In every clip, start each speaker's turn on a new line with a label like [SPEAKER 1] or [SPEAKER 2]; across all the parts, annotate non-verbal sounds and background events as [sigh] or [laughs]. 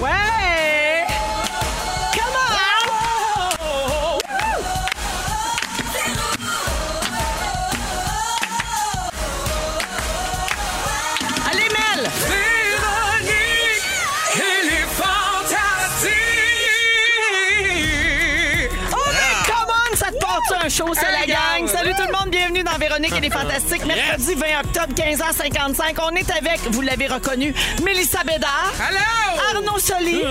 [SPEAKER 1] Ouais! Come on! Allez, Mel!
[SPEAKER 2] Véronique, elle est fantastique.
[SPEAKER 1] Oh, mais come on! Ça te porte un show, c'est la
[SPEAKER 2] Hey,
[SPEAKER 1] gang!
[SPEAKER 2] gang.
[SPEAKER 1] Salut tout le monde, bienvenue dans Véronique et les Fantastiques. Mercredi 20 octobre, 15h55. On est avec, vous l'avez reconnu, Mélissa Bédard,
[SPEAKER 2] Allô?
[SPEAKER 1] Arnaud Soli.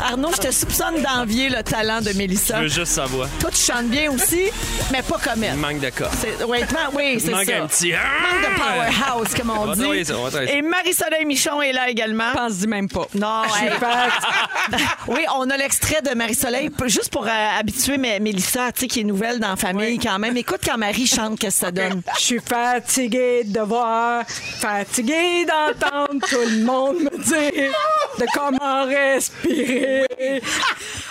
[SPEAKER 1] Arnaud, je te soupçonne d'envier le talent de Mélissa.
[SPEAKER 3] Ah. Je veux juste sa voix.
[SPEAKER 1] Toi, tu chantes bien aussi, mais pas comme
[SPEAKER 3] Il
[SPEAKER 1] elle.
[SPEAKER 3] manque de corps.
[SPEAKER 1] C'est- ouais, toi,
[SPEAKER 2] [laughs]
[SPEAKER 1] oui,
[SPEAKER 3] Il
[SPEAKER 1] c'est
[SPEAKER 3] manque
[SPEAKER 1] ça.
[SPEAKER 3] un petit.
[SPEAKER 1] Manque de powerhouse, comme on
[SPEAKER 3] va
[SPEAKER 1] dit.
[SPEAKER 3] travailler ça, on va travailler ça.
[SPEAKER 1] Et Marie-Soleil Michon est là également.
[SPEAKER 4] pense même pas.
[SPEAKER 1] Non, elle- [laughs] Oui, on a l'extrait de Marie-Soleil, p- juste pour euh, habituer Mé- Mélissa, tu sais, qui est nouvelle dans la famille quand même. Écoute quand Marie chante, qu'est-ce que ça donne.
[SPEAKER 4] Je suis fatiguée de voir, fatiguée d'entendre tout le monde me dire de comment respirer.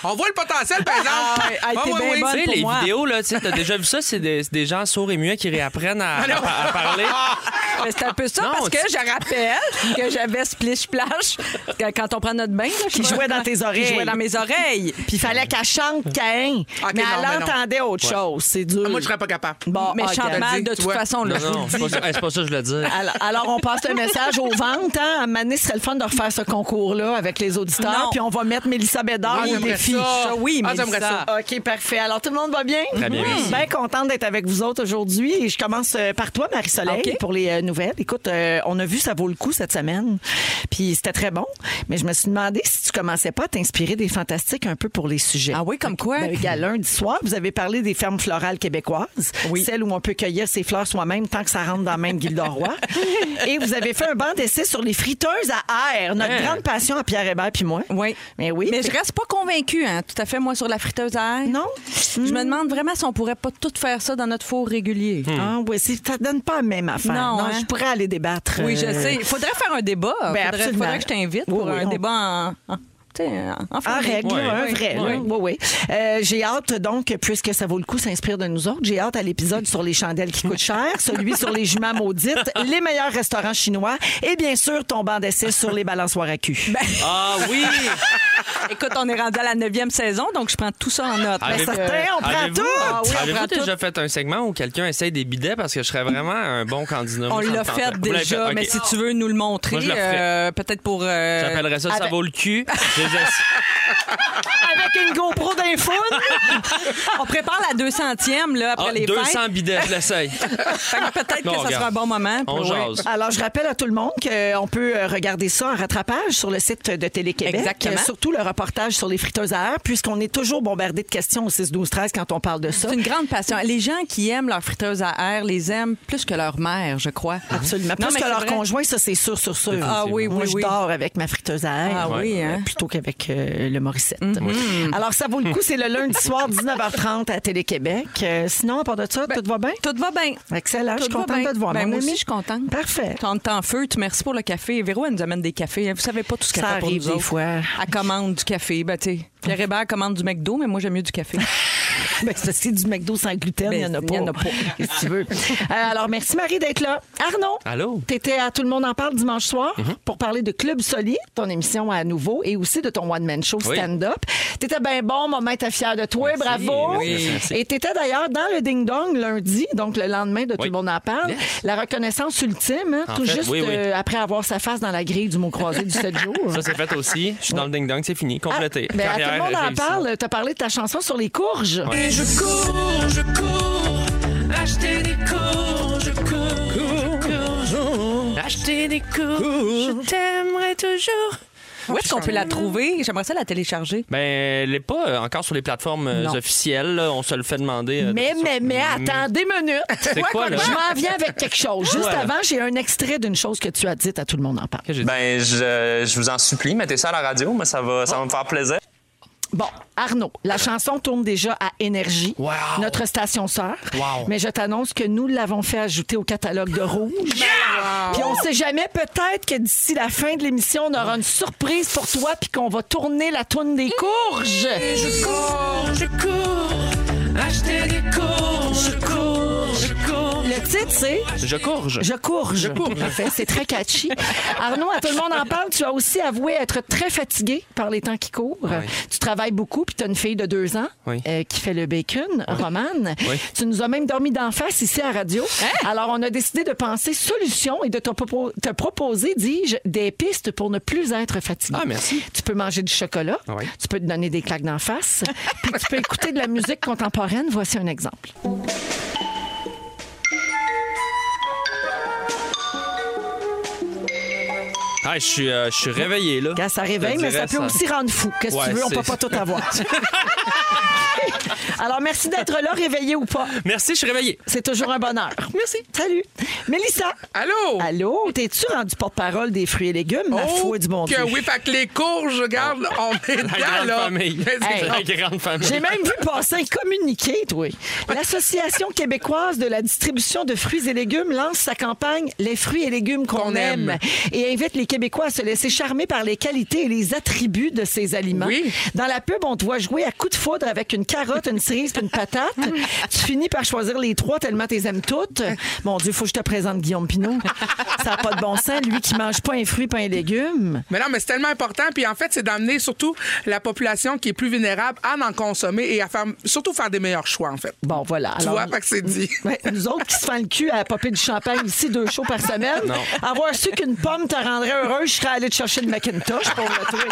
[SPEAKER 2] On voit le potentiel, par exemple.
[SPEAKER 4] Ah, ouais, elle était bien bonne.
[SPEAKER 3] Tu sais,
[SPEAKER 4] pour
[SPEAKER 3] les
[SPEAKER 4] moi.
[SPEAKER 3] vidéos, là, tu sais, t'as déjà vu ça, c'est des, c'est des gens sourds et muets qui réapprennent
[SPEAKER 1] [laughs] Ah
[SPEAKER 3] à, à- à parler.
[SPEAKER 4] Mais C'est un peu ça
[SPEAKER 3] Non,
[SPEAKER 4] parce que
[SPEAKER 3] c'est-
[SPEAKER 4] je rappelle que j'avais splish plash quand on prend notre bain. là, je
[SPEAKER 1] Qui
[SPEAKER 4] sais
[SPEAKER 1] jouait
[SPEAKER 4] pas
[SPEAKER 1] dans tes
[SPEAKER 4] comment-
[SPEAKER 1] oreilles.
[SPEAKER 4] Qui jouait dans mes oreilles.
[SPEAKER 1] Puis il fallait qu'elle chante Caïn,
[SPEAKER 2] Ok, non,
[SPEAKER 1] mais elle
[SPEAKER 2] mais non. Ah,
[SPEAKER 1] entendait autre chose. C'est dur.
[SPEAKER 2] Moi, je serais pas capable.
[SPEAKER 1] Bon,
[SPEAKER 4] mais je
[SPEAKER 1] ok.
[SPEAKER 4] chante mal de
[SPEAKER 2] tu
[SPEAKER 4] toute
[SPEAKER 2] vois.
[SPEAKER 4] façon.
[SPEAKER 3] Non,
[SPEAKER 4] Là, je vous
[SPEAKER 3] non,
[SPEAKER 4] le
[SPEAKER 3] c'est pas,
[SPEAKER 4] dis.
[SPEAKER 3] ça- hey, c'est pas ça que je le dis.
[SPEAKER 1] Alors, alors, on passe le message aux ventes. Hein? À un moment donné, ce serait le fun de refaire ce concours-là avec les auditeurs.
[SPEAKER 4] Non.
[SPEAKER 1] Puis on va mettre Mélissa Bédard
[SPEAKER 2] Ah,
[SPEAKER 1] au
[SPEAKER 2] j'aimerais
[SPEAKER 1] défi.
[SPEAKER 2] ça.
[SPEAKER 4] Ça, oui,
[SPEAKER 2] Ah,
[SPEAKER 4] mais
[SPEAKER 2] j'aimerais ça.
[SPEAKER 1] OK, parfait. Alors, tout le monde va bien?
[SPEAKER 3] Très bien,
[SPEAKER 1] Oui.
[SPEAKER 3] merci.
[SPEAKER 1] Bien contente d'être avec vous autres aujourd'hui. Et je commence euh, par toi, Marie-Soleil,
[SPEAKER 4] OK.
[SPEAKER 1] pour les euh, nouvelles. Écoute, euh, on a vu Ça vaut le coup cette semaine. Puis c'était très bon. Mais je me suis demandé si tu commençais pas à t'inspirer des fantastiques un peu pour les sujets.
[SPEAKER 4] Ah oui, comme quoi?
[SPEAKER 1] Ben, regarde, lundi soir, vous avez parlé des fermes florales québécoises,
[SPEAKER 4] Oui.
[SPEAKER 1] celles où on peut cueillir ses fleurs soi-même tant que ça rentre dans la même guilde de
[SPEAKER 4] [laughs]
[SPEAKER 1] roi. Et vous avez fait un banc d'essai sur les friteuses à air, notre grande passion à Pierre Hébert puis moi.
[SPEAKER 4] Hein. Oui.
[SPEAKER 1] Mais Ben oui.
[SPEAKER 4] Mais je reste pas convaincue, hein, tout à fait, moi, sur la friteuse à air.
[SPEAKER 1] Non? Mm.
[SPEAKER 4] Je me demande vraiment si on pourrait pas tout faire ça dans notre four régulier.
[SPEAKER 3] Hmm.
[SPEAKER 1] Ah oui, c'est- ça donne pas la même affaire. Non,
[SPEAKER 4] Non, hein?
[SPEAKER 1] je pourrais aller débattre.
[SPEAKER 4] Oui,
[SPEAKER 1] euh,
[SPEAKER 4] je sais. Il faudrait faire un débat. Il
[SPEAKER 1] Ben,
[SPEAKER 4] faudrait,
[SPEAKER 1] absolument.
[SPEAKER 4] faudrait que je t'invite
[SPEAKER 1] Oui,
[SPEAKER 4] pour
[SPEAKER 1] oui,
[SPEAKER 4] un
[SPEAKER 1] on-
[SPEAKER 4] débat en, en, tu sais, en- en
[SPEAKER 1] En
[SPEAKER 4] famille.
[SPEAKER 1] règle,
[SPEAKER 3] Ouais,
[SPEAKER 1] là, un
[SPEAKER 3] ouais,
[SPEAKER 1] vrai. là.
[SPEAKER 3] ouais.
[SPEAKER 1] Oui, oui. Euh, j'ai hâte, donc, puisque ça vaut le coup s'inspire de nous autres, j'ai hâte à l'épisode sur les chandelles qui coûtent cher, celui sur les juments maudites, les meilleurs restaurants chinois et bien sûr ton banc d'essai sur les balançoires à cul.
[SPEAKER 4] Ben,
[SPEAKER 3] Ah oui!
[SPEAKER 4] [laughs] Écoute, on est rendu à la neuvième saison, donc je prends tout ça en note.
[SPEAKER 3] Avez-vous-
[SPEAKER 1] certain, on
[SPEAKER 3] Ah,
[SPEAKER 1] prend
[SPEAKER 3] ben, euh, avez-vous-
[SPEAKER 1] tout!
[SPEAKER 4] Ah oui, on
[SPEAKER 3] Avez-vous
[SPEAKER 4] prend
[SPEAKER 3] déjà fait un segment où quelqu'un essaye des bidets parce que je serais vraiment un bon candidat?
[SPEAKER 4] On
[SPEAKER 3] Moi, ça me
[SPEAKER 4] l'a
[SPEAKER 3] tente.
[SPEAKER 4] fait
[SPEAKER 3] Vous l'avez
[SPEAKER 4] déjà,
[SPEAKER 3] fait, ok.
[SPEAKER 4] mais si tu veux nous le montrer,
[SPEAKER 3] Moi, je le ferai.
[SPEAKER 4] euh, peut-être pour... euh,
[SPEAKER 3] J'appellerais ça, ça
[SPEAKER 4] avec-
[SPEAKER 3] vaut le
[SPEAKER 4] [laughs]
[SPEAKER 3] cul. Je les essaie.
[SPEAKER 1] Avec une GoPro d'info.
[SPEAKER 4] On prépare la 200e là, après
[SPEAKER 3] Ah,
[SPEAKER 4] les
[SPEAKER 3] 200
[SPEAKER 4] fêtes.
[SPEAKER 3] bidets, je l'essaye.
[SPEAKER 4] [laughs] Fait que Peut-être
[SPEAKER 3] Non,
[SPEAKER 4] que ça
[SPEAKER 3] regarde.
[SPEAKER 4] sera un bon moment.
[SPEAKER 3] On
[SPEAKER 4] Oui.
[SPEAKER 3] jase.
[SPEAKER 1] [laughs] Alors, je rappelle à tout le monde qu'on peut euh, regarder ça en rattrapage sur le site de Télé-Québec.
[SPEAKER 4] Exactement.
[SPEAKER 1] Euh, Surtout le reportage sur les friteuses à air, puisqu'on est toujours bombardé de questions au 6-12-13 quand on parle de ça.
[SPEAKER 4] C'est une grande passion. Les gens qui aiment leur friteuse à air les aiment plus que leur mère, je crois.
[SPEAKER 3] Mhm.
[SPEAKER 1] Absolument. Plus
[SPEAKER 4] Non, mais
[SPEAKER 1] que
[SPEAKER 4] c'est
[SPEAKER 1] leur
[SPEAKER 4] vrai.
[SPEAKER 1] conjoint, ça, c'est sûr, sur sûr.
[SPEAKER 4] Ah oui,
[SPEAKER 1] Moi,
[SPEAKER 4] oui,
[SPEAKER 1] je
[SPEAKER 4] oui.
[SPEAKER 1] dors avec ma friteuse à air.
[SPEAKER 4] Ah oui, hein? Mhm.
[SPEAKER 1] Plutôt qu'avec euh, le Morissette. Alors, ça vaut le coup. C'est le lundi soir, 19h30 à Télé-Québec. Euh, sinon, à part de ça,
[SPEAKER 4] Ben,
[SPEAKER 1] tout va bien?
[SPEAKER 4] Tout va bien.
[SPEAKER 1] Excellent. Je suis
[SPEAKER 4] Tout va
[SPEAKER 1] contente
[SPEAKER 4] bien.
[SPEAKER 1] de te voir.
[SPEAKER 4] Ben,
[SPEAKER 1] mon
[SPEAKER 4] moi aussi,
[SPEAKER 1] ami.
[SPEAKER 4] je suis contente.
[SPEAKER 1] Parfait.
[SPEAKER 4] Tant en feu, tu merci pour le café. Véro, elle nous amène des cafés. hein. Vous savez pas tout ce qu'elle
[SPEAKER 1] Ça
[SPEAKER 4] fait pour
[SPEAKER 1] arrive
[SPEAKER 4] nous
[SPEAKER 1] des
[SPEAKER 4] autres.
[SPEAKER 1] fois.
[SPEAKER 4] Elle commande du café. Ben, tu sais, Pierre Hébert commande du McDo, mais moi, j'aime mieux du [laughs] café.
[SPEAKER 1] [laughs] Ben, ça, c'est du McDo sans gluten, il n'y en a
[SPEAKER 4] Ben,
[SPEAKER 1] pas.
[SPEAKER 4] il y en a pas.
[SPEAKER 1] [laughs] Qu'est-ce que tu veux? Euh, alors, merci Marie d'être là. Arnaud.
[SPEAKER 3] Allô? Mhm.
[SPEAKER 1] T'étais à Tout le monde en parle dimanche soir pour parler de Club Soli, ton émission à nouveau, et aussi de ton one-man show
[SPEAKER 3] Oui.
[SPEAKER 1] stand-up. T'étais bien bon, maman était fière de toi, bravo.
[SPEAKER 3] merci, merci.
[SPEAKER 1] Et t'étais d'ailleurs dans le ding-dong lundi, donc le lendemain de Tout
[SPEAKER 3] Oui.
[SPEAKER 1] le monde en parle. La reconnaissance ultime, hein,
[SPEAKER 3] En
[SPEAKER 1] tout
[SPEAKER 3] fait,
[SPEAKER 1] juste
[SPEAKER 3] oui, oui.
[SPEAKER 1] euh, après avoir sa face dans la grille du mot croisé
[SPEAKER 3] [laughs]
[SPEAKER 1] du 7 jours.
[SPEAKER 3] Ça, c'est fait aussi. Je suis dans le ding-dong, c'est fini.
[SPEAKER 1] Ah,
[SPEAKER 3] Complété.
[SPEAKER 1] ben, à tout le
[SPEAKER 3] Carrière
[SPEAKER 1] monde en
[SPEAKER 3] réussie.
[SPEAKER 1] parle. T'as parlé de ta chanson sur les courges.
[SPEAKER 2] Et Ben, je cours, je cours, acheter des cours, je cours, je cours, acheter des cours, je t'aimerais toujours.
[SPEAKER 4] Où est-ce qu'on peut la trouver? J'aimerais ça la télécharger.
[SPEAKER 3] Ben, elle n'est pas euh, encore sur les plateformes euh,
[SPEAKER 4] Non.
[SPEAKER 3] officielles. là. On se le fait demander. euh,
[SPEAKER 1] Mais,
[SPEAKER 3] sur-
[SPEAKER 1] mais, mais, attendez une minute.
[SPEAKER 3] C'est quoi, là?
[SPEAKER 1] Je m'en viens avec quelque chose. Juste
[SPEAKER 3] Voilà.
[SPEAKER 1] avant, j'ai un extrait d'une chose que tu as dite à tout le monde en parle.
[SPEAKER 5] Ben, je, je vous en supplie, mettez ça à la radio, mais ça va, ça va me faire plaisir.
[SPEAKER 1] Bon, Arnaud, la chanson tourne déjà à Énergie,
[SPEAKER 3] Wow.
[SPEAKER 1] notre station sœur.
[SPEAKER 3] Wow.
[SPEAKER 1] Mais je t'annonce que nous l'avons fait ajouter au catalogue de Rouge. Puis on sait jamais, peut-être que d'ici la fin de l'émission, on aura une surprise pour toi puis qu'on va tourner la tourne des courges.
[SPEAKER 5] Je cours, je cours, acheter des courges, je cours, je cours.
[SPEAKER 1] Le titre, c'est
[SPEAKER 3] Je courge.
[SPEAKER 1] Je cours. Je cours. Parfait, c'est très catchy. Arnaud, à tout le monde en parle, tu as aussi avoué être très fatigué par les temps qui courent. Tu travailles beaucoup, puis tu as une fille de deux ans
[SPEAKER 3] Oui.
[SPEAKER 1] euh, qui fait le bacon, Romane.
[SPEAKER 3] Oui.
[SPEAKER 1] Tu nous as même dormi d'en face ici à radio.
[SPEAKER 3] Hein?
[SPEAKER 1] Alors, on a décidé de penser solution et de te, propo- te proposer, dis-je, des pistes pour ne plus être fatigué.
[SPEAKER 3] Ah, merci. Ah
[SPEAKER 1] Tu peux manger du chocolat,
[SPEAKER 3] Oui.
[SPEAKER 1] tu peux te donner des claques d'en face, puis tu peux écouter de la musique contemporaine. Voici un exemple.
[SPEAKER 3] Ah, je suis, euh, je suis réveillé, là.
[SPEAKER 1] Quand ça réveille,
[SPEAKER 3] Je
[SPEAKER 1] mais
[SPEAKER 3] dirais
[SPEAKER 1] ça peut aussi rendre fou. Qu'est-ce que
[SPEAKER 3] Ouais,
[SPEAKER 1] tu veux, on
[SPEAKER 3] c'est-
[SPEAKER 1] peut pas tout
[SPEAKER 3] [laughs]
[SPEAKER 1] avoir. Alors, merci d'être là, réveillé ou pas.
[SPEAKER 3] Merci, je suis réveillé.
[SPEAKER 1] C'est toujours un bonheur. Merci. Salut. Mélissa.
[SPEAKER 6] Allô?
[SPEAKER 1] Allô, t'es-tu rendu porte-parole des fruits et légumes, ma
[SPEAKER 6] Oh,
[SPEAKER 1] foi du bon Dieu?
[SPEAKER 6] que oui, fait que les courges, regarde, on est dedans,
[SPEAKER 3] Ah. [laughs] La grande
[SPEAKER 6] là. oh,
[SPEAKER 3] famille.
[SPEAKER 6] Mais c'est
[SPEAKER 1] Hey.
[SPEAKER 6] ça.
[SPEAKER 3] La grande famille.
[SPEAKER 1] J'ai même vu passer un communiqué,
[SPEAKER 6] [laughs]
[SPEAKER 1] toi. L'Association québécoise de la distribution de fruits et légumes lance sa campagne Les fruits et légumes qu'on
[SPEAKER 6] Qu'on
[SPEAKER 1] aime.
[SPEAKER 6] aime.
[SPEAKER 1] et invite les Québécois à se laisser charmer par les qualités et les attributs de ces aliments.
[SPEAKER 6] Oui.
[SPEAKER 1] Dans la pub, on te voit jouer à coups de foudre avec une carotte, une cerise puis une patate.
[SPEAKER 6] [laughs]
[SPEAKER 1] tu finis par choisir les trois tellement t'es aimes toutes. Mon Dieu, faut que je te présente Guillaume Pinot. Ça n'a pas de bon sens, lui qui mange pas un fruit pas un légume.
[SPEAKER 6] Mais non, mais c'est tellement important. Puis en fait, c'est d'amener surtout la population qui est plus vulnérable à en consommer et à faire, surtout faire des meilleurs choix, en fait.
[SPEAKER 1] Bon, voilà.
[SPEAKER 6] Tu vois, fait que c'est dit.
[SPEAKER 1] Ouais, nous autres qui se fend le cul à popper du champagne ici deux shows par semaine, avoir su qu'une pomme te rendrait heureux, je serais allé te chercher le Macintosh pour le trouver.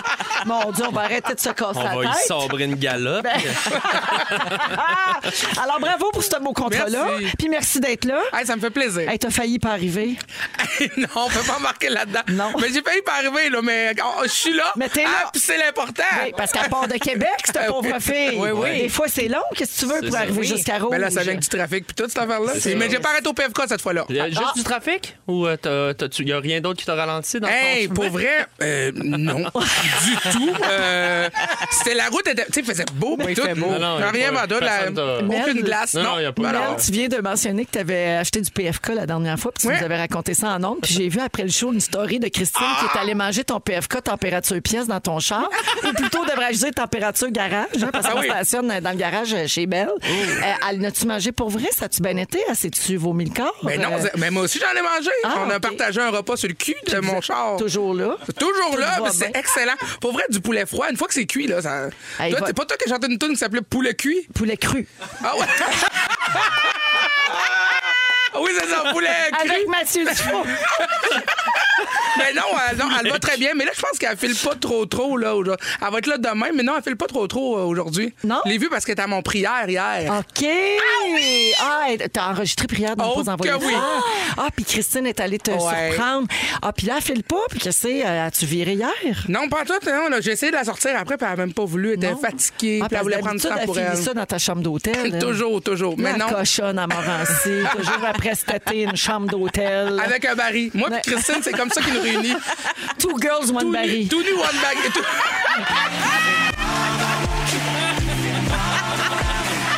[SPEAKER 1] Mon Dieu, on va arrêter de se casser
[SPEAKER 3] On
[SPEAKER 1] la
[SPEAKER 3] va y
[SPEAKER 1] tête.
[SPEAKER 3] sabrer une galope.
[SPEAKER 1] Ben- [laughs] Alors bravo pour ce beau contrat-là.
[SPEAKER 6] Merci.
[SPEAKER 1] Puis merci d'être là.
[SPEAKER 6] [laughs] Hey, ça me fait plaisir.
[SPEAKER 1] Hey, t'as failli pas arriver.
[SPEAKER 6] [laughs] non, on peut pas marquer là-dedans.
[SPEAKER 1] Non.
[SPEAKER 6] Mais j'ai failli pas arriver, là, mais on- je suis là.
[SPEAKER 1] Mais t'es là.
[SPEAKER 6] Ah, puis c'est l'important. Ah
[SPEAKER 1] Oui, parce qu'à part de Québec,
[SPEAKER 6] [laughs]
[SPEAKER 1] cette pauvre fille.
[SPEAKER 6] Oui, oui.
[SPEAKER 1] Des fois, c'est long. Qu'est-ce que tu veux
[SPEAKER 3] C'est
[SPEAKER 1] pour
[SPEAKER 3] ça.
[SPEAKER 1] arriver
[SPEAKER 3] Oui.
[SPEAKER 1] jusqu'à Rouge?
[SPEAKER 6] Mais là, ça vient avec du trafic puis toute cette affaire-là.
[SPEAKER 3] ça.
[SPEAKER 6] Mais j'ai pas arrêté au PFK cette fois-là.
[SPEAKER 3] Y a Euh, Juste du trafic? Ou euh, il n'y a rien d'autre qui t'a ralenti dans
[SPEAKER 6] Hey,
[SPEAKER 3] ton
[SPEAKER 6] pour
[SPEAKER 3] chemin?
[SPEAKER 6] vrai, euh,
[SPEAKER 1] [laughs]
[SPEAKER 6] non, du tout. Euh, c'était la route, était- tu sais, il faisait beau, puis tout.
[SPEAKER 3] Non, non, y a
[SPEAKER 6] rien
[SPEAKER 3] pas-
[SPEAKER 6] vendu, la-
[SPEAKER 3] personne t'a-
[SPEAKER 6] aucune
[SPEAKER 1] Merde.
[SPEAKER 6] glace,
[SPEAKER 3] Non,
[SPEAKER 6] non.
[SPEAKER 3] non, y a pas de
[SPEAKER 6] Ben
[SPEAKER 3] glace.
[SPEAKER 6] non.
[SPEAKER 1] Mel, tu viens de mentionner que tu avais acheté du PFK la dernière fois, puis tu
[SPEAKER 6] Ouais.
[SPEAKER 1] nous avais raconté ça en ondes. Puis j'ai vu après le show une story de Christine
[SPEAKER 6] Ah!
[SPEAKER 1] qui est allée manger ton PFK température pièce dans ton
[SPEAKER 6] [laughs]
[SPEAKER 1] char, ou plutôt devrais-je dire température garage, hein, parce
[SPEAKER 6] Ah
[SPEAKER 1] qu'on
[SPEAKER 6] oui.
[SPEAKER 1] stationne dans le garage euh, chez Belle. Euh, elle n'a-tu mangé pour vrai? Ça a-tu bien été? Elle s'est-tu vomi le corps?
[SPEAKER 6] Ben non,
[SPEAKER 1] Euh,
[SPEAKER 6] c'est- mais moi aussi, j'en ai mangé.
[SPEAKER 1] Ah,
[SPEAKER 6] On a
[SPEAKER 1] ok.
[SPEAKER 6] partagé un repas sur le cul de mon char.
[SPEAKER 1] toujours là.
[SPEAKER 6] Toujours
[SPEAKER 1] Tout
[SPEAKER 6] là,
[SPEAKER 1] va
[SPEAKER 6] mais c'est
[SPEAKER 1] bien.
[SPEAKER 6] excellent. Pour vrai, du poulet froid, une fois que c'est cuit, là, ça.
[SPEAKER 1] Hey,
[SPEAKER 6] toi,
[SPEAKER 1] va-
[SPEAKER 6] c'est pas toi qui chantais une tune qui s'appelait Poulet cuit?
[SPEAKER 1] Poulet cru.
[SPEAKER 6] Ah ouais! [laughs] Ah oui, c'est ça, poulet cuit!
[SPEAKER 1] Avec Mathieu Dufault.
[SPEAKER 6] Mais Ben non, elle, non, elle va très bien. Mais là, je pense qu'elle file pas trop trop là aujourd'hui. Elle va être là demain, mais non, elle file pas trop trop euh, aujourd'hui.
[SPEAKER 1] Non?
[SPEAKER 6] Je l'ai vue parce qu'elle était à mon prière hier.
[SPEAKER 1] OK. Ah, et t'as enregistré prière de ne
[SPEAKER 6] Oh
[SPEAKER 1] pas envoyer
[SPEAKER 6] que
[SPEAKER 1] de
[SPEAKER 6] oui.
[SPEAKER 1] fleurs. Ah, puis Christine est allée te
[SPEAKER 6] Ouais.
[SPEAKER 1] surprendre. Ah, puis là, elle file pas. Puis qu'est-ce que c'est? Euh, As-tu viré hier?
[SPEAKER 6] Non, pas tout, non. là. J'ai essayé de la sortir après, puis elle a même pas voulu. Elle était
[SPEAKER 1] Non.
[SPEAKER 6] fatiguée,
[SPEAKER 1] Ah,
[SPEAKER 6] puis
[SPEAKER 1] parce
[SPEAKER 6] elle voulait
[SPEAKER 1] que
[SPEAKER 6] prendre du
[SPEAKER 1] d'habitude,
[SPEAKER 6] temps pour
[SPEAKER 1] elle
[SPEAKER 6] elle.
[SPEAKER 1] finit ça dans ta chambre d'hôtel. elle.
[SPEAKER 6] toujours, toujours. Mais
[SPEAKER 1] La
[SPEAKER 6] non.
[SPEAKER 1] cochonne à Morancy,
[SPEAKER 6] [laughs]
[SPEAKER 1] toujours après cet été, une chambre d'hôtel.
[SPEAKER 6] Avec un baril. Moi
[SPEAKER 1] Mais-
[SPEAKER 6] puis Christine, c'est comme ça qu'ils nous réunit.
[SPEAKER 1] [laughs] Two girls, one
[SPEAKER 6] tout,
[SPEAKER 1] Barry.
[SPEAKER 6] nu, tout nu, one bag. Tout...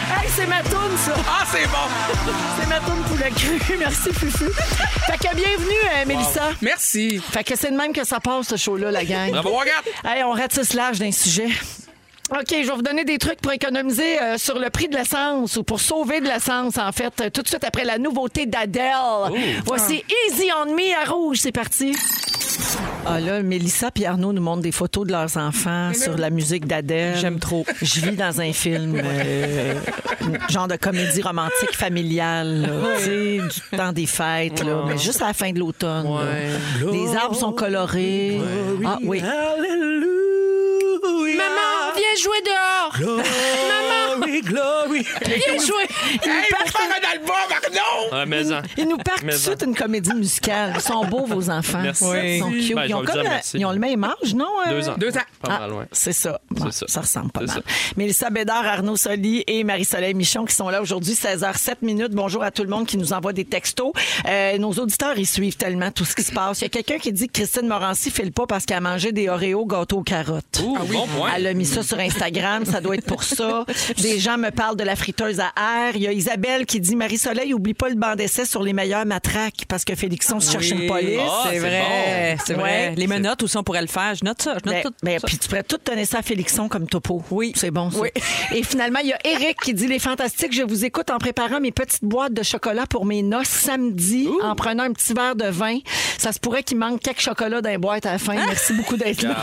[SPEAKER 1] Hey, c'est ma toune, ça.
[SPEAKER 6] Ah, c'est bon!
[SPEAKER 1] C'est ma toune poulet cru. [laughs] Merci, Fufu. Fait que bienvenue, euh, Mélissa.
[SPEAKER 6] Merci.
[SPEAKER 1] Fait que c'est de même que ça passe, ce show-là, la gang.
[SPEAKER 6] Bon, regarde.
[SPEAKER 1] Hey, on ratisse l'âge d'un sujet. OK, je vais vous donner des trucs pour économiser euh, sur le prix de l'essence ou pour sauver de l'essence, en fait, euh, tout de suite après la nouveauté d'Adèle. Voici Easy on Me à rouge. C'est parti. Ah là, Mélissa et Arnaud nous montrent des photos de leurs enfants sur la musique d'Adèle. J'aime trop. Je vis dans un film, euh, genre de comédie romantique familiale, là, tu sais, du temps des fêtes, là, mais juste à la fin de l'automne. là. Les arbres sont colorés. Ah oui.
[SPEAKER 4] Ah,
[SPEAKER 5] Maman, viens jouer dehors. Maman,
[SPEAKER 3] Glory, glory.
[SPEAKER 5] viens jouer.
[SPEAKER 6] Hey, faut faire un album, Arnaud!
[SPEAKER 3] Ah, mais en.
[SPEAKER 1] Ils nous partent tout de
[SPEAKER 3] Mais en.
[SPEAKER 1] suite une comédie musicale. Ils sont beaux, vos enfants.
[SPEAKER 3] Merci.
[SPEAKER 1] Ils sont
[SPEAKER 3] Oui.
[SPEAKER 1] cute.
[SPEAKER 3] Ben, je
[SPEAKER 1] ils, ont
[SPEAKER 3] vais
[SPEAKER 1] comme
[SPEAKER 3] dire
[SPEAKER 1] la-
[SPEAKER 3] merci.
[SPEAKER 1] ils ont le même âge, non? euh?
[SPEAKER 3] Deux ans.
[SPEAKER 6] Deux ans. Ah.
[SPEAKER 3] Pas mal, ouais.
[SPEAKER 1] C'est ça. Bon, ça.
[SPEAKER 3] ça.
[SPEAKER 1] ressemble pas
[SPEAKER 3] C'est
[SPEAKER 1] mal.
[SPEAKER 3] ça.
[SPEAKER 1] Mélissa Bédard, Arnaud Soli et Marie-Soleil Michon qui sont là aujourd'hui, 16h07 minutes. Bonjour à tout le monde qui nous envoie des textos. Euh, nos auditeurs, ils suivent tellement tout ce qui se passe. Il y a quelqu'un qui dit que Christine Morancy file pas parce qu'elle a mangé des Oreos gâteaux aux carottes.
[SPEAKER 3] Ouh, bon point.
[SPEAKER 1] Elle a mis ça sur Instagram, ça doit être
[SPEAKER 3] [laughs]
[SPEAKER 1] pour ça. Des gens me parlent de la friteuse à air. Il y a Isabelle qui dit Marie-Soleil, oublie pas le banc d'essai sur les meilleurs matraques parce que Félixon se cherche une police.
[SPEAKER 3] Ah,
[SPEAKER 4] c'est
[SPEAKER 3] c'est
[SPEAKER 4] vrai, c'est vrai.
[SPEAKER 1] Ouais.
[SPEAKER 4] Les menottes aussi, on pourrait le faire. Je note ça. Je note
[SPEAKER 1] Ben,
[SPEAKER 4] tout.
[SPEAKER 1] ben,
[SPEAKER 4] ça.
[SPEAKER 1] puis tu pourrais tout donner ça à Félixon comme topo.
[SPEAKER 4] Oui.
[SPEAKER 1] C'est bon, ça.
[SPEAKER 4] Oui.
[SPEAKER 1] Et finalement, il y a Eric qui dit Les Fantastiques, je vous écoute en préparant mes petites boîtes de chocolat pour mes noces samedi, en prenant un petit verre de vin. Ça se pourrait qu'il manque quelques chocolats dans les boîtes à la fin. [laughs] Merci beaucoup d'être là.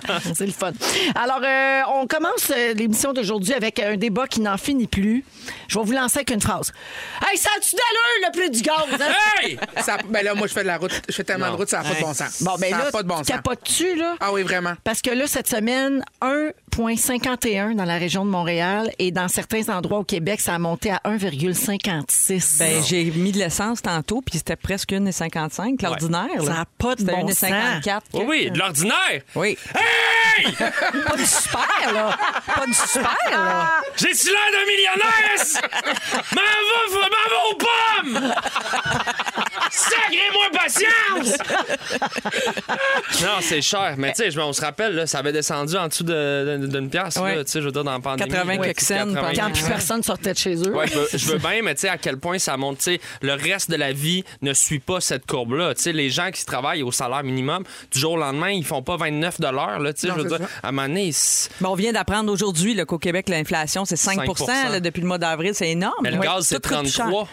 [SPEAKER 1] [laughs] C'est le fun. Alors, euh, on commence euh, l'émission d'aujourd'hui avec un débat qui n'en finit plus. Je vais vous lancer avec une phrase. Hey, ça a-tu d'allure le prix du gaz? hein?
[SPEAKER 6] Hey! Ça- ben là, moi, je fais de la route. Je fais tellement de route, ça n'a pas de bon sens.
[SPEAKER 1] Bon, ben
[SPEAKER 6] ça n'a
[SPEAKER 1] là,
[SPEAKER 6] pas de bon
[SPEAKER 1] tu
[SPEAKER 6] sens.
[SPEAKER 1] capotes-tu, là?
[SPEAKER 6] Ah oui, vraiment.
[SPEAKER 1] Parce que là, cette semaine, 1,51 dans la région de Montréal et dans certains endroits au Québec, ça a monté à 1,56.
[SPEAKER 4] Ben, j'ai mis de l'essence tantôt, puis c'était presque 1,55 l'ordinaire. là.
[SPEAKER 1] Ça n'a pas de
[SPEAKER 4] C'était
[SPEAKER 1] bon
[SPEAKER 4] 1,54.
[SPEAKER 3] Oui, oui, de l'ordinaire.
[SPEAKER 4] Oui. pas du super, là. Pas du super, là.
[SPEAKER 3] J'ai-tu l'air d'un
[SPEAKER 4] [laughs]
[SPEAKER 3] millionnaire? est-ce? M'en va, m'en va aux pommes! Sacrez-moi patience! non, c'est cher. Mais tu sais, je- on se rappelle, là, ça avait descendu en dessous de- de- d'une pièce,
[SPEAKER 4] Ouais.
[SPEAKER 3] là, tu sais, je veux dire, dans la pandémie.
[SPEAKER 4] 80 quelques
[SPEAKER 3] c'est
[SPEAKER 4] cents,
[SPEAKER 3] 80.
[SPEAKER 1] Quand plus
[SPEAKER 4] Ouais.
[SPEAKER 1] personne sortait de chez eux.
[SPEAKER 3] Ouais, je, veux, je
[SPEAKER 4] [laughs]
[SPEAKER 3] veux bien, mais tu sais, à quel point ça monte. tu sais, Le reste de la vie ne suit pas cette courbe-là. Tu sais, Les gens qui travaillent au salaire minimum, du jour au lendemain, ils font pas 29 là, tu sais,
[SPEAKER 6] Non,
[SPEAKER 3] Je veux
[SPEAKER 6] c'est
[SPEAKER 3] dire, à un moment donné, ils-
[SPEAKER 4] Bon, on vient d'apprendre aujourd'hui là, qu'au Québec, l'inflation, c'est 5,
[SPEAKER 3] 5%.
[SPEAKER 4] là, depuis le mois d'avril. C'est énorme.
[SPEAKER 3] mais le
[SPEAKER 4] Ouais.
[SPEAKER 3] gaz, c'est
[SPEAKER 4] Tout coûte plus cher.
[SPEAKER 3] 33.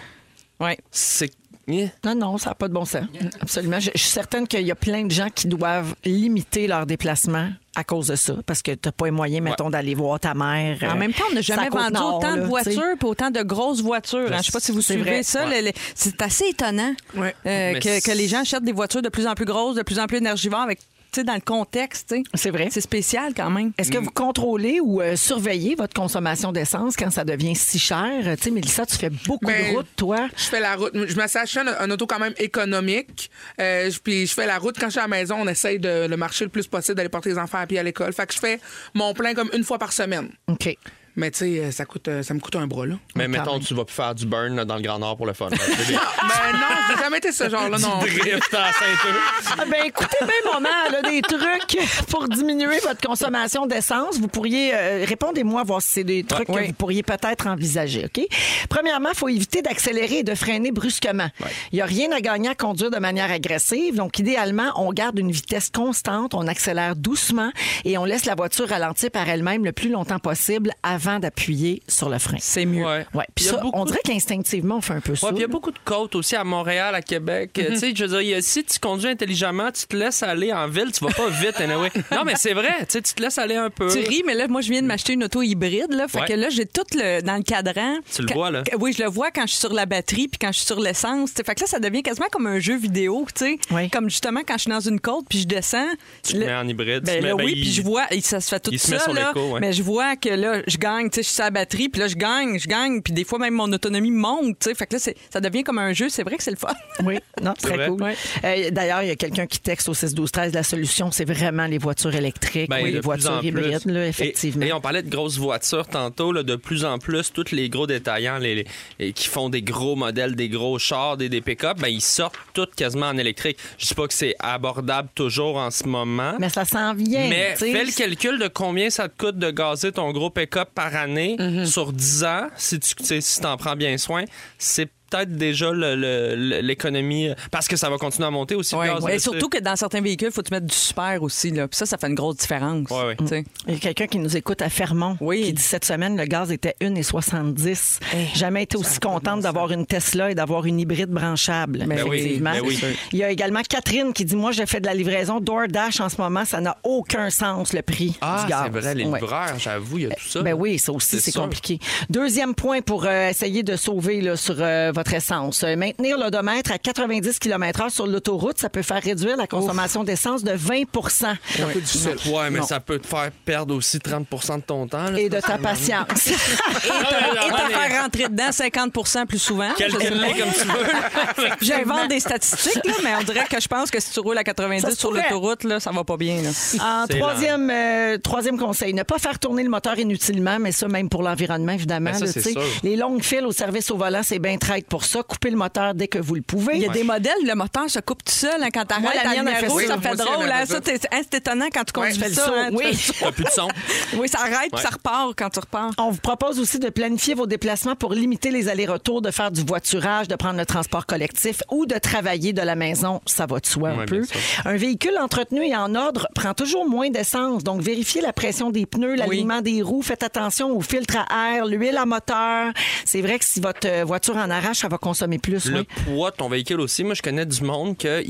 [SPEAKER 4] Ouais.
[SPEAKER 3] C'est. Eh.
[SPEAKER 1] Non, non, ça n'a pas de bon sens. Absolument. Je, je suis certaine qu'il y a plein de gens qui doivent limiter leurs déplacements à cause de ça, parce que tu n'as pas les moyens, mettons, d'aller voir ta mère.
[SPEAKER 4] En
[SPEAKER 1] euh,
[SPEAKER 4] même temps, on n'a
[SPEAKER 1] sur la
[SPEAKER 4] jamais vendu
[SPEAKER 1] Côte-Nord,
[SPEAKER 4] autant de
[SPEAKER 1] là, tu sais.
[SPEAKER 4] voitures pour autant de grosses voitures. hein. Je ne sais pas si vous
[SPEAKER 1] c'est
[SPEAKER 4] suivez
[SPEAKER 1] vrai.
[SPEAKER 4] ça. le- le- c'est assez étonnant
[SPEAKER 6] Ouais.
[SPEAKER 4] euh,
[SPEAKER 3] Mais
[SPEAKER 4] que,
[SPEAKER 3] c'est-
[SPEAKER 4] que les gens achètent des voitures de plus en plus grosses, de plus en plus énergivores, avec, tu sais, dans le contexte. tu sais.
[SPEAKER 1] C'est vrai.
[SPEAKER 4] C'est spécial quand même.
[SPEAKER 1] Est-ce que vous contrôlez ou euh, surveillez votre consommation d'essence quand ça devient si cher? Euh, Tu sais, Mélissa, tu fais beaucoup
[SPEAKER 6] Ben,
[SPEAKER 1] de route, toi.
[SPEAKER 6] Je fais la route. Je m'assèche un, un auto quand même économique. Euh, je- puis je fais la route. Quand je suis à la maison, on essaye de le marcher le plus possible, d'aller porter les enfants à pied à l'école. Fait que je fais mon plein comme une fois par semaine.
[SPEAKER 1] OK.
[SPEAKER 6] Mais tu sais, euh, ça, coûte, euh, ça me coûte un bras, là.
[SPEAKER 3] Mais mettons, tu vas plus faire du burn là, dans le Grand Nord pour le fun. là.
[SPEAKER 6] Ben non, j'ai jamais été ce genre-là,
[SPEAKER 4] [laughs]
[SPEAKER 6] non.
[SPEAKER 3] Drift à ceinture.
[SPEAKER 1] Ah ben écoutez bien, maman, elle a des trucs pour diminuer votre consommation d'essence. Vous pourriez euh, répondez-moi voir si c'est des
[SPEAKER 3] Ah,
[SPEAKER 1] trucs que vous pourriez peut-être envisager, OK? Premièrement, il faut éviter d'accélérer et de freiner brusquement. Il n'y a rien à gagner à conduire de manière agressive. Donc, idéalement, on garde une vitesse constante, on accélère doucement et on laisse la voiture ralentir par elle-même le plus longtemps possible avant d'appuyer sur le frein.
[SPEAKER 4] C'est mieux.
[SPEAKER 3] Ouais.
[SPEAKER 1] Ouais. Puis
[SPEAKER 3] Il y a
[SPEAKER 1] ça,
[SPEAKER 3] beaucoup
[SPEAKER 1] on dirait qu'instinctivement, on fait un peu ça.
[SPEAKER 3] Ouais, puis il y a
[SPEAKER 1] là.
[SPEAKER 3] beaucoup de côtes aussi à Montréal, à Québec.
[SPEAKER 4] Mm-hmm.
[SPEAKER 3] Euh, Tu sais, je veux dire, il y a- si tu conduis intelligemment, tu te laisses aller en ville, tu vas pas vite,
[SPEAKER 4] [laughs]
[SPEAKER 3] anyway. Non, mais c'est vrai, tu sais, tu te laisses aller un peu.
[SPEAKER 4] Tu ris, mais là, moi, je viens de m'acheter une auto hybride. Là, fait
[SPEAKER 3] Ouais.
[SPEAKER 4] que là, j'ai tout le, dans le cadran.
[SPEAKER 3] Tu le
[SPEAKER 4] Quand-
[SPEAKER 3] vois, là?
[SPEAKER 4] que- Oui, je le vois quand je suis sur la batterie puis quand je suis sur l'essence. tu sais. Fait que là, ça devient quasiment comme un jeu vidéo, tu sais.
[SPEAKER 1] Oui.
[SPEAKER 4] Comme justement quand je suis dans une côte puis je descends.
[SPEAKER 3] Tu te
[SPEAKER 4] le-
[SPEAKER 3] mets en hybride. tu
[SPEAKER 4] Ben
[SPEAKER 3] te
[SPEAKER 4] là,
[SPEAKER 3] mets- ben,
[SPEAKER 4] oui,
[SPEAKER 3] il-
[SPEAKER 4] puis je vois, et ça se fait tout
[SPEAKER 3] il se met
[SPEAKER 4] ça,
[SPEAKER 3] sur
[SPEAKER 4] là,
[SPEAKER 3] l'écho, ouais.
[SPEAKER 4] mais je vois que là, je gagne, tu sais, je suis sur la batterie, puis là, je gagne, je gagne, puis des fois, même mon autonomie monte, tu sais, fait que là, c'est- ça devient comme un jeu, c'est vrai que c'est le fun.
[SPEAKER 1] Oui, [laughs] non, très
[SPEAKER 3] vrai.
[SPEAKER 1] cool. Euh, D'ailleurs, il y a quelqu'un qui texte au 6 12 13 la solution, c'est vraiment les voitures électriques,
[SPEAKER 3] Ben,
[SPEAKER 1] oui,
[SPEAKER 3] de
[SPEAKER 1] les
[SPEAKER 3] plus en
[SPEAKER 1] voitures
[SPEAKER 3] plus.
[SPEAKER 1] hybrides, là,
[SPEAKER 3] Et-
[SPEAKER 1] effectivement.
[SPEAKER 3] Et, on parlait de grosses voitures tantôt. là, de plus en plus, tous les gros détaillants les, les- et qui font des gros modèles, des gros chars, des, des pick-up, ben, ils sortent toutes quasiment en électrique. Je dis pas que c'est abordable toujours en ce moment.
[SPEAKER 1] Mais ça s'en vient.
[SPEAKER 3] Mais
[SPEAKER 1] tu sais.
[SPEAKER 3] fais le calcul de combien ça te coûte de gazer ton gros pick-up par année
[SPEAKER 1] Mm-hmm.
[SPEAKER 3] sur 10 ans, si tu tu sais, si t'en prends bien soin. C'est peut-être déjà le- le- le- l'économie, parce que ça va continuer à monter aussi. le
[SPEAKER 4] Ouais,
[SPEAKER 3] gaz,
[SPEAKER 4] ouais.
[SPEAKER 3] là,
[SPEAKER 4] Et surtout que dans certains véhicules, il faut te mettre du super aussi, là, puis ça, ça fait une grosse différence.
[SPEAKER 3] Ouais, ouais.
[SPEAKER 4] tu sais.
[SPEAKER 1] Il y a quelqu'un qui nous écoute à Fermont
[SPEAKER 4] Oui.
[SPEAKER 1] qui dit cette semaine, le gaz était 1,70.
[SPEAKER 3] Eh,
[SPEAKER 1] Jamais été aussi contente d'avoir une Tesla et d'avoir une hybride branchable.
[SPEAKER 4] Ben
[SPEAKER 3] oui,
[SPEAKER 1] effectivement.
[SPEAKER 3] ben oui.
[SPEAKER 1] Il y a également Catherine qui dit Moi, je fais de la livraison DoorDash en ce moment, ça n'a aucun sens le prix
[SPEAKER 3] Ah,
[SPEAKER 1] du gaz.
[SPEAKER 3] c'est vrai, les
[SPEAKER 1] Ouais.
[SPEAKER 3] livreurs, j'avoue, il y a tout ça.
[SPEAKER 1] Ben oui, ça aussi, c'est
[SPEAKER 3] sûr.
[SPEAKER 1] compliqué. Deuxième point pour euh, essayer de sauver là, sur euh, votre essence. Euh, Maintenir l'odomètre à 90 km/h sur l'autoroute, ça peut faire réduire la consommation d'essence de 20
[SPEAKER 6] un peu difficile.
[SPEAKER 3] Ouais, mais
[SPEAKER 1] Non.
[SPEAKER 3] ça peut te faire perdre aussi 30 de ton temps. là.
[SPEAKER 1] Et de ta patience.
[SPEAKER 4] Et
[SPEAKER 3] Ah,
[SPEAKER 4] te, et te faire rentrer dedans 50 plus souvent. je sais
[SPEAKER 3] Calcule-les
[SPEAKER 4] pas.
[SPEAKER 3] comme tu veux.
[SPEAKER 4] J'invente des statistiques, là, mais on dirait que je pense que si tu roules à 90 sur
[SPEAKER 1] pourrait.
[SPEAKER 4] l'autoroute, là, ça va pas bien. là.
[SPEAKER 1] [laughs] En
[SPEAKER 3] C'est
[SPEAKER 1] troisième, euh, troisième conseil, ne pas faire tourner le moteur inutilement, mais ça, même pour l'environnement, évidemment.
[SPEAKER 3] Ben, ça,
[SPEAKER 1] là,
[SPEAKER 3] c'est
[SPEAKER 1] tu sais.
[SPEAKER 3] sûr.
[SPEAKER 1] les longues files au service au volant, c'est bien traite pour ça. Coupez le moteur dès que vous le pouvez.
[SPEAKER 4] Il y a des modèles, le moteur se coupe tout seul hein, quand t'arrêtes
[SPEAKER 1] Moi, la
[SPEAKER 4] à
[SPEAKER 1] mienne, elle
[SPEAKER 4] lumière
[SPEAKER 1] fait
[SPEAKER 4] rouge,
[SPEAKER 6] ça.
[SPEAKER 4] ça
[SPEAKER 6] Oui,
[SPEAKER 4] fait
[SPEAKER 6] moi aussi, elle
[SPEAKER 4] drôle.
[SPEAKER 6] m'a
[SPEAKER 4] hein,
[SPEAKER 6] fait
[SPEAKER 4] ça, t'es- hein, c'est étonnant quand tu conduis
[SPEAKER 6] Ouais,
[SPEAKER 4] tout
[SPEAKER 6] tu
[SPEAKER 4] ça.
[SPEAKER 1] fais le
[SPEAKER 4] hein,
[SPEAKER 1] saut,
[SPEAKER 4] tu
[SPEAKER 1] oui.
[SPEAKER 4] fais
[SPEAKER 3] [laughs] T'as plus de son.
[SPEAKER 4] le- oui, ça arrête, puis
[SPEAKER 3] Ouais.
[SPEAKER 4] ça repart quand tu repars.
[SPEAKER 1] On vous propose aussi de planifier vos déplacements pour limiter les allers-retours, de faire du voiturage, de prendre le transport collectif ou de travailler de la maison. Ça va de soi un
[SPEAKER 3] Ouais,
[SPEAKER 1] peu.
[SPEAKER 3] bien sûr.
[SPEAKER 1] Un véhicule entretenu et en ordre prend toujours moins d'essence. Donc, vérifiez la pression des pneus, l'alignement des roues. Faites attention au filtre à air, l'huile à moteur. C'est vrai que si votre euh, voiture en arrache, elle va consommer plus.
[SPEAKER 3] Le
[SPEAKER 1] oui.
[SPEAKER 3] poids de ton véhicule aussi. Moi, je connais du monde qu'ils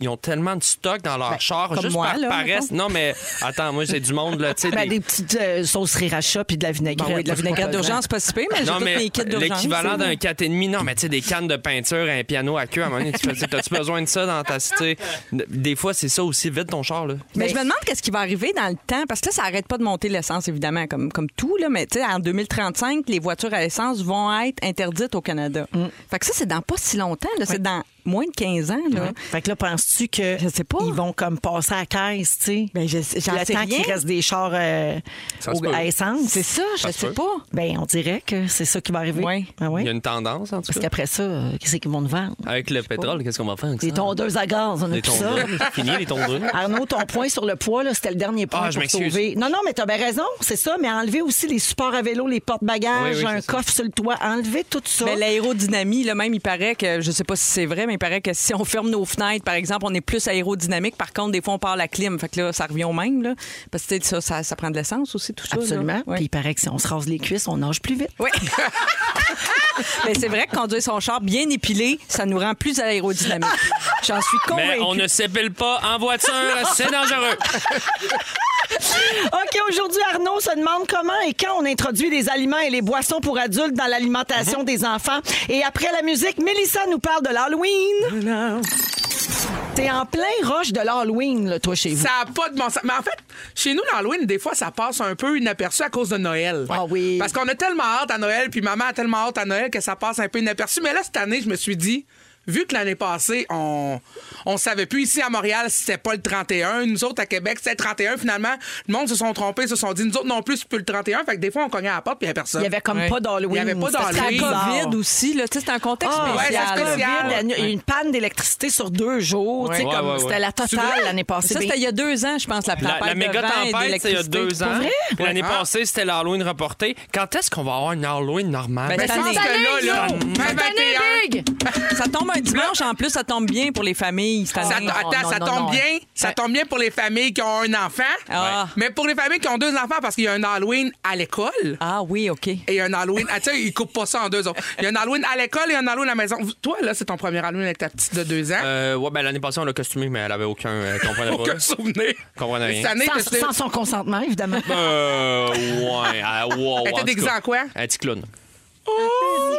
[SPEAKER 3] ils ont tellement de stock dans
[SPEAKER 1] Ben,
[SPEAKER 3] leur char,
[SPEAKER 4] comme
[SPEAKER 3] juste
[SPEAKER 4] moi,
[SPEAKER 3] par
[SPEAKER 4] là,
[SPEAKER 3] paresse. Non, mais attends, moi, j'ai du monde, là, tu sais.
[SPEAKER 1] Ben,
[SPEAKER 3] des-
[SPEAKER 1] des petites euh, sauces sriracha puis de la vinaigrette.
[SPEAKER 4] Ben oui, de la
[SPEAKER 1] là, je
[SPEAKER 4] vinaigrette
[SPEAKER 1] comprends.
[SPEAKER 4] d'urgence, pas si pire, mais j'ai
[SPEAKER 3] Non,
[SPEAKER 4] toutes
[SPEAKER 3] mais
[SPEAKER 4] mes kits d'urgence.
[SPEAKER 3] l'équivalent d'un 4,5, non, mais tu sais, des cannes de peinture, un piano à queue, à un moment donné, tu fais, t'as-tu besoin de ça dans ta cité? Des fois, c'est ça aussi, vide ton char, là.
[SPEAKER 4] Mais
[SPEAKER 1] Mais-
[SPEAKER 4] je me demande qu'est-ce qui va arriver dans le temps, parce que là, ça arrête pas de monter l'essence, évidemment, comme, comme tout, là, mais tu sais, en 2035, les voitures à essence vont être interdites au Canada. Fait que ça, c'est dans pas si longtemps, là, c'est dans moins de 15 ans. Là.
[SPEAKER 1] Fait que là, penses-tu que
[SPEAKER 4] Je sais pas.
[SPEAKER 1] ils vont comme passer à la caisse, tu sais?
[SPEAKER 4] Ben, je- j'en
[SPEAKER 1] le
[SPEAKER 4] sais
[SPEAKER 1] temps qu'il
[SPEAKER 4] rien.
[SPEAKER 1] reste des chars euh,
[SPEAKER 3] Ça se
[SPEAKER 1] au-
[SPEAKER 3] peut.
[SPEAKER 1] à essence.
[SPEAKER 4] C'est ça, je
[SPEAKER 3] Ça se
[SPEAKER 4] sais
[SPEAKER 3] peut.
[SPEAKER 4] pas.
[SPEAKER 1] Ben, on dirait que c'est ça qui va arriver.
[SPEAKER 4] Ouais.
[SPEAKER 1] Ah ouais?
[SPEAKER 3] Il y a une tendance, en tout
[SPEAKER 1] Parce
[SPEAKER 3] cas.
[SPEAKER 1] qu'après ça, euh, qu'est-ce qu'ils vont nous vendre?
[SPEAKER 3] Avec le pétrole, qu'est-ce qu'on va faire avec
[SPEAKER 1] Des
[SPEAKER 3] ça?
[SPEAKER 1] tondeuses à gaz, on a
[SPEAKER 3] Les
[SPEAKER 1] plus ça. Ah,
[SPEAKER 3] tondeuses. [laughs] Fini les tondeuses.
[SPEAKER 1] Arnaud, ton point sur le poids, là, c'était le dernier point
[SPEAKER 3] Ah, je
[SPEAKER 1] pour
[SPEAKER 3] m'excuse.
[SPEAKER 1] sauver. Non, non, mais t'as bien raison, c'est ça. Mais enlever aussi les supports à vélo, les porte-bagages,
[SPEAKER 3] Oui, oui,
[SPEAKER 1] un
[SPEAKER 3] c'est ça.
[SPEAKER 1] coffre sur le toit. Enlever tout ça.
[SPEAKER 4] Mais Ben, l'aérodynamie, là, même, il paraît que, je sais pas si c'est vrai, mais il paraît que si on ferme nos fenêtres, par exemple, on est plus aérodynamique. Par contre, des fois, on part la clim. Fait que là, ça revient au même, là. Parce que tu sais, ça, ça, ça prend de l'essence aussi, tout ça. là.
[SPEAKER 1] Absolument.
[SPEAKER 4] Ouais.
[SPEAKER 1] Puis il paraît que si on se rase les cuisses, on nage plus vite.
[SPEAKER 4] Oui. [laughs] Mais c'est vrai que conduire son char bien épilé, ça nous rend plus aérodynamique. J'en suis
[SPEAKER 3] Mais on
[SPEAKER 4] convaincue.
[SPEAKER 3] ne s'épile pas en voiture, c'est dangereux.
[SPEAKER 1] OK, aujourd'hui, Arnaud se demande comment et quand on introduit les aliments et les boissons pour adultes dans l'alimentation des enfants. Et après la musique, Mélissa nous parle de l'Halloween. T'es en plein roche de l'Halloween, là, toi, chez vous.
[SPEAKER 6] Ça n'a pas de bon sens. Mais en fait, chez nous, l'Halloween, des fois, ça passe un peu inaperçu à cause de Noël.
[SPEAKER 1] Ah oui.
[SPEAKER 6] Parce qu'on a tellement hâte à Noël, puis maman a tellement hâte à Noël que ça passe un peu inaperçu. Mais là, cette année, je me suis dit. Vu que l'année passée, on on savait plus ici à Montréal si c'était pas le 31. Nous autres à Québec, c'était le 31. Finalement, le monde se sont trompés, se sont dit, nous autres non plus, c'est plus le 31. Fait que des fois, on cognait à la porte, puis il n'y a
[SPEAKER 1] Il
[SPEAKER 6] personne.
[SPEAKER 1] n'y avait comme
[SPEAKER 4] Ouais.
[SPEAKER 1] pas d'Halloween.
[SPEAKER 6] Il y avait pas
[SPEAKER 1] C'était
[SPEAKER 4] C'est la
[SPEAKER 6] d'Halloween.
[SPEAKER 1] bizarre.
[SPEAKER 4] COVID aussi, là. Tu sais, c'est un contexte
[SPEAKER 1] Ah,
[SPEAKER 6] ouais,
[SPEAKER 4] spécial.
[SPEAKER 6] c'est
[SPEAKER 1] COVID,
[SPEAKER 6] spécial.
[SPEAKER 1] la nu- une panne d'électricité sur deux jours. tu sais,
[SPEAKER 3] Ouais,
[SPEAKER 1] comme
[SPEAKER 3] ouais, ouais.
[SPEAKER 1] C'était la totale l'année passée.
[SPEAKER 4] Ça, c'était il y a deux ans, je pense, la
[SPEAKER 3] La,
[SPEAKER 4] tempête.
[SPEAKER 3] la
[SPEAKER 4] de
[SPEAKER 3] méga
[SPEAKER 4] vent et
[SPEAKER 3] tempête, c'est il y a
[SPEAKER 4] d'électricité.
[SPEAKER 3] deux ans.
[SPEAKER 1] vrai?
[SPEAKER 3] Puis L'année
[SPEAKER 6] Ouais. hein?
[SPEAKER 3] passée, c'était l'Halloween reporté. Quand est-ce qu'on va avoir une Halloween normale?
[SPEAKER 4] Ben,
[SPEAKER 6] Mais je pense
[SPEAKER 4] Cette
[SPEAKER 6] que là, là, même 21,
[SPEAKER 4] Ça tombe un dimanche, en plus, ça tombe bien pour les familles. cette
[SPEAKER 6] Ça,
[SPEAKER 4] année.
[SPEAKER 6] to- attends,
[SPEAKER 4] Ah, Non,
[SPEAKER 6] ça
[SPEAKER 4] non,
[SPEAKER 6] tombe
[SPEAKER 4] non.
[SPEAKER 6] bien. Ça tombe bien pour les familles qui ont un enfant.
[SPEAKER 4] Ah.
[SPEAKER 6] Mais pour les familles qui ont deux enfants, parce qu'il y a un Halloween à l'école.
[SPEAKER 4] Ah oui, OK.
[SPEAKER 6] Et il y a un Halloween. Ah, tu sais, ils coupent pas ça en deux autres. Il y a un Halloween à l'école et un Halloween à la maison. Vous- Toi, là, c'est ton premier Halloween avec ta petite de deux ans.
[SPEAKER 3] Euh, ouais, ben, l'année passée, on l'a costumé, mais elle avait aucun. euh, comprenait pas.
[SPEAKER 6] Aucun souvenir.
[SPEAKER 3] Comprenait rien. Oh,
[SPEAKER 6] Cette année,
[SPEAKER 1] Sans,
[SPEAKER 6] t'étais-
[SPEAKER 1] sans son consentement, évidemment.
[SPEAKER 3] Euh, ouais. ah, wow,
[SPEAKER 6] Elle était
[SPEAKER 3] en tout
[SPEAKER 6] déguisée
[SPEAKER 3] cas.
[SPEAKER 6] en quoi?
[SPEAKER 3] Un petit clown.
[SPEAKER 6] Oh!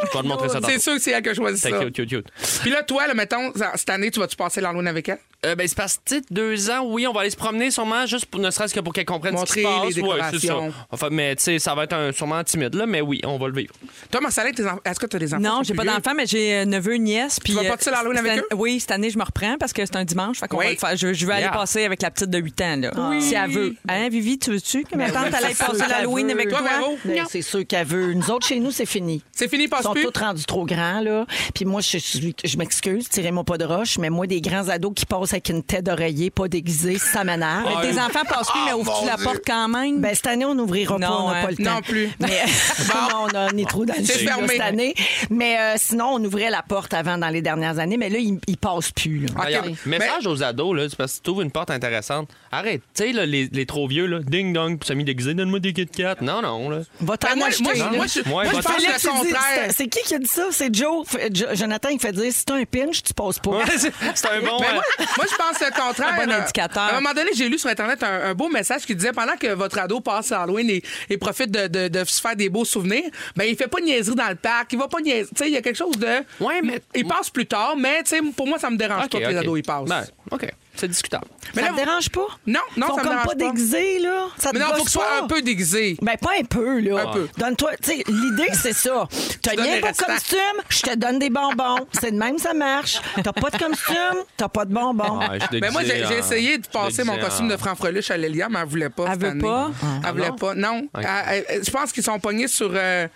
[SPEAKER 3] Je vais te montrer ça tantôt.
[SPEAKER 6] C'est sûr que c'est elle qui a choisi ça.
[SPEAKER 3] C'était cute, cute, cute.
[SPEAKER 6] Puis là, toi, là, mettons, ça- cette année, tu vas-tu passer l'Halloween avec elle?
[SPEAKER 3] Euh, ben, c'est parce que, tu sais, deux ans, oui, on va aller se promener sûrement, juste pour, ne serait-ce que pour qu'elle comprenne
[SPEAKER 6] Montrer
[SPEAKER 3] ce qui
[SPEAKER 6] les
[SPEAKER 3] se passe. Ouais, c'est ça.
[SPEAKER 6] décorations.
[SPEAKER 3] Enfin, mais, tu sais, ça va être un, sûrement timide, là, mais oui, on va le vivre.
[SPEAKER 6] Toi, Marcelin, tes enfants- est-ce que tu as des enfants?
[SPEAKER 4] Non,
[SPEAKER 6] qui sont
[SPEAKER 4] j'ai pas
[SPEAKER 6] plus vieux?
[SPEAKER 4] d'enfant, mais j'ai euh, neveu, nièce. puis,
[SPEAKER 6] vas
[SPEAKER 4] euh,
[SPEAKER 6] partir l'Halloween
[SPEAKER 4] cette
[SPEAKER 6] avec
[SPEAKER 4] an-
[SPEAKER 6] eux?
[SPEAKER 4] Oui, cette année, je me reprends parce que c'est un dimanche. Fait qu'on
[SPEAKER 6] Oui.
[SPEAKER 4] va le faire. Je, je vais aller
[SPEAKER 3] Yeah.
[SPEAKER 4] passer avec la petite de 8 ans, là. Si elle veut. Hein, Vivi, tu veux-tu que
[SPEAKER 1] Ben
[SPEAKER 4] ma
[SPEAKER 1] oui,
[SPEAKER 4] tante allait
[SPEAKER 1] c'est sûr
[SPEAKER 4] passer l'Halloween
[SPEAKER 1] qu'elle
[SPEAKER 4] avec
[SPEAKER 1] veut.
[SPEAKER 4] toi?
[SPEAKER 6] Toi, Véro?
[SPEAKER 1] Ben, C'est sûr qu'elle veut. Nous autres, chez nous, c'est fini.
[SPEAKER 6] C'est fini,
[SPEAKER 1] Ils
[SPEAKER 6] passe
[SPEAKER 1] sont
[SPEAKER 6] plus.
[SPEAKER 1] tous rendus trop grands, là. Puis moi, je, suis- je m'excuse, tirez-moi pas de roche, mais moi, des grands ados qui passent avec une tête d'oreiller pas déguisée, ça m'énerve.
[SPEAKER 6] Ah,
[SPEAKER 4] Mais tes enfants passent plus, mais ouvres-tu la porte quand même?
[SPEAKER 1] Ben, cette année, on n'ouvrira pas,
[SPEAKER 4] Non,
[SPEAKER 1] on n'a
[SPEAKER 4] hein.
[SPEAKER 1] pas le temps.
[SPEAKER 6] Non plus. [laughs]
[SPEAKER 1] Mais [laughs] Bon, on a ni trop dans le
[SPEAKER 6] C'est
[SPEAKER 1] jus, là,
[SPEAKER 6] fermé.
[SPEAKER 1] cette année. Mais euh, sinon, on ouvrait la porte avant dans les dernières années, mais là, ils, ils passent plus. là.
[SPEAKER 6] Ah.
[SPEAKER 3] D'ailleurs,
[SPEAKER 6] Mais-
[SPEAKER 3] Message aux ados, là, c'est parce que tu trouves une porte intéressante. Arrête, tu sais, là, les, les trop vieux, là, ding dong, puis ça mis déguisé, donne-moi des Kit Kat. Non, non,
[SPEAKER 6] [laughs]
[SPEAKER 3] là.
[SPEAKER 1] Va t'en
[SPEAKER 6] Ben, moi,
[SPEAKER 1] acheter.
[SPEAKER 6] moi,
[SPEAKER 1] là.
[SPEAKER 6] je- moi, je moi,
[SPEAKER 3] Ouais,
[SPEAKER 6] je
[SPEAKER 3] bah,
[SPEAKER 6] pense
[SPEAKER 1] Félix,
[SPEAKER 6] le
[SPEAKER 1] il dit,
[SPEAKER 6] contraire.
[SPEAKER 1] c'est- C'est qui qui a dit ça? C'est Joe. F- Jo- Jonathan, il fait dire si t'as un pinch, tu passes pas.
[SPEAKER 3] Ouais, c'est c'est un bon.
[SPEAKER 6] Mais
[SPEAKER 3] euh,
[SPEAKER 6] Ben moi, Moi, je pense le contraire.
[SPEAKER 4] Un bon indicateur.
[SPEAKER 6] À un moment donné, j'ai lu sur Internet un, un beau message qui disait pendant que votre ado passe à Halloween et, et profite de, de- de se faire des beaux souvenirs, ben il fait pas de niaiserie dans le parc. Il va pas niaiser. Tu sais, il y a quelque chose de.
[SPEAKER 3] Ouais, mais-
[SPEAKER 6] Il passe plus tard, mais tu sais, pour moi, ça me dérange pas que les ados ils passent.
[SPEAKER 3] Ben, OK. C'est discutable.
[SPEAKER 6] Mais
[SPEAKER 1] ça
[SPEAKER 6] là,
[SPEAKER 1] te dérange pas?
[SPEAKER 6] Non,
[SPEAKER 1] Ils sont
[SPEAKER 6] non, ça me
[SPEAKER 1] comme
[SPEAKER 6] dérange
[SPEAKER 1] pas
[SPEAKER 6] pas.
[SPEAKER 1] déguisés, là. Ça te
[SPEAKER 6] mais non, faut
[SPEAKER 1] gosse
[SPEAKER 6] que soit
[SPEAKER 1] pas?
[SPEAKER 6] un peu déguisé.
[SPEAKER 1] Ben, pas un peu, là.
[SPEAKER 6] Un peu.
[SPEAKER 1] Donne-toi, tu sais, l'idée, c'est ça. T'as
[SPEAKER 6] donnes
[SPEAKER 1] rien
[SPEAKER 6] les
[SPEAKER 1] pour
[SPEAKER 6] restants.
[SPEAKER 1] costume, je te donne des bonbons. C'est de même, ça marche. T'as pas de costume, t'as pas de bonbons.
[SPEAKER 3] Ouais, je suis
[SPEAKER 6] [laughs] Ben moi, j'ai
[SPEAKER 3] déguisé
[SPEAKER 6] j'ai
[SPEAKER 3] en-
[SPEAKER 6] essayé de
[SPEAKER 3] je suis
[SPEAKER 6] passer mon
[SPEAKER 3] déguisé
[SPEAKER 6] costume
[SPEAKER 3] en-
[SPEAKER 6] de franc-freluche à Lélia, mais elle voulait pas.
[SPEAKER 4] Elle
[SPEAKER 6] cette
[SPEAKER 4] veut
[SPEAKER 6] année.
[SPEAKER 4] pas?
[SPEAKER 6] Elle voulait pas. Non. Elle- elle- elle- Je pense qu'ils sont pognés sur. euh,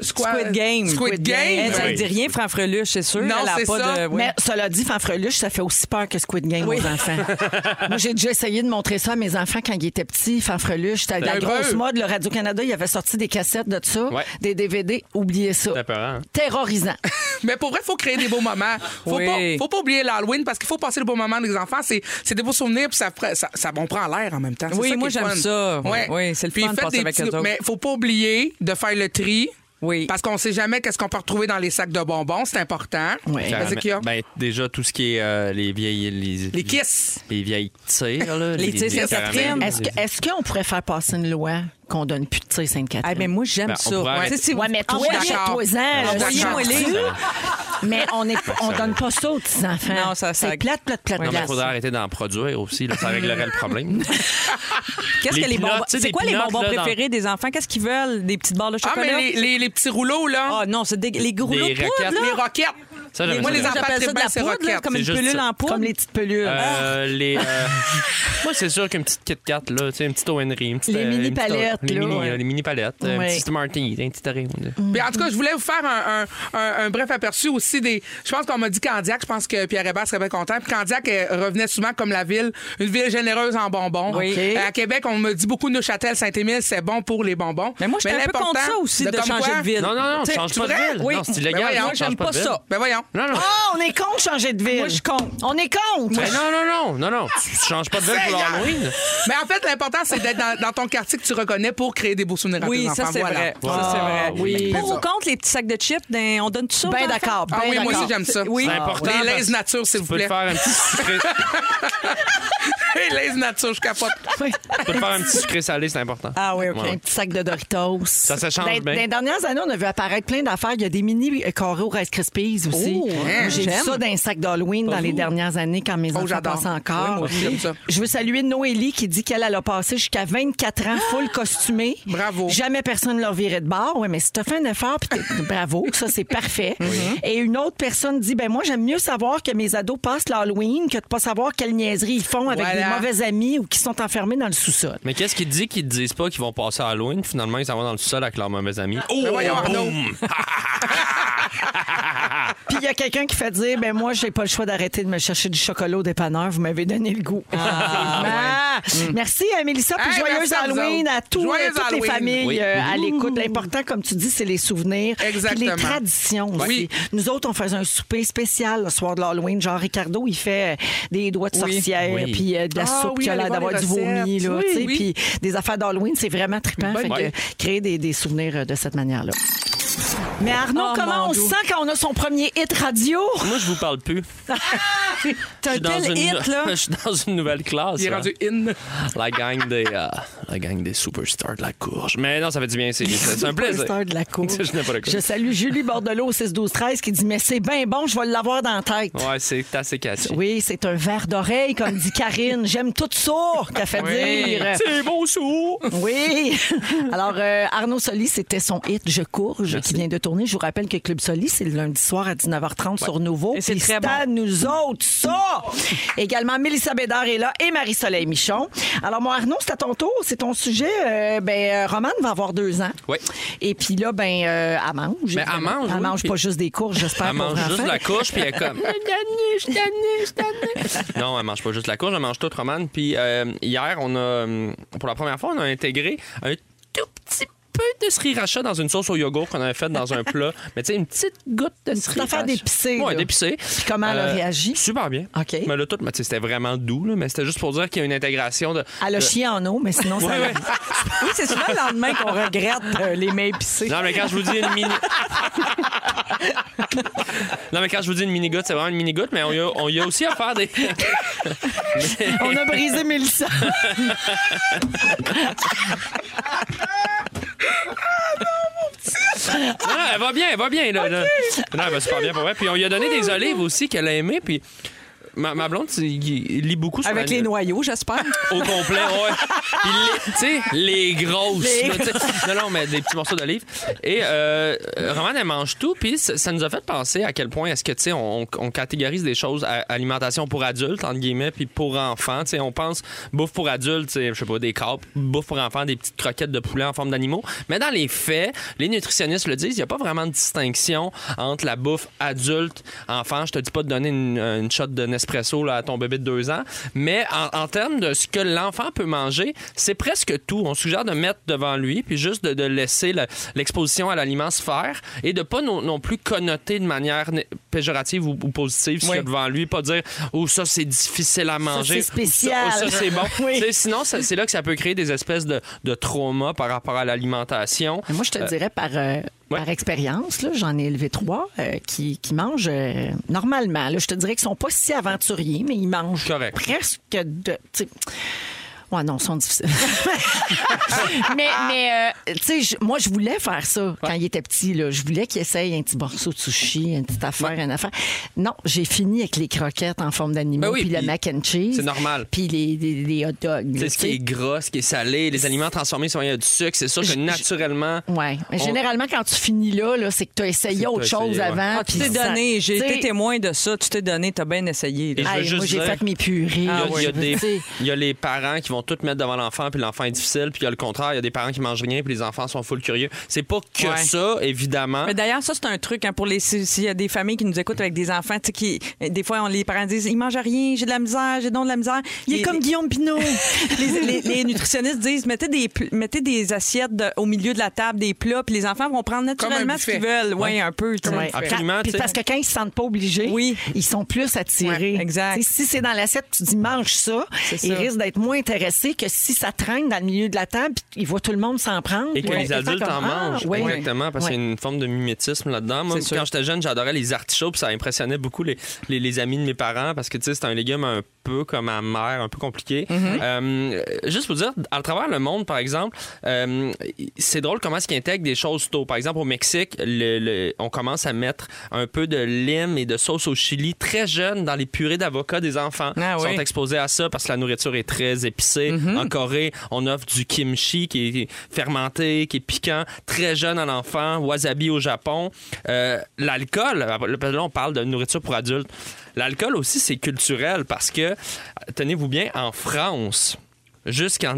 [SPEAKER 6] Squad-
[SPEAKER 4] Squid Game.
[SPEAKER 6] Squid Game.
[SPEAKER 4] Elle, elle dit rien, Franfreluche, c'est sûr.
[SPEAKER 6] Non,
[SPEAKER 4] elle a
[SPEAKER 6] c'est
[SPEAKER 4] pas
[SPEAKER 6] ça.
[SPEAKER 4] de. ouais.
[SPEAKER 1] Mais cela dit, fanfreluche, ça fait aussi peur que Squid Game aux
[SPEAKER 6] [laughs]
[SPEAKER 1] enfants. Moi, j'ai déjà essayé de montrer ça à mes enfants quand ils étaient petits. Fanfreluche, c'était la
[SPEAKER 6] Un
[SPEAKER 1] grosse
[SPEAKER 6] peu.
[SPEAKER 1] mode. Le Radio-Canada, il avait sorti des cassettes de ça,
[SPEAKER 3] Ouais.
[SPEAKER 1] des DVD. Oubliez ça.
[SPEAKER 3] C'était peurant, hein?
[SPEAKER 6] [laughs]
[SPEAKER 1] Terrorisant.
[SPEAKER 6] Mais pour vrai, il faut créer des beaux moments. Faut
[SPEAKER 4] Oui.
[SPEAKER 6] pas, faut pas oublier l'Halloween parce qu'il faut passer des beaux moments des enfants. C'est c'est des beaux souvenirs puis ça, pre- ça, ça- on prend l'air en même temps. C'est
[SPEAKER 4] Oui,
[SPEAKER 6] ça qui
[SPEAKER 4] moi,
[SPEAKER 6] est
[SPEAKER 4] j'aime
[SPEAKER 6] fun.
[SPEAKER 4] ça. Oui, c'est le
[SPEAKER 6] Puis
[SPEAKER 4] fun de
[SPEAKER 6] faites
[SPEAKER 4] passer
[SPEAKER 6] des
[SPEAKER 4] avec
[SPEAKER 6] petits-
[SPEAKER 4] eux autres.
[SPEAKER 6] Mais faut pas oublier de faire le tri.
[SPEAKER 4] Oui.
[SPEAKER 6] Parce qu'on sait jamais qu'est-ce qu'on peut retrouver dans les sacs de bonbons. C'est important.
[SPEAKER 1] Oui.
[SPEAKER 6] Vas-y, Kia.
[SPEAKER 3] Ben, déjà, tout ce qui est euh, les vieilles... Les,
[SPEAKER 6] les kisses.
[SPEAKER 3] Les vieilles tirs, là.
[SPEAKER 4] Les tirs Sainte-Catherine.
[SPEAKER 3] caramels.
[SPEAKER 1] Est-ce que- est-ce qu'on pourrait faire passer une loi qu'on donne plus de tirs
[SPEAKER 4] Ah,
[SPEAKER 1] Sainte-Catherine?
[SPEAKER 4] mais moi, j'aime
[SPEAKER 3] Ben, on
[SPEAKER 4] ça.
[SPEAKER 3] pourrait arrêter.
[SPEAKER 4] Tu sais, si-
[SPEAKER 1] Ouais, mais toi, hein,
[SPEAKER 6] Ah, je suis d'accord.
[SPEAKER 1] toi-en, là,
[SPEAKER 6] Ah, je suis
[SPEAKER 1] c'est
[SPEAKER 4] d'accord.
[SPEAKER 1] gentil. Mais on est, on donne pas ça aux petits enfants.
[SPEAKER 4] Non, ça- ça-
[SPEAKER 1] c'est plate, plate, plate,
[SPEAKER 3] Non, mais il
[SPEAKER 1] plate.
[SPEAKER 3] faudrait arrêter d'en produire aussi. Là, ça réglerait le
[SPEAKER 6] [laughs]
[SPEAKER 3] problème.
[SPEAKER 4] Qu'est-ce
[SPEAKER 3] Les
[SPEAKER 4] que les
[SPEAKER 3] pinottes,
[SPEAKER 4] bonbons.
[SPEAKER 3] tu sais,
[SPEAKER 4] C'est
[SPEAKER 3] des
[SPEAKER 4] quoi les
[SPEAKER 3] pinottes,
[SPEAKER 4] bonbons
[SPEAKER 3] là, dans-
[SPEAKER 4] préférés des enfants? Qu'est-ce qu'ils veulent? Des petites barres de
[SPEAKER 6] Ah,
[SPEAKER 4] chocolat?
[SPEAKER 6] mais les, les- les petits rouleaux, là.
[SPEAKER 4] Ah, non, c'est des... les gros lots
[SPEAKER 3] Des
[SPEAKER 4] de poudre,
[SPEAKER 3] raquettes.
[SPEAKER 4] là.
[SPEAKER 6] Les roquettes.
[SPEAKER 3] Ça, j'aime ça.
[SPEAKER 6] Moi,
[SPEAKER 3] Euh,
[SPEAKER 6] les enfants,
[SPEAKER 4] J'appelle ça
[SPEAKER 6] très
[SPEAKER 4] de
[SPEAKER 6] bien,
[SPEAKER 4] la
[SPEAKER 6] c'est
[SPEAKER 4] poudre, là,
[SPEAKER 6] roquettes.
[SPEAKER 4] comme
[SPEAKER 3] C'est
[SPEAKER 4] une
[SPEAKER 3] juste
[SPEAKER 4] pilule
[SPEAKER 3] ça.
[SPEAKER 4] en poudre.
[SPEAKER 1] Comme les petites pelures.
[SPEAKER 3] Euh, les, euh, [laughs] moi, c'est sûr qu'une petite Kit Kat, là, tu sais, une petite O&Henry, une petite,
[SPEAKER 1] Les
[SPEAKER 3] euh, une petite-
[SPEAKER 1] mini-palettes,
[SPEAKER 3] les
[SPEAKER 1] là,
[SPEAKER 3] mini,
[SPEAKER 1] ouais.
[SPEAKER 3] les mini palettes, euh,
[SPEAKER 1] Ouais.
[SPEAKER 3] une petite Martini, un petit Oreo, là.
[SPEAKER 6] Puis en tout cas, je voulais vous faire un, un- un- un bref aperçu aussi des. Je pense qu'on m'a dit Candiac. Je pense que Pierre Hébert serait bien content. Puis Candiac elle revenait souvent comme la ville, une ville généreuse en bonbons.
[SPEAKER 4] Oui.
[SPEAKER 6] Euh, À Québec, on me dit beaucoup Neuchâtel, Saint-Émile, c'est bon pour les bonbons.
[SPEAKER 4] Mais moi, je suis un peu
[SPEAKER 6] l'important
[SPEAKER 4] contre ça aussi de,
[SPEAKER 6] comme
[SPEAKER 4] changer
[SPEAKER 6] quoi-
[SPEAKER 4] de ville.
[SPEAKER 3] Non, non, non,
[SPEAKER 6] T'sais,
[SPEAKER 3] change
[SPEAKER 6] tu
[SPEAKER 3] pas de
[SPEAKER 6] voudrais?
[SPEAKER 3] ville.
[SPEAKER 6] Oui.
[SPEAKER 3] Non, c'est
[SPEAKER 6] Ben
[SPEAKER 3] illégal.
[SPEAKER 6] voyons,
[SPEAKER 3] non, change
[SPEAKER 4] j'aime
[SPEAKER 3] pas,
[SPEAKER 4] pas
[SPEAKER 3] de ville.
[SPEAKER 4] ça.
[SPEAKER 6] Ben voyons.
[SPEAKER 3] Non, non.
[SPEAKER 1] Ah, on est contre changer de ville.
[SPEAKER 4] Moi, je suis contre.
[SPEAKER 1] On est contre.
[SPEAKER 3] Ben non, non, non, non, non. Tu tu changes pas de ville pour
[SPEAKER 6] Seigneur!
[SPEAKER 3] l'Halloween.
[SPEAKER 6] Mais en fait, l'important, c'est d'être dans, dans ton quartier que tu reconnais pour créer des beaux souvenirs
[SPEAKER 4] Oui,
[SPEAKER 6] à tes
[SPEAKER 4] ça,
[SPEAKER 6] enfants.
[SPEAKER 4] c'est
[SPEAKER 6] Voilà.
[SPEAKER 4] vrai.
[SPEAKER 3] Voilà.
[SPEAKER 4] Ça, c'est
[SPEAKER 3] Ah,
[SPEAKER 4] vrai.
[SPEAKER 3] oui.
[SPEAKER 4] Pour
[SPEAKER 6] Mais
[SPEAKER 4] ou contre les petits sacs de chips, ben, on donne tout ça. aux
[SPEAKER 1] Ben
[SPEAKER 4] enfants?
[SPEAKER 1] d'accord. Ben
[SPEAKER 6] Ah oui, moi
[SPEAKER 1] d'accord.
[SPEAKER 6] aussi, j'aime ça.
[SPEAKER 4] Oui. Ah,
[SPEAKER 3] C'est important.
[SPEAKER 6] Ah, Les
[SPEAKER 3] parce
[SPEAKER 6] laises
[SPEAKER 3] que
[SPEAKER 6] nature, s'il
[SPEAKER 3] Tu
[SPEAKER 6] vous
[SPEAKER 3] peux te
[SPEAKER 6] plaît.
[SPEAKER 3] faire un petit sucré,
[SPEAKER 6] [laughs] Les laises nature, je capote.
[SPEAKER 3] tu peux te faire un petit
[SPEAKER 6] [laughs]
[SPEAKER 3] sucré salé, c'est important.
[SPEAKER 4] Ah oui, OK.
[SPEAKER 1] Un petit sac de Doritos. Ça
[SPEAKER 3] s'échange bien.
[SPEAKER 1] Dans les dernières années, on a vu apparaître plein d'affaires. Il y a des mini euh, carrés au Rice Krispies aussi.
[SPEAKER 4] Oh,
[SPEAKER 1] Moi, J'ai vu
[SPEAKER 4] j'aime.
[SPEAKER 1] ça dans un sac d'Halloween dans les dernières années quand mes
[SPEAKER 6] hein? Oh,
[SPEAKER 1] enfants
[SPEAKER 6] j'adore.
[SPEAKER 1] passent encore.
[SPEAKER 6] Oui, moi aussi, j'aime ça.
[SPEAKER 1] Je veux saluer Noélie qui dit qu'elle elle a passé jusqu'à 24 ans full costumée.
[SPEAKER 6] Bravo.
[SPEAKER 1] Jamais personne ne leur virait de bord. Oui, mais si t'as fait un effort, puis t'es- [laughs] bravo, ça c'est parfait. Et une autre personne dit, ben moi j'aime mieux savoir que mes ados passent l'Halloween que de pas savoir quelle niaiserie ils font avec
[SPEAKER 6] Voilà.
[SPEAKER 1] des mauvais amis ou qui sont enfermés dans le sous-sol.
[SPEAKER 3] Mais qu'est-ce qu'il dit qu'ils te disent pas qu'ils vont passer à Halloween? Finalement, ils s'en vont dans le sol avec leurs mauvais amis. Oh,
[SPEAKER 6] Ben voyons, Arnaud.
[SPEAKER 3] boum!
[SPEAKER 1] Puis il y a quelqu'un qui fait dire ben moi j'ai pas le choix d'arrêter de me chercher du chocolat au dépanneur, vous m'avez donné le goût. Ah, Merci à Mélissa puis
[SPEAKER 6] Mm. Hey,
[SPEAKER 1] joyeuse
[SPEAKER 6] merci à vous
[SPEAKER 1] Halloween
[SPEAKER 6] autres.
[SPEAKER 1] à tous,
[SPEAKER 6] Joyeux
[SPEAKER 1] toutes les
[SPEAKER 6] Halloween.
[SPEAKER 1] famille
[SPEAKER 3] Oui.
[SPEAKER 1] euh, à l'écoute. L'important, comme tu dis, c'est les souvenirs. Puis
[SPEAKER 6] Exactement.
[SPEAKER 1] les traditions aussi.
[SPEAKER 6] Oui.
[SPEAKER 1] Nous autres, on faisait un souper spécial le soir de l'Halloween. Genre, Ricardo, il fait euh, des doigts de sorcière,
[SPEAKER 3] Oui.
[SPEAKER 1] puis euh, de la
[SPEAKER 6] Ah
[SPEAKER 1] soupe
[SPEAKER 6] oui,
[SPEAKER 1] qui a
[SPEAKER 6] allez
[SPEAKER 1] l'air
[SPEAKER 6] voir
[SPEAKER 1] d'avoir
[SPEAKER 6] les
[SPEAKER 1] du vomi.
[SPEAKER 6] recettes.
[SPEAKER 1] là,
[SPEAKER 6] Oui,
[SPEAKER 1] tu sais,
[SPEAKER 6] oui.
[SPEAKER 1] Puis des affaires d'Halloween, c'est vraiment trippant. Fait que,
[SPEAKER 3] idée.
[SPEAKER 1] créer des, des souvenirs euh, de cette manière-là. Mais Arnaud,
[SPEAKER 4] Oh,
[SPEAKER 1] comment
[SPEAKER 4] mon
[SPEAKER 1] on se
[SPEAKER 4] Dieu.
[SPEAKER 1] sent quand on a son premier hit radio?
[SPEAKER 3] Moi, je vous parle plus.
[SPEAKER 4] T'as
[SPEAKER 3] Je
[SPEAKER 4] un
[SPEAKER 3] suis dans
[SPEAKER 4] tel
[SPEAKER 3] une-
[SPEAKER 1] [laughs]
[SPEAKER 4] hit, là.
[SPEAKER 3] [laughs] Je suis dans une nouvelle classe.
[SPEAKER 6] Il est
[SPEAKER 3] là.
[SPEAKER 6] rendu in.
[SPEAKER 3] La gang des euh, la gang des superstars de la courge. Mais non, ça fait du bien, c'est c'est- c'est un plaisir.
[SPEAKER 1] Superstar de la cour.
[SPEAKER 3] [laughs] Je n'ai pas le coup.
[SPEAKER 1] [laughs] Je salue Julie Bordelot au 6-12-13 qui dit Mais c'est bien bon, je vais l'avoir dans la tête.
[SPEAKER 3] Ouais, c'est assez catchy.
[SPEAKER 1] Oui, c'est un verre d'oreille, comme dit Karine. J'aime tout ça qu'elle fait dire.
[SPEAKER 3] C'est beau sous.
[SPEAKER 1] Oui. Alors, euh, Arnaud Solis, c'était son hit Je cours, je- qui vient de tourner. Je vous rappelle que Club Solis, c'est le lundi soir à 19h30 sur Nouveau.
[SPEAKER 4] Et c'est
[SPEAKER 1] Puis
[SPEAKER 4] très bon.
[SPEAKER 1] à nous autres, ça! Également, Mélissa Bédard est là et Marie-Soleil Michon. Alors, mon Arnaud, c'est à ton tour. C'est ton sujet. Euh, ben, euh, Romane va avoir deux ans.
[SPEAKER 3] Oui.
[SPEAKER 1] Et puis là, ben, euh, elle mange.
[SPEAKER 3] Mais elle
[SPEAKER 1] évidemment.
[SPEAKER 3] mange,
[SPEAKER 1] Elle
[SPEAKER 3] oui,
[SPEAKER 1] mange
[SPEAKER 3] puis-
[SPEAKER 1] pas juste des courges, j'espère.
[SPEAKER 3] Elle mange
[SPEAKER 1] pauvre
[SPEAKER 3] juste de
[SPEAKER 1] enfant.
[SPEAKER 3] la courge, puis elle est
[SPEAKER 1] [laughs]
[SPEAKER 3] comme. [laughs] Non, elle mange pas juste de la courge, elle mange tout, Romane. Puis euh, hier, on a, euh, pour la première fois, on a intégré un tout petit peu de sriracha dans une sauce au yogourt qu'on avait faite dans un
[SPEAKER 1] [laughs]
[SPEAKER 3] plat. Mais tu sais, une petite goutte de
[SPEAKER 1] petite
[SPEAKER 3] sriracha.
[SPEAKER 1] affaire d'épicé,
[SPEAKER 3] Ouais,
[SPEAKER 1] là.
[SPEAKER 3] d'épicé.
[SPEAKER 1] Puis comment elle a réagi?
[SPEAKER 3] Super bien.
[SPEAKER 1] OK.
[SPEAKER 3] Mais là, tout, mais tu sais, c'était vraiment doux, là, mais c'était juste pour dire qu'il y a une intégration de.
[SPEAKER 1] Elle a
[SPEAKER 3] de-
[SPEAKER 1] chié en eau, mais sinon, ça
[SPEAKER 3] Euh, Ouais,
[SPEAKER 1] va.
[SPEAKER 3] ouais.
[SPEAKER 1] [laughs]
[SPEAKER 4] Oui, c'est souvent le lendemain qu'on [laughs] regrette euh, les mains épicées.
[SPEAKER 3] Non, mais quand je vous dis une mini. Non, mais quand je vous dis une mini-goutte, c'est vraiment une mini-goutte, mais on y, a, on y a aussi à
[SPEAKER 4] [laughs]
[SPEAKER 3] faire des.
[SPEAKER 1] On a brisé Mélissa.
[SPEAKER 3] Non, non, elle va bien, elle va bien. Là, là. Non, elle va super bien pour vrai. Puis on lui a donné des olives aussi qu'elle a aimées. Puis ma, ma blonde, il, il lit beaucoup sur
[SPEAKER 4] Ah, Avec
[SPEAKER 3] la-
[SPEAKER 4] les noyaux, j'espère.
[SPEAKER 3] Au complet, ouais. Puis les- Tu sais, les grosses. là, tu sais. non, non, mais des petits morceaux d'olives. Et euh, Roman, elle mange tout. Puis ça ça nous a fait penser à quel point est-ce que, tu sais, on, on catégorise des choses à- alimentation pour adultes, entre guillemets, puis pour enfants. Tu sais, on pense bouffe pour adultes, tu sais, je sais pas, des carpes, bouffe pour enfants, des petites croquettes de poulet en forme d'animaux. Mais dans les faits, les nutritionnistes le disent, il n'y a pas vraiment de distinction entre la bouffe adulte, enfant. Je te dis pas de donner une, une shot de Nespresso là, à ton bébé de deux ans. Mais en, en termes de ce que l'enfant peut manger, c'est presque tout. On suggère de mettre devant lui, puis juste de, de laisser le- l'exposition à l'aliment se faire et de pas non, non plus connoter de manière né- péjorative ou, ou positive ce qu'il y a
[SPEAKER 4] Oui.
[SPEAKER 3] devant lui. Pas dire, oh, ça, c'est difficile à manger.
[SPEAKER 1] c'est
[SPEAKER 3] ou ça- ou
[SPEAKER 1] spécial.
[SPEAKER 3] ça, c'est bon.
[SPEAKER 1] [laughs] Oui.
[SPEAKER 3] Tu sais, Sinon, ça- c'est là que ça peut créer des espèces de, de traumas par rapport à l'alimentation.
[SPEAKER 1] Moi, je te dirais par, euh,
[SPEAKER 3] ouais.
[SPEAKER 1] par expérience, là, j'en ai élevé trois euh, qui, qui mangent euh, normalement. là. je te dirais qu'ils sont pas si aventuriers, mais ils mangent
[SPEAKER 3] Correct.
[SPEAKER 1] presque de. tu sais, Ouais, non, ils
[SPEAKER 3] [laughs]
[SPEAKER 1] sont difficiles. mais mais euh, tu sais, je- moi, je voulais faire ça quand il était petit. Là. Je voulais qu'il essaye un petit morceau de sushi, une petite affaire, une affaire. Non, j'ai fini avec les croquettes en forme d'animaux,
[SPEAKER 3] Ben oui,
[SPEAKER 1] puis le
[SPEAKER 3] puis
[SPEAKER 1] mac and cheese.
[SPEAKER 3] c'est normal.
[SPEAKER 1] Puis les, les, les hot dogs. là,
[SPEAKER 3] C'est ce qui
[SPEAKER 1] tu
[SPEAKER 3] est
[SPEAKER 1] sais.
[SPEAKER 3] gras, ce qui est salé, les aliments transformés, souvent, il y a du sucre. C'est sûr que
[SPEAKER 1] Je- je-
[SPEAKER 3] naturellement.
[SPEAKER 1] Oui. Mais
[SPEAKER 3] on-
[SPEAKER 1] généralement, quand tu finis là, là, c'est que tu as essayé
[SPEAKER 3] que
[SPEAKER 1] autre
[SPEAKER 3] t'as
[SPEAKER 1] chose
[SPEAKER 3] essayé, ouais.
[SPEAKER 1] avant.
[SPEAKER 4] Ah, tu
[SPEAKER 1] puis
[SPEAKER 4] t'es
[SPEAKER 1] ça-
[SPEAKER 4] donné, j'ai
[SPEAKER 1] t'sais,
[SPEAKER 4] été témoin de ça. Tu t'es donné, t'as bien essayé. là.
[SPEAKER 3] Et je veux
[SPEAKER 1] aïe,
[SPEAKER 3] juste
[SPEAKER 1] moi, j'ai
[SPEAKER 3] dire-
[SPEAKER 1] fait mes purées.
[SPEAKER 3] Il y a- il y, a
[SPEAKER 1] je veux
[SPEAKER 3] des-
[SPEAKER 1] dire,
[SPEAKER 3] il y a les parents qui vont tout mettre devant l'enfant, puis l'enfant est difficile, puis il y a le contraire. Il y a des parents qui mangent rien, puis les enfants sont full curieux. C'est pas que
[SPEAKER 4] Ouais.
[SPEAKER 3] ça, évidemment.
[SPEAKER 4] Mais d'ailleurs, ça, c'est un truc hein, pour les. si- S'il y a des familles qui nous écoutent avec des enfants, tu sais, qui. Des fois, on, les parents disent il mange rien, j'ai de la misère, j'ai donc de la misère.
[SPEAKER 1] Il est
[SPEAKER 4] Les-
[SPEAKER 1] comme Guillaume Pinot.
[SPEAKER 4] les, les- les nutritionnistes disent mettez des, pl- mettez des assiettes de- au milieu de la table, des plats, puis les enfants vont prendre
[SPEAKER 6] Comme un
[SPEAKER 4] naturellement ce
[SPEAKER 6] buffet.
[SPEAKER 4] qu'ils veulent. Oui, un peu. tu sais.
[SPEAKER 1] Ouais. Ah,
[SPEAKER 3] Absolument,
[SPEAKER 1] Quand-
[SPEAKER 3] tu
[SPEAKER 1] puis
[SPEAKER 3] sais.
[SPEAKER 1] parce que quand ils se sentent pas obligés,
[SPEAKER 4] Oui.
[SPEAKER 1] ils sont plus attirés.
[SPEAKER 4] Ouais, exact.
[SPEAKER 1] Tu sais, si c'est dans l'assiette, tu dis mange ça,
[SPEAKER 4] C'est
[SPEAKER 1] ils
[SPEAKER 4] ça.
[SPEAKER 1] risquent d'être moins intéressés que si ça traîne dans le milieu de la table, puis ils voient tout le monde s'en prendre.
[SPEAKER 3] Et que
[SPEAKER 1] puis
[SPEAKER 3] les
[SPEAKER 1] on fait
[SPEAKER 3] adultes
[SPEAKER 1] comme,
[SPEAKER 3] en
[SPEAKER 1] Ah,
[SPEAKER 3] mangent.
[SPEAKER 1] ouais.
[SPEAKER 3] Exactement, parce qu'il y
[SPEAKER 1] Ouais.
[SPEAKER 3] a une forme de mimétisme là-dedans. Moi, quand j'étais jeune, j'adorais les artichauts, puis ça impressionnait beaucoup les, les, les amis de mes parents, parce que tu sais, c'est un légume un peu comme amer, un peu compliqué. Euh, juste pour dire, à travers le monde, par exemple, euh, c'est drôle comment est-ce qu'ils intègrent des choses tôt. Par exemple, au Mexique, le- le- on commence à mettre un peu de lime et de sauce au chili très jeune dans les purées d'avocat des enfants.
[SPEAKER 4] Ah
[SPEAKER 3] Ils
[SPEAKER 4] oui.
[SPEAKER 3] sont exposés à ça parce que la nourriture est très épicée. En Corée, on offre du kimchi qui est fermenté, qui est piquant, très jeune à l'enfant, wasabi au Japon. Euh, L'alcool, là, on parle de nourriture pour adultes. L'alcool aussi, c'est culturel parce que, tenez-vous bien, en France, Jusqu'en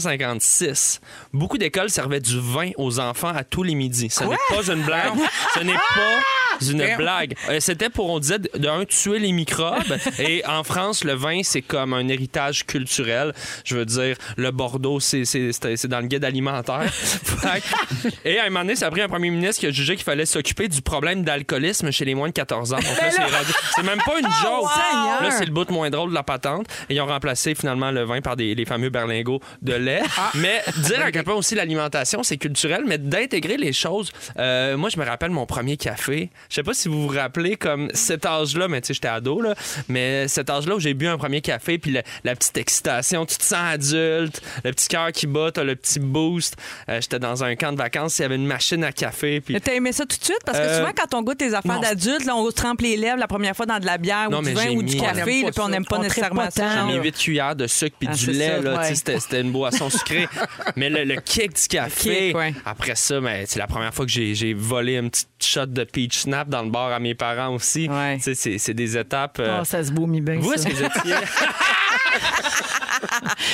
[SPEAKER 3] 1956, beaucoup d'écoles servaient du vin aux enfants à tous les midis. Ce n'est pas une blague. Ce n'est pas une
[SPEAKER 6] Merde.
[SPEAKER 3] blague. Euh, C'était pour, on disait, de- d'un, tuer les microbes. Et en France, le vin, c'est comme un héritage culturel. Je veux dire, le Bordeaux, c'est c'est- c'est- c'est dans le guide alimentaire. Fait que- Et à un moment donné, ça a pris un premier ministre qui a jugé qu'il fallait s'occuper du problème d'alcoolisme chez les moins de 14 ans. Donc là, c'est rendu- c'est même pas une joke.
[SPEAKER 4] Seigneur!
[SPEAKER 3] Là, c'est le bout moins drôle de la patente. Et ils ont remplacé finalement le vin par des, les fameux berlingots de lait. Mais dire à quel point aussi l'alimentation, c'est culturel, mais d'intégrer les choses. Euh, moi, je me rappelle mon premier café. Je sais pas si vous vous rappelez comme cet âge-là, mais tu sais, j'étais ado, là. Mais cet âge-là où j'ai bu un premier café, puis la, la petite excitation, tu te sens adulte, le petit cœur qui bat, t'as le petit boost. Euh, j'étais dans un camp de vacances, il y avait une machine à café, puis.
[SPEAKER 4] Mais T'as aimé ça tout de suite? Parce que
[SPEAKER 3] Euh,
[SPEAKER 4] souvent, quand on goûte tes affaires
[SPEAKER 3] non.
[SPEAKER 4] d'adultes, là, on se trempe les lèvres la première fois dans de la bière
[SPEAKER 3] Non,
[SPEAKER 4] ou du
[SPEAKER 3] mais
[SPEAKER 4] vin
[SPEAKER 3] j'ai
[SPEAKER 4] ou du
[SPEAKER 3] mis- on
[SPEAKER 4] café,
[SPEAKER 6] aime
[SPEAKER 4] là,
[SPEAKER 6] pas
[SPEAKER 4] puis on
[SPEAKER 6] ça.
[SPEAKER 4] n'aime pas
[SPEAKER 1] On traite
[SPEAKER 4] nécessairement
[SPEAKER 1] pas
[SPEAKER 4] ça.
[SPEAKER 1] tant.
[SPEAKER 4] genre.
[SPEAKER 3] J'ai mis 8 cuillères de sucre puis
[SPEAKER 4] Ah,
[SPEAKER 3] du
[SPEAKER 4] c'est
[SPEAKER 3] lait.
[SPEAKER 4] ça,
[SPEAKER 3] là,
[SPEAKER 4] ouais.
[SPEAKER 3] tu sais, C'était c'était une boisson sucrée. mais le, le kick du café,
[SPEAKER 4] kick, ouais.
[SPEAKER 3] après ça, ben, c'est la première fois que j'ai j'ai volé un petit shot de peach snap dans le bar à mes parents aussi.
[SPEAKER 4] Ouais.
[SPEAKER 3] Tu sais, C'est c'est des étapes. euh,
[SPEAKER 1] Ah, ça se boumit bien.
[SPEAKER 3] vous,
[SPEAKER 1] ça.
[SPEAKER 3] est-ce que vous étiez.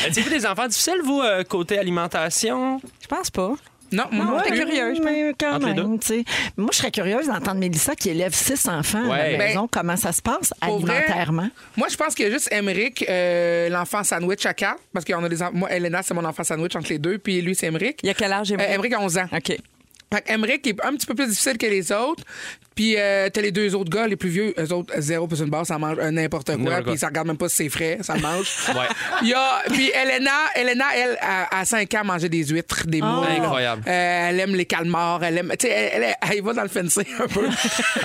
[SPEAKER 3] Étiez-vous des enfants difficiles, vous, euh, côté alimentation?
[SPEAKER 4] Je pense pas.
[SPEAKER 6] Non, moi non
[SPEAKER 4] Ah, t'es
[SPEAKER 6] plus.
[SPEAKER 4] curieuse, je
[SPEAKER 1] mais quand
[SPEAKER 3] Entre les
[SPEAKER 1] même, tu sais. Moi, je serais curieuse d'entendre Mélissa qui élève six enfants à
[SPEAKER 3] Ouais.
[SPEAKER 1] la
[SPEAKER 3] Ben,
[SPEAKER 1] maison. comment ça se passe
[SPEAKER 6] Pour vrai,
[SPEAKER 1] alimentairement?
[SPEAKER 6] moi, je pense qu'il y a juste Emmerich, euh, l'enfant sandwich à quatre, parce qu'on a des en- Moi, Elena, c'est mon enfant sandwich entre les deux, puis lui, c'est Emmerich.
[SPEAKER 4] Il y a quel âge, Émeric?
[SPEAKER 6] Euh, Emmerich a 11 ans.
[SPEAKER 4] OK.
[SPEAKER 6] Fait qu'Emmerich est un petit peu plus difficile que les autres. Puis euh, t'as les deux autres gars, les plus vieux, eux autres, zéro plus une barre, ça mange euh, n'importe quoi.
[SPEAKER 3] N'importe quoi.
[SPEAKER 6] Puis ça regarde même pas si c'est frais, ça le mange.
[SPEAKER 3] [laughs] Ouais.
[SPEAKER 6] Il y a, puis Elena, Elena, elle, à, 5 ans, mangeait des huîtres,
[SPEAKER 4] Ah.
[SPEAKER 6] des moules.
[SPEAKER 3] Incroyable.
[SPEAKER 6] Euh, elle aime les calmars, elle aime. Tu sais, elle, elle- elle y va dans le fancy un peu.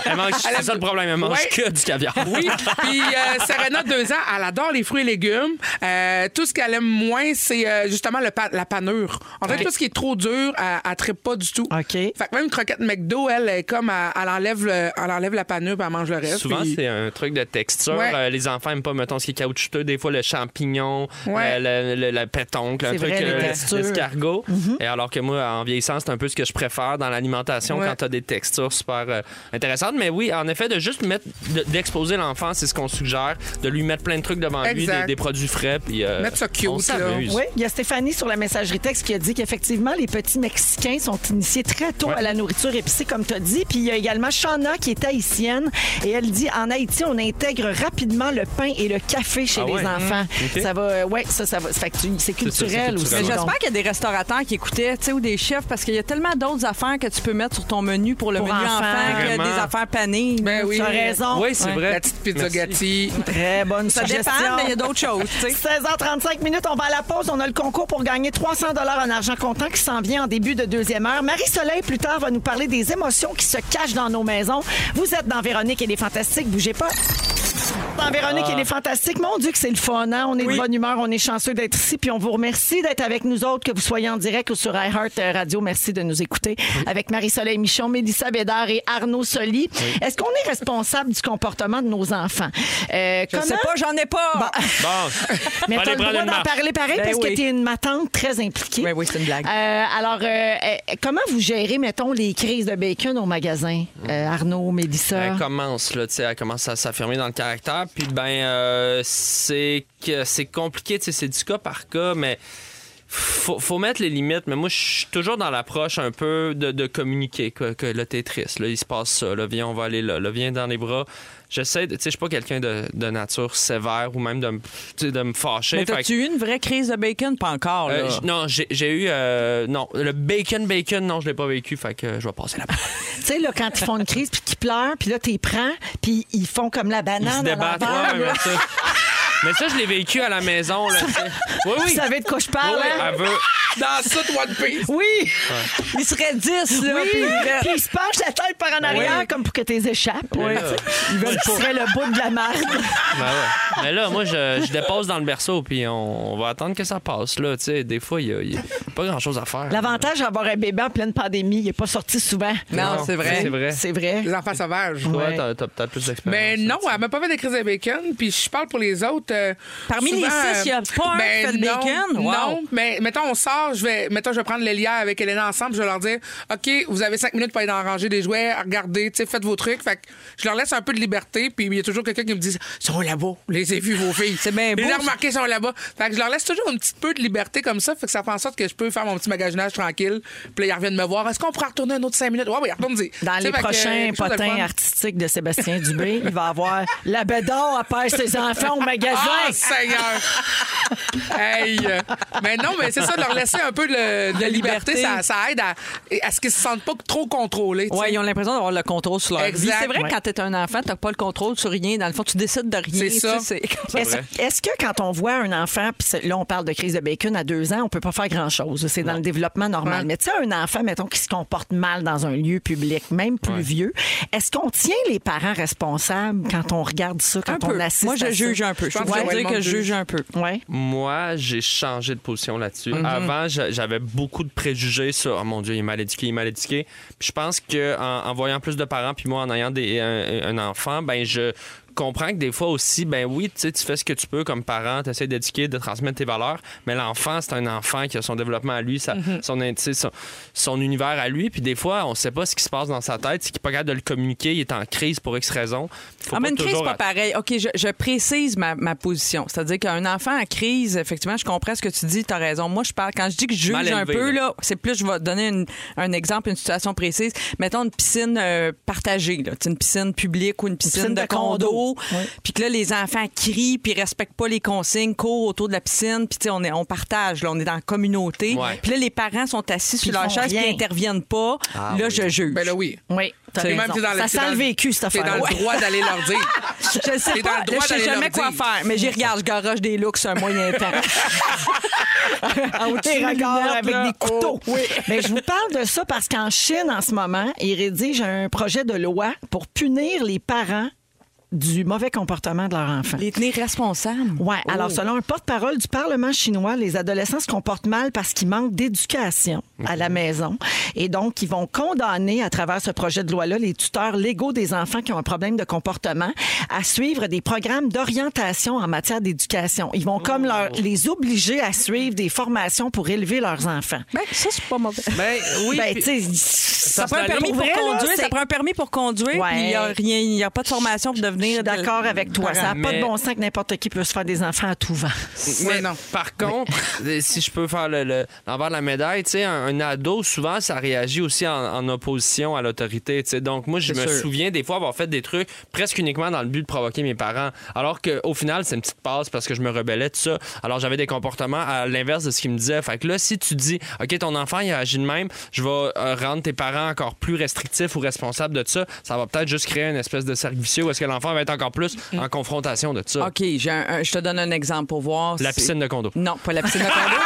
[SPEAKER 3] Elle
[SPEAKER 6] [laughs]
[SPEAKER 3] mange, c'est
[SPEAKER 6] aime-
[SPEAKER 3] ça le problème, elle mange
[SPEAKER 6] Ouais.
[SPEAKER 3] que du caviar. [laughs]
[SPEAKER 6] Oui. Puis euh, Serena, deux ans, elle adore les fruits et légumes. Euh, tout ce qu'elle aime moins, c'est euh, justement le pa- la panure. En fait, tout ce qui est trop dur, elle, elle trippe pas du tout.
[SPEAKER 1] OK.
[SPEAKER 6] Fait que même une croquette McDo, elle, est comme elle, elle enlève, le- elle enlève la panure puis elle mange le reste.
[SPEAKER 3] Souvent,
[SPEAKER 6] Puis-
[SPEAKER 3] c'est un truc de texture.
[SPEAKER 6] Ouais.
[SPEAKER 3] Euh, les enfants aiment pas, mettons, ce qui est caoutchouteux. Des fois, le champignon,
[SPEAKER 6] Ouais.
[SPEAKER 3] euh, le, le- la pétoncle, un
[SPEAKER 1] C'est
[SPEAKER 3] truc,
[SPEAKER 1] vrai, les
[SPEAKER 3] euh,
[SPEAKER 1] textures.
[SPEAKER 3] l'escargot.
[SPEAKER 6] Mhm.
[SPEAKER 3] Et alors que moi, en vieillissant, c'est un peu ce que je préfère dans l'alimentation
[SPEAKER 6] Ouais.
[SPEAKER 3] quand t'as des textures super euh, intéressantes. Mais oui, en effet, de juste mettre, de- d'exposer l'enfant, c'est ce qu'on suggère, de lui mettre plein de trucs devant lui,
[SPEAKER 6] Exact.
[SPEAKER 3] des, des produits frais. Puis, euh,
[SPEAKER 6] Mettre ça cute,
[SPEAKER 3] on s'amuse.
[SPEAKER 1] Oui, il y a Stéphanie sur la messagerie texte qui a dit qu'effectivement, les petits Mexicains sont initiés très tôt à la nourriture épicée, comme tu as dit. Puis il y a également Shana qui est haïtienne et elle dit en Haïti, on intègre rapidement le pain et le café chez
[SPEAKER 3] Ah
[SPEAKER 1] les
[SPEAKER 3] ouais.
[SPEAKER 1] enfants.
[SPEAKER 3] OK.
[SPEAKER 1] Ça va, euh, ouais, ça, ça va. ça fait que tu- c'est
[SPEAKER 3] ça, c'est
[SPEAKER 1] culturel aussi.
[SPEAKER 3] culturel.
[SPEAKER 4] Mais
[SPEAKER 1] donc.
[SPEAKER 4] J'espère qu'il y a des restaurateurs qui écoutaient, tu sais, ou des chefs, parce qu'il y a tellement d'autres affaires que tu peux mettre sur ton menu pour le
[SPEAKER 1] Pour
[SPEAKER 4] menu
[SPEAKER 1] enfants.
[SPEAKER 4] enfant que
[SPEAKER 3] Vraiment.
[SPEAKER 4] des affaires panées.
[SPEAKER 6] Ben oui.
[SPEAKER 1] Tu as raison.
[SPEAKER 3] Oui, c'est vrai.
[SPEAKER 6] La petite pizza
[SPEAKER 3] Merci.
[SPEAKER 6] gatti.
[SPEAKER 1] Très bonne
[SPEAKER 4] Ça
[SPEAKER 1] suggestion.
[SPEAKER 4] dépend, mais il y a d'autres choses, tu sais.
[SPEAKER 1] 16h35 minutes, on va à la pause. On a le concours pour gagner 300 dollars en argent comptant qui s'en vient en début de deuxième heure. Marie Soleil plus tard va nous parler des émotions qui se cachent dans nos maisons. Vous êtes dans Véronique et les Fantastiques, bougez pas. Dans Véronique
[SPEAKER 4] Ah.
[SPEAKER 1] et les Fantastiques, mon Dieu que c'est le fun, hein? on est de bonne humeur, on est chanceux d'être ici, puis on vous remercie d'être avec nous autres, que vous soyez en direct ou sur iHeart euh, Radio, merci de nous écouter. Avec Marie-Soleil Michon, Mélissa Bédard et Arnaud Soli. Est-ce qu'on est responsable du comportement de nos enfants? Euh,
[SPEAKER 4] Je sais
[SPEAKER 1] comment-
[SPEAKER 4] pas, j'en ai pas.
[SPEAKER 3] Bon,
[SPEAKER 1] mais t'as
[SPEAKER 3] Allez
[SPEAKER 1] le droit
[SPEAKER 3] prendre une
[SPEAKER 1] d'en
[SPEAKER 3] marche.
[SPEAKER 1] parler pareil
[SPEAKER 4] Ben
[SPEAKER 1] parce que
[SPEAKER 4] oui.
[SPEAKER 1] t'es une matante très impliquée.
[SPEAKER 4] Oui, oui, c'est une blague.
[SPEAKER 1] Euh, alors, euh, euh, comment vous gérez, mettons, les crises de bacon au magasin, Euh, Arnaud, Mélissa?
[SPEAKER 3] Elle commence, là, tu sais, elle commence à s'affirmer dans le caractère. Puis, ben, euh, c'est que c'est compliqué, tu sais, c'est du cas par cas, mais faut, faut mettre les limites. Mais moi, je suis toujours dans l'approche un peu de, de communiquer, que, que là, t'es triste, là, il se passe ça, là, viens, on va aller là, là, viens dans les bras. J'essaie, de- tu sais, je suis pas quelqu'un de, de nature sévère ou même de, me- tu sais, de me fâcher.
[SPEAKER 4] Mais
[SPEAKER 3] Fait que-
[SPEAKER 4] t'as-tu eu une vraie crise de bacon? Pas encore, là.
[SPEAKER 3] euh, j- non, j'ai j'ai eu. euh, non, le bacon, bacon, non, je l'ai pas vécu, fait que euh, je vais passer la parole.
[SPEAKER 1] Tu sais, là, quand ils font une crise, puis qu'ils pleurent, puis là, t'es prends, puis ils font comme la
[SPEAKER 3] Ils se
[SPEAKER 1] banane à
[SPEAKER 3] débattent.
[SPEAKER 1] l'envers,
[SPEAKER 3] Ouais,
[SPEAKER 1] là.
[SPEAKER 3] mais, ça, mais ça, je l'ai vécu à la maison. Là, tu sais. oui,
[SPEAKER 1] Vous
[SPEAKER 3] oui.
[SPEAKER 1] savez de quoi je
[SPEAKER 3] Oui,
[SPEAKER 1] parle,
[SPEAKER 3] oui,
[SPEAKER 1] hein?
[SPEAKER 3] elle veut.
[SPEAKER 6] Dans ça, One Piece.
[SPEAKER 1] Oui,
[SPEAKER 4] Il serait 10, là.
[SPEAKER 1] oui,
[SPEAKER 4] puis il
[SPEAKER 1] puis
[SPEAKER 4] serait-
[SPEAKER 1] [laughs] ils se penchent la tête
[SPEAKER 3] Ben
[SPEAKER 1] par en arrière comme pour que t'es échappes. Oui. Ils veulent tirer le bout de la merde.
[SPEAKER 3] Ben ouais. Mais là, moi, je, je dépose dans le berceau, puis on, on va attendre que ça passe. Là, tu sais, des fois, il y a- il y a, pas grand-chose à faire.
[SPEAKER 1] L'avantage d'avoir un bébé en pleine pandémie, il n'est pas sorti souvent.
[SPEAKER 4] Non, c'est vrai.
[SPEAKER 3] C'est vrai.
[SPEAKER 1] C'est vrai.
[SPEAKER 6] Les enfants sauvages.
[SPEAKER 3] Toi,
[SPEAKER 1] Ouais.
[SPEAKER 3] t'as t'as peut-être plus d'expérience.
[SPEAKER 6] Mais Ben non, elle m'a pas fait des crises de bacon. Puis je parle pour les autres. euh,
[SPEAKER 4] Parmi les six, il y a pas un
[SPEAKER 6] ben
[SPEAKER 4] qui fait de
[SPEAKER 6] non,
[SPEAKER 4] bacon? Wow.
[SPEAKER 6] Non, mais mettons, on sort, je vais, mettons, je vais prendre les liens avec Elena ensemble. Je vais leur dire, OK, vous avez cinq minutes pour aller dans la rangée des jouets, regardez, tu sais, faites vos trucs. Fait que je leur laisse un peu de liberté. Puis il y a toujours quelqu'un qui me dit, Ils sont là-bas, les ai vus, vos filles.
[SPEAKER 4] C'est bien
[SPEAKER 6] Je Les
[SPEAKER 4] beau,
[SPEAKER 6] ai
[SPEAKER 4] ça.
[SPEAKER 6] remarqués, ils sont là-bas. Fait que je leur laisse toujours un petit peu de liberté comme ça. Fait que ça fait en sorte que je peux faire mon petit magasinage tranquille. Puis là, ils reviennent me voir. Est-ce qu'on pourrait retourner un autre cinq minutes? Ouais, oui, retourne-y.
[SPEAKER 1] Dans
[SPEAKER 6] Tu
[SPEAKER 1] les
[SPEAKER 6] sais, fait que,
[SPEAKER 1] prochains
[SPEAKER 6] euh, quelque chose de
[SPEAKER 1] potins
[SPEAKER 6] fun.
[SPEAKER 1] artistiques de Sébastien Dubé, il va avoir la bédard à pêche ses enfants au magasin.
[SPEAKER 6] Ah, Seigneur!
[SPEAKER 4] [laughs]
[SPEAKER 6] hey! euh, Mais non, mais c'est ça, de leur laisser un peu de, de liberté,
[SPEAKER 4] liberté.
[SPEAKER 6] ça, ça aide à, à ce qu'ils se sentent pas trop contrôlés. tu sais.
[SPEAKER 4] Ouais, ils ont l'impression d'avoir le contrôle sur leur vie.
[SPEAKER 6] Exact.
[SPEAKER 4] C'est vrai
[SPEAKER 6] Ouais.
[SPEAKER 4] que quand t'es un enfant, t'as pas le contrôle sur rien. Dans le fond, tu décides de rien.
[SPEAKER 6] C'est
[SPEAKER 4] tu
[SPEAKER 6] ça.
[SPEAKER 4] sais, c'est-
[SPEAKER 1] Est-ce est-ce que quand on voit un enfant, puis c'est- là on parle de crise de bacon à deux ans, on peut pas faire grand chose. C'est dans le développement normal. Mais tu sais, un enfant, mettons, qui se comporte mal dans un lieu public, même plus vieux, est-ce qu'on tient les parents responsables quand on regarde ça, quand
[SPEAKER 4] Un
[SPEAKER 1] on
[SPEAKER 4] peu.
[SPEAKER 1] assiste
[SPEAKER 4] Moi, je
[SPEAKER 1] à
[SPEAKER 4] juge un peu. Je
[SPEAKER 6] pense
[SPEAKER 4] dois
[SPEAKER 6] que
[SPEAKER 4] dire
[SPEAKER 6] Joël
[SPEAKER 4] que je
[SPEAKER 6] Monteil-
[SPEAKER 4] juge un peu.
[SPEAKER 1] Ouais.
[SPEAKER 3] Moi, j'ai changé de position là-dessus.
[SPEAKER 4] Mhm.
[SPEAKER 3] Avant, j'a- j'avais beaucoup de préjugés sur oh mon Dieu, il est mal éduqué, il est mal éduqué. Puis je pense que en, en voyant plus de parents, puis moi en ayant des, un, un enfant, ben je comprends que des fois aussi, ben oui, tu sais, tu fais ce que tu peux comme parent, tu essaies d'éduquer, de transmettre tes valeurs, mais l'enfant, c'est un enfant qui a son développement à lui, sa-
[SPEAKER 4] Mhm.
[SPEAKER 3] son, in- tu sais, son, son univers à lui, puis des fois, on sait pas ce qui se passe dans sa tête, c'est qu'il n'est pas capable de le communiquer, il est en crise pour X raison. Faut
[SPEAKER 4] Ah, mais une crise,
[SPEAKER 3] toujours
[SPEAKER 4] c'est pas
[SPEAKER 3] att-
[SPEAKER 4] pareil. OK, je, je précise ma, ma position. C'est-à-dire qu'un enfant en crise, effectivement, je comprends ce que tu dis, tu as raison. Moi, je parle, quand je dis que je juge
[SPEAKER 3] Mal
[SPEAKER 4] un
[SPEAKER 3] élevé,
[SPEAKER 4] peu,
[SPEAKER 3] là.
[SPEAKER 4] là, c'est plus, je vais donner une- un exemple, une situation précise. Mettons une piscine euh, partagée, là. Tu sais, une piscine publique ou une piscine,
[SPEAKER 1] piscine
[SPEAKER 4] de,
[SPEAKER 1] de condo.
[SPEAKER 4] condo, d'eau. Puis que là, les enfants crient, puis respectent pas les consignes, courent autour de la piscine. Puis tu sais, on, est- on partage, là, on est dans la communauté.
[SPEAKER 3] Ouais.
[SPEAKER 4] Puis là, les parents sont assis
[SPEAKER 1] Puis
[SPEAKER 4] sur leur
[SPEAKER 1] ils font
[SPEAKER 4] chaise, puis
[SPEAKER 1] rien.
[SPEAKER 4] ils interviennent pas. là, je juge.
[SPEAKER 6] Ben là, oui.
[SPEAKER 1] Oui, t'as
[SPEAKER 4] C'est-
[SPEAKER 1] raison.
[SPEAKER 6] t'es dans le-
[SPEAKER 1] Ça
[SPEAKER 6] t'es
[SPEAKER 1] sent
[SPEAKER 6] dans
[SPEAKER 1] le
[SPEAKER 6] le-
[SPEAKER 1] vécu, cette
[SPEAKER 6] T'es dans
[SPEAKER 1] affaire.
[SPEAKER 6] le droit d'aller leur dire.
[SPEAKER 4] Je le sais
[SPEAKER 6] T'es dans
[SPEAKER 4] pas,
[SPEAKER 6] le
[SPEAKER 4] là,
[SPEAKER 6] droit
[SPEAKER 4] je sais
[SPEAKER 6] d'aller
[SPEAKER 4] jamais
[SPEAKER 6] leur
[SPEAKER 4] quoi
[SPEAKER 6] dire.
[SPEAKER 4] faire, mais j'y regarde, je garoche des looks sur un
[SPEAKER 1] [laughs]
[SPEAKER 4] moyen temps.
[SPEAKER 1] Des regards avec des couteaux. [laughs] Mais je vous parle de ça parce qu'en Chine, en ce moment, ils rédigent un projet de loi pour punir les parents du mauvais comportement de leur enfant.
[SPEAKER 4] Les tenir responsables.
[SPEAKER 1] Ouais,
[SPEAKER 6] Oh.
[SPEAKER 1] alors selon un porte-parole du Parlement chinois, les adolescents se comportent mal parce qu'ils manquent d'éducation à la maison. Et donc, ils vont condamner à travers ce projet de loi-là les tuteurs légaux des enfants qui ont un problème de comportement à suivre des programmes d'orientation en matière d'éducation. Ils vont comme
[SPEAKER 6] Oh.
[SPEAKER 1] leur- les obliger à suivre des formations pour élever leurs enfants.
[SPEAKER 4] Ben, ça, c'est pas mauvais.
[SPEAKER 3] Ben oui.
[SPEAKER 1] Ben,
[SPEAKER 3] puis-
[SPEAKER 1] tu sais,
[SPEAKER 4] Ça, prend un
[SPEAKER 3] s'arrête.
[SPEAKER 4] permis
[SPEAKER 1] Pour
[SPEAKER 4] pour,
[SPEAKER 1] vrai, là,
[SPEAKER 4] conduire,
[SPEAKER 1] c'est-
[SPEAKER 4] ça prend un permis pour conduire,
[SPEAKER 1] Ouais.
[SPEAKER 4] puis il n'y a rien, il y a pas de formation pour
[SPEAKER 1] je suis
[SPEAKER 4] devenir
[SPEAKER 1] d'accord avec toi. Ça n'a pas de
[SPEAKER 3] Mais-
[SPEAKER 1] bon sens que n'importe qui peut se faire des enfants à tout vent.
[SPEAKER 6] Ouais,
[SPEAKER 3] Mais
[SPEAKER 6] non.
[SPEAKER 3] Par contre, euh, si je peux faire le- le- l'envers de la médaille, tu sais, un, un ado, souvent, ça réagit aussi en, en opposition à l'autorité. tu sais. Donc, moi, je me souviens des fois avoir fait des trucs presque uniquement dans le but de provoquer mes parents. Alors qu'au final, c'est une petite passe parce que je me rebellais, tout ça. Alors, j'avais des comportements à l'inverse de ce qu'ils me disaient. Fait que là, si tu dis, OK, ton enfant, il agit de même, je vais euh, rendre tes parents encore plus restrictifs ou responsables de ça, ça va peut-être juste créer une espèce de cercle vicieux où est-ce que l'enfant va être encore plus en confrontation de ça.
[SPEAKER 4] OK, j'ai un- un- je te donne un exemple pour voir.
[SPEAKER 3] La
[SPEAKER 4] si-
[SPEAKER 3] piscine de condo.
[SPEAKER 4] Non, pas la piscine de condo.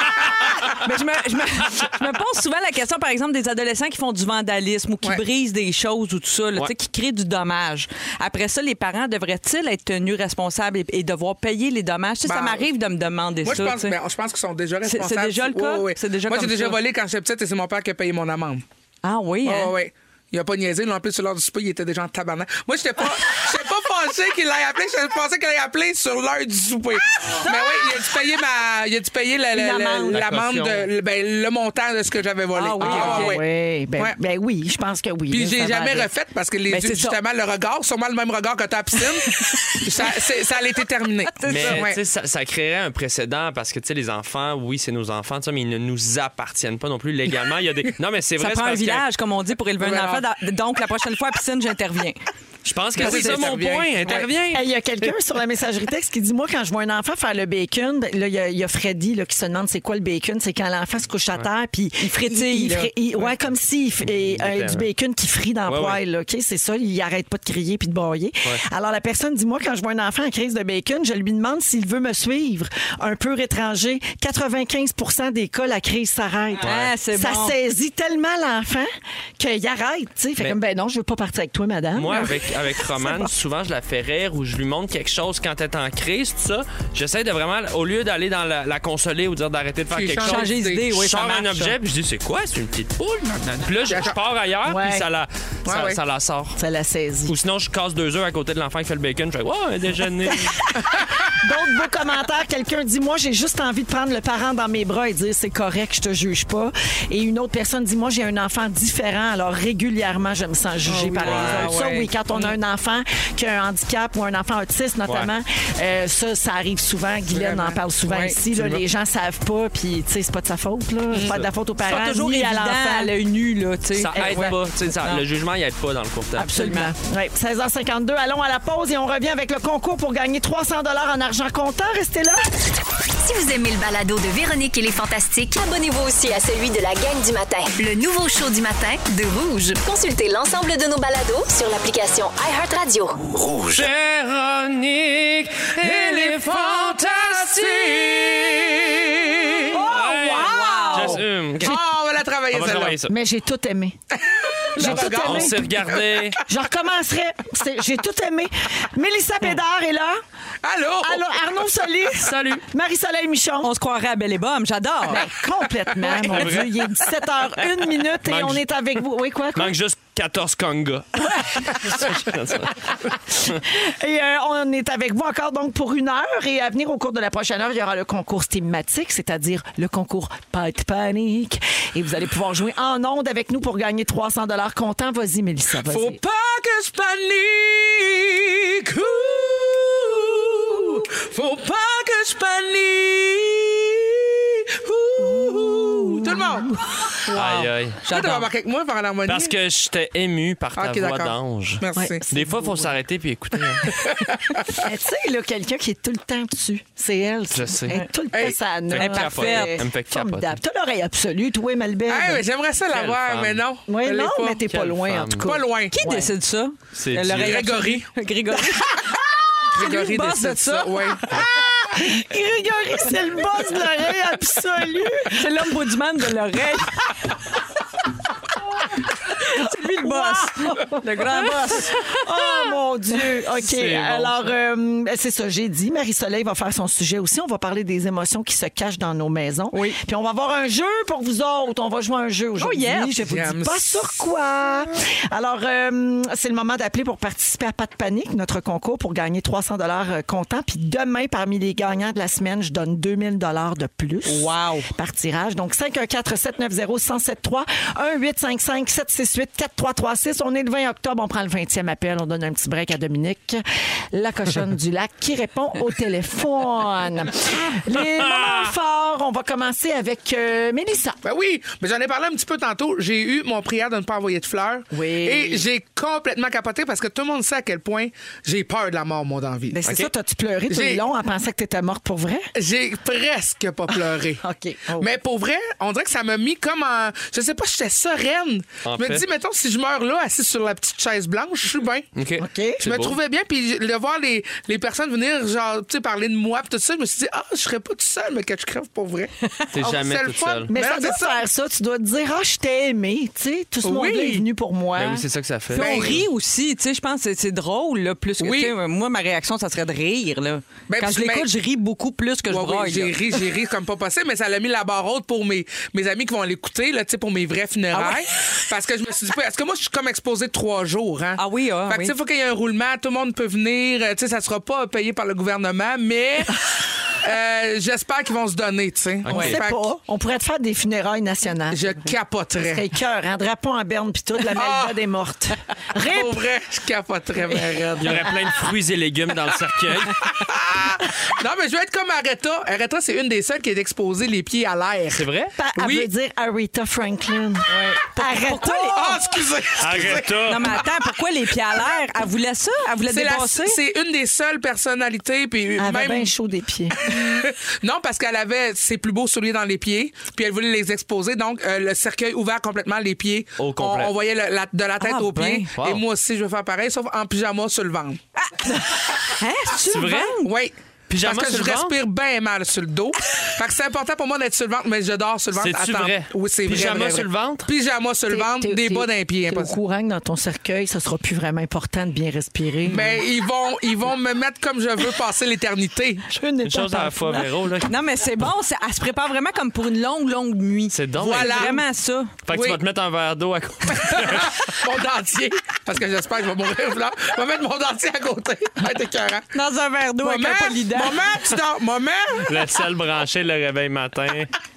[SPEAKER 4] Mais je me, je me- je me pose souvent la question, par exemple, des adolescents qui font du vandalisme ou qui
[SPEAKER 6] Ouais.
[SPEAKER 4] brisent des choses ou tout ça, là, tu sais,
[SPEAKER 3] Ouais.
[SPEAKER 4] qui créent du dommage. Après ça, les parents devraient-ils être tenus responsables et, et devoir payer les dommages? Tu sais, ça
[SPEAKER 6] Ben,
[SPEAKER 4] m'arrive de me demander
[SPEAKER 6] Moi, je
[SPEAKER 4] ça. tu
[SPEAKER 6] pense,
[SPEAKER 4] sais.
[SPEAKER 6] ben, je pense qu'ils sont déjà
[SPEAKER 4] C'est- c'est
[SPEAKER 6] responsables.
[SPEAKER 4] déjà le cas? C'est déjà
[SPEAKER 6] Moi, j'ai
[SPEAKER 4] comme
[SPEAKER 6] déjà
[SPEAKER 4] ça.
[SPEAKER 6] volé quand j'étais petite et c'est mon père qui a payé mon amende.
[SPEAKER 4] Ah oui,
[SPEAKER 6] Ouais,
[SPEAKER 4] hein?
[SPEAKER 6] ouais, ouais. Il a pas niaisé, là, en plus, sur l'heure du souper, il était déjà en tabarnak. Moi,
[SPEAKER 4] [laughs]
[SPEAKER 6] j'étais pas, j'étais pas pensé qu'il l'ait appelé, je pensais qu'il l'ait appelé sur l'heure du souper. Mais oui, il a dû payer ma, il a dû payer la- la- la-
[SPEAKER 4] L'amende.
[SPEAKER 6] l'amende
[SPEAKER 3] La caution.
[SPEAKER 6] de, ben, le montant de ce que j'avais volé.
[SPEAKER 4] Ah oui,
[SPEAKER 6] Ah,
[SPEAKER 4] ok.
[SPEAKER 6] ouais, ouais.
[SPEAKER 1] Oui, ben,
[SPEAKER 6] Ouais.
[SPEAKER 1] ben oui, je pense que oui.
[SPEAKER 6] Puis
[SPEAKER 1] là,
[SPEAKER 6] j'ai
[SPEAKER 1] ça va
[SPEAKER 6] jamais
[SPEAKER 1] avec.
[SPEAKER 6] refait parce que les
[SPEAKER 4] Ben,
[SPEAKER 6] yeux,
[SPEAKER 4] c'est ça.
[SPEAKER 6] justement, le regard, sûrement le même regard que ta
[SPEAKER 4] [laughs]
[SPEAKER 6] piscine, ça, c'est- ça allait être terminé.
[SPEAKER 3] Mais
[SPEAKER 6] Ouais.
[SPEAKER 3] tu sais, ça, ça créerait un précédent parce que tu sais, les enfants, oui, c'est nos enfants, tu sais, mais ils ne nous appartiennent pas non plus légalement. Il y a des... Non, mais c'est
[SPEAKER 4] Ça
[SPEAKER 3] vrai.
[SPEAKER 4] prend
[SPEAKER 3] c'est
[SPEAKER 4] un
[SPEAKER 3] parce que-
[SPEAKER 4] village, comme on dit, pour élever
[SPEAKER 6] Ouais,
[SPEAKER 4] un enfant. Donc, la prochaine fois à piscine, j'interviens.
[SPEAKER 3] Je pense que
[SPEAKER 6] Ben
[SPEAKER 3] c'est
[SPEAKER 6] oui,
[SPEAKER 3] ça mon
[SPEAKER 6] intervient.
[SPEAKER 3] point. Intervient.
[SPEAKER 1] Hey, Il y a quelqu'un sur la messagerie texte qui dit Moi, quand je vois un enfant faire le bacon, ben, là, il y a- il y, a Freddy là, qui se demande c'est quoi le bacon. C'est quand l'enfant se couche à terre, puis il
[SPEAKER 4] frétille,
[SPEAKER 1] il
[SPEAKER 4] là.
[SPEAKER 1] fri- il- ouais, comme si il f- et, euh,
[SPEAKER 3] Littéralement.
[SPEAKER 1] du bacon qui frit dans le
[SPEAKER 3] Ouais,
[SPEAKER 1] poêle. là, OK, c'est ça, il arrête pas de crier puis de broyer. Alors, la personne dit Moi, quand je vois un enfant en crise de bacon, je lui demande s'il veut me suivre. Un peu étranger, 95 des cas, la crise s'arrête.
[SPEAKER 4] Ah, c'est
[SPEAKER 1] ça
[SPEAKER 4] bon.
[SPEAKER 1] saisit tellement l'enfant qu'il arrête. tu sais. Fait
[SPEAKER 3] Mais-
[SPEAKER 1] comme Ben non, je veux pas partir avec toi, madame. [laughs]
[SPEAKER 3] Moi, avec, avec Romane, souvent, je la fais rire ou je lui montre quelque chose quand elle est en crise, tout ça. J'essaie de vraiment, au lieu d'aller dans la, la consoler ou dire d'arrêter de faire
[SPEAKER 6] Tu
[SPEAKER 3] quelque
[SPEAKER 6] changes
[SPEAKER 3] chose,
[SPEAKER 4] Changer
[SPEAKER 6] d'idée.
[SPEAKER 4] d'idée,
[SPEAKER 3] je
[SPEAKER 4] oui, ça
[SPEAKER 3] sors un
[SPEAKER 4] marche.
[SPEAKER 3] objet, puis je dis, c'est quoi? C'est une petite poule? Puis là, je, je pars ailleurs,
[SPEAKER 1] Ouais.
[SPEAKER 3] puis ça la, ça,
[SPEAKER 6] ouais.
[SPEAKER 3] ça la sort.
[SPEAKER 1] Ça la saisit.
[SPEAKER 3] Ou sinon, je casse deux œufs à côté de l'enfant qui fait le bacon. Je fais, wow, un déjeuner.
[SPEAKER 1] D'autres beaux commentaires. Quelqu'un dit Moi, j'ai juste envie de prendre le parent dans mes bras et dire C'est correct, je te juge pas. Et une autre personne dit Moi, j'ai un enfant différent, alors régulièrement, je me sens jugée par les autres. Ça, Ah oui, Mm. quand on a un enfant qui a un handicap ou un enfant autiste, notamment, euh, ça, ça arrive souvent. Guylaine en parle souvent ici. là. les gens savent pas, puis, tu sais, c'est pas de sa faute, là. C'est pas de la faute aux
[SPEAKER 4] C'est
[SPEAKER 1] parents.
[SPEAKER 4] pas toujours
[SPEAKER 1] ni
[SPEAKER 4] évident
[SPEAKER 1] à
[SPEAKER 4] à
[SPEAKER 1] l'enfant.
[SPEAKER 4] l'œil nu, là, tu sais.
[SPEAKER 3] ça aide
[SPEAKER 4] Ouais.
[SPEAKER 3] pas. tu sais, ça- le jugement, il aide pas dans le court terme.
[SPEAKER 1] Absolument. Ouais, 16h52, allons à la pause et on revient avec le concours pour gagner 300 dollars en argent comptant. Restez là.
[SPEAKER 7] Si vous aimez le balado de Véronique et les Fantastiques,
[SPEAKER 8] Abonnez-vous aussi à celui de la gang du matin.
[SPEAKER 7] le nouveau show du matin de Rouge.
[SPEAKER 8] Consultez l'ensemble de nos balados sur l'application iHeartRadio.
[SPEAKER 9] Rouge.
[SPEAKER 3] Véronique, elle est fantastique.
[SPEAKER 1] wow!
[SPEAKER 3] Je- hum, ok.
[SPEAKER 6] Ah, on va la travailler,
[SPEAKER 3] On va
[SPEAKER 6] celle-là.
[SPEAKER 3] travailler ça.
[SPEAKER 1] Mais j'ai tout
[SPEAKER 3] [laughs]
[SPEAKER 1] aimé. j'ai tout
[SPEAKER 6] regard.
[SPEAKER 3] On
[SPEAKER 1] aimé.
[SPEAKER 3] s'est regardé.
[SPEAKER 1] Je recommencerai. C'est- J'ai tout aimé. Mélissa Bédard est là.
[SPEAKER 6] Allô?
[SPEAKER 1] Allô, Arnaud Solis.
[SPEAKER 3] Oh. Salut.
[SPEAKER 1] Marie-Soleil Michon. Ah,
[SPEAKER 4] On se croirait à Belle et Bomme,
[SPEAKER 1] ben,
[SPEAKER 4] j'adore.
[SPEAKER 1] Complètement, mon Dieu. Il est
[SPEAKER 3] [laughs]
[SPEAKER 1] 17h01 minute et
[SPEAKER 3] Manque-
[SPEAKER 1] on est avec vous. Oui, quoi? quoi?
[SPEAKER 3] Manque juste 14 congas.
[SPEAKER 1] Et euh, on est avec vous encore donc pour une heure. Et à venir au cours de la prochaine heure, il y aura le concours thématique, c'est-à-dire le concours Pas de panique. Et vous allez pouvoir jouer en ondes avec nous pour gagner 300 dollars comptant. Vas-y, Mélissa, vas-y.
[SPEAKER 6] Faut pas que je panique. Ouh. Faut pas que je panique. Ouh. Tout le monde.
[SPEAKER 3] Aïe, aïe.
[SPEAKER 6] Pourquoi t'as remarqué avec moi par l'harmonie?
[SPEAKER 3] Parce que j'étais ému par ta
[SPEAKER 6] Ah, Ok,
[SPEAKER 3] voix
[SPEAKER 6] d'accord.
[SPEAKER 3] d'ange.
[SPEAKER 6] Merci. Eh,
[SPEAKER 1] Ouais.
[SPEAKER 3] Des fois, il faut s'arrêter puis écouter. hein.
[SPEAKER 1] Mais Eh, tu sais, là, quelqu'un qui est tout le temps dessus. C'est elle. ça.
[SPEAKER 3] Je sais.
[SPEAKER 1] Elle est tout le temps
[SPEAKER 6] Hey.
[SPEAKER 1] sa note.
[SPEAKER 3] Elle me fait capoter. Elle me fait capoter.
[SPEAKER 1] Formidable. T'as l'oreille absolue, toi, Malbec.
[SPEAKER 6] Hey, mais j'aimerais ça l'avoir,
[SPEAKER 3] femme.
[SPEAKER 6] mais non.
[SPEAKER 1] Oui,
[SPEAKER 6] Elle est
[SPEAKER 1] non,
[SPEAKER 6] pas.
[SPEAKER 1] mais t'es pas
[SPEAKER 3] Quelle
[SPEAKER 1] loin, en
[SPEAKER 3] femme.
[SPEAKER 1] tout cas.
[SPEAKER 6] Pas loin.
[SPEAKER 4] Qui décide ça?
[SPEAKER 3] C'est
[SPEAKER 4] Euh,
[SPEAKER 3] Dieu.
[SPEAKER 4] l'oreille
[SPEAKER 6] Grégory.
[SPEAKER 4] absolue. Grégory.
[SPEAKER 6] Grégory
[SPEAKER 4] le boss
[SPEAKER 6] décide
[SPEAKER 4] de ça.
[SPEAKER 6] ouais.
[SPEAKER 1] Grégory, c'est le boss de l'oreille absolue.
[SPEAKER 4] C'est l'ombudsman de l'oreille. C'est lui le boss. Le grand boss.
[SPEAKER 1] [laughs] Oh mon
[SPEAKER 4] [laughs]
[SPEAKER 1] Dieu. OK.
[SPEAKER 3] C'est bon,
[SPEAKER 1] Alors, euh, c'est ça, j'ai dit. Marie-Soleil va faire son sujet aussi. On va parler des émotions qui se cachent dans nos maisons.
[SPEAKER 4] Oui.
[SPEAKER 1] Puis on va avoir un jeu pour vous autres. On va jouer à un jeu aujourd'hui.
[SPEAKER 4] Oh, yeah.
[SPEAKER 1] Je vous dis
[SPEAKER 6] J'aime
[SPEAKER 1] pas sur quoi. Alors, euh, c'est le moment d'appeler pour participer à Pas de panique, notre concours pour gagner 300 dollars euh, comptant. Puis demain, parmi les gagnants de la semaine, je donne 2000 dollars de plus.
[SPEAKER 4] Wow.
[SPEAKER 1] Par tirage. Donc, 514-790-1073, 1-855-768-4336. On est le 20 octobre. On prend le 20e appel. On donne un petit break à Dominique, la cochonne du lac, qui répond au
[SPEAKER 6] [laughs]
[SPEAKER 1] téléphone. Les moments forts, on va commencer avec euh, Mélissa.
[SPEAKER 6] Ben oui, mais j'en ai parlé un petit peu tantôt. J'ai eu mon prière de ne pas envoyer de fleurs.
[SPEAKER 1] Oui.
[SPEAKER 6] Et j'ai complètement capoté parce que tout le monde sait à quel point j'ai peur de la mort, mon envie.
[SPEAKER 1] Ben, c'est
[SPEAKER 6] OK?
[SPEAKER 1] ça, t'as-tu pleuré tout le
[SPEAKER 6] J'ai-
[SPEAKER 1] long en pensant que t'étais morte pour vrai?
[SPEAKER 6] J'ai presque pas pleuré.
[SPEAKER 1] [laughs] OK. Oh.
[SPEAKER 6] Mais pour vrai, on dirait que ça m'a mis comme en. Je sais pas, j'étais sereine.
[SPEAKER 3] En
[SPEAKER 6] je me
[SPEAKER 3] paix.
[SPEAKER 6] dis, mettons, si je meurs là, assis sur la petite chaise blanche, je suis bien.
[SPEAKER 3] [laughs] OK.
[SPEAKER 1] OK.
[SPEAKER 6] Je
[SPEAKER 3] C'est
[SPEAKER 6] me
[SPEAKER 3] beau.
[SPEAKER 6] trouvais bien, puis le voir les, les personnes venir, genre, tu sais, parler de moi, puis tout ça, je me suis dit, ah, je serais pas tout seul, mais que je crève pour vrai.
[SPEAKER 3] T'es jamais
[SPEAKER 6] c'est le
[SPEAKER 3] toute
[SPEAKER 6] fun.
[SPEAKER 3] seule.
[SPEAKER 1] Oh, Mais
[SPEAKER 6] Ben,
[SPEAKER 1] ça
[SPEAKER 6] c'est
[SPEAKER 1] doit
[SPEAKER 6] ça.
[SPEAKER 1] faire ça. Tu dois te dire, ah, je t'ai aimé. Tu sais, tout ce
[SPEAKER 6] Oui.
[SPEAKER 1] monde-là est venu pour moi.
[SPEAKER 3] Ben oui, c'est ça que ça fait.
[SPEAKER 4] Puis on rit aussi, tu sais, je pense que c'est- c'est drôle, là, plus que,
[SPEAKER 6] Oui.
[SPEAKER 4] tu sais, moi, ma réaction, ça serait de rire, là.
[SPEAKER 6] Ben,
[SPEAKER 4] Quand
[SPEAKER 6] puis-
[SPEAKER 4] je l'écoute,
[SPEAKER 6] ben-
[SPEAKER 4] je ris beaucoup plus que je
[SPEAKER 6] Ouais, oui,
[SPEAKER 4] broille.
[SPEAKER 6] j'ai
[SPEAKER 4] là.
[SPEAKER 6] ri, j'ai ri comme pas possible, mais ça l'a mis la barre haute pour mes, mes amis qui vont l'écouter, là, tu sais, pour mes
[SPEAKER 4] Ah
[SPEAKER 6] vrais funérailles. Parce que je me suis dit, parce que moi, je suis comme exposé de trois jours, hein.
[SPEAKER 4] Ah oui, ah
[SPEAKER 6] Fait que,
[SPEAKER 4] oui.
[SPEAKER 6] tu sais, faut qu'il y ait un roulement, tout le monde peut venir, euh, tu sais, ça sera pas payé par le gouvernement, mais,
[SPEAKER 4] [laughs]
[SPEAKER 6] euh, j'espère qu'ils vont se donner, tu sais.
[SPEAKER 1] On
[SPEAKER 6] Fait
[SPEAKER 1] sait
[SPEAKER 6] que
[SPEAKER 1] pas. On pourrait te faire des funérailles nationales. Ce
[SPEAKER 6] Je
[SPEAKER 1] serait
[SPEAKER 6] capoterais.
[SPEAKER 1] cœur, un drapeau en berne puis tout, la malade est
[SPEAKER 6] [laughs]
[SPEAKER 1] morte.
[SPEAKER 6] Ah! Pour
[SPEAKER 1] Rip!
[SPEAKER 6] vrai, je
[SPEAKER 4] [laughs]
[SPEAKER 6] capoterais, ma reine. Ah!
[SPEAKER 3] Il y aurait plein de fruits et légumes dans le cercueil.
[SPEAKER 6] Non, mais je vais être comme Aretha. Aretha, c'est une des seules qui est exposée les pieds à l'air.
[SPEAKER 3] C'est vrai?
[SPEAKER 1] Pa- Elle
[SPEAKER 6] Oui.
[SPEAKER 1] veut dire Aretha Franklin. Arrête
[SPEAKER 6] Ah, excusez!
[SPEAKER 3] Arrête
[SPEAKER 4] Non, mais attends, pourquoi les pieds à l'air? Elle voulait ça? Elle voulait
[SPEAKER 6] C'est la-
[SPEAKER 4] dépasser?
[SPEAKER 6] c'est une des seules personnalités, puis
[SPEAKER 1] Elle avait
[SPEAKER 6] même
[SPEAKER 1] bien chaud des pieds.
[SPEAKER 6] [laughs] non, parce qu'elle avait ses plus beaux souliers dans les pieds, puis elle voulait les exposer. Donc, euh, le cercueil ouvert complètement les pieds.
[SPEAKER 3] Au complet.
[SPEAKER 6] On, on voyait le- la- de la tête
[SPEAKER 4] Ah,
[SPEAKER 6] aux
[SPEAKER 4] ben.
[SPEAKER 6] pieds.
[SPEAKER 3] Wow.
[SPEAKER 6] Et moi aussi, je vais faire pareil, sauf en pyjama sur le ventre.
[SPEAKER 4] Hein? C'est
[SPEAKER 3] vrai?
[SPEAKER 6] Oui.
[SPEAKER 3] Pyjama
[SPEAKER 6] Parce que
[SPEAKER 3] sur
[SPEAKER 6] je
[SPEAKER 3] le ventre?
[SPEAKER 6] respire bien mal sur
[SPEAKER 1] [laughs]
[SPEAKER 6] le dos. fait que c'est important pour moi d'être sur le ventre, mais je dors sur le ventre.
[SPEAKER 3] C'est-tu
[SPEAKER 6] Attends.
[SPEAKER 3] vrai?
[SPEAKER 6] Oui, c'est vrai.
[SPEAKER 3] Pyjama
[SPEAKER 6] vrai,
[SPEAKER 3] sur
[SPEAKER 6] vrai.
[SPEAKER 3] le ventre?
[SPEAKER 6] Pyjama sur le ventre, des bas d'un pied.
[SPEAKER 1] T'es au
[SPEAKER 6] impossible.
[SPEAKER 1] courant que dans ton cercueil, ce sera plus vraiment important de bien respirer.
[SPEAKER 6] Mais ils vont, ils vont me mettre comme je veux passer l'éternité.
[SPEAKER 1] je n'ai
[SPEAKER 3] Une chose à la fois, Véro. Là.
[SPEAKER 4] Non, mais c'est bon, c'est- elle se prépare vraiment comme pour une longue, longue nuit.
[SPEAKER 3] C'est donc.
[SPEAKER 6] Voilà.
[SPEAKER 4] Vraiment ça.
[SPEAKER 3] Fait que
[SPEAKER 6] Oui.
[SPEAKER 3] tu vas te mettre un verre d'eau à côté.
[SPEAKER 6] [laughs] mon dentier. Parce que j'espère que je vais mourir blanc. Je vais mettre mon dentier à côté. Ça va être écœurant.
[SPEAKER 4] Dans un verre d'eau avec
[SPEAKER 6] Maman,
[SPEAKER 4] un polydent.
[SPEAKER 6] maman, tu dors. Maman,
[SPEAKER 3] Le sel branché le réveil matin.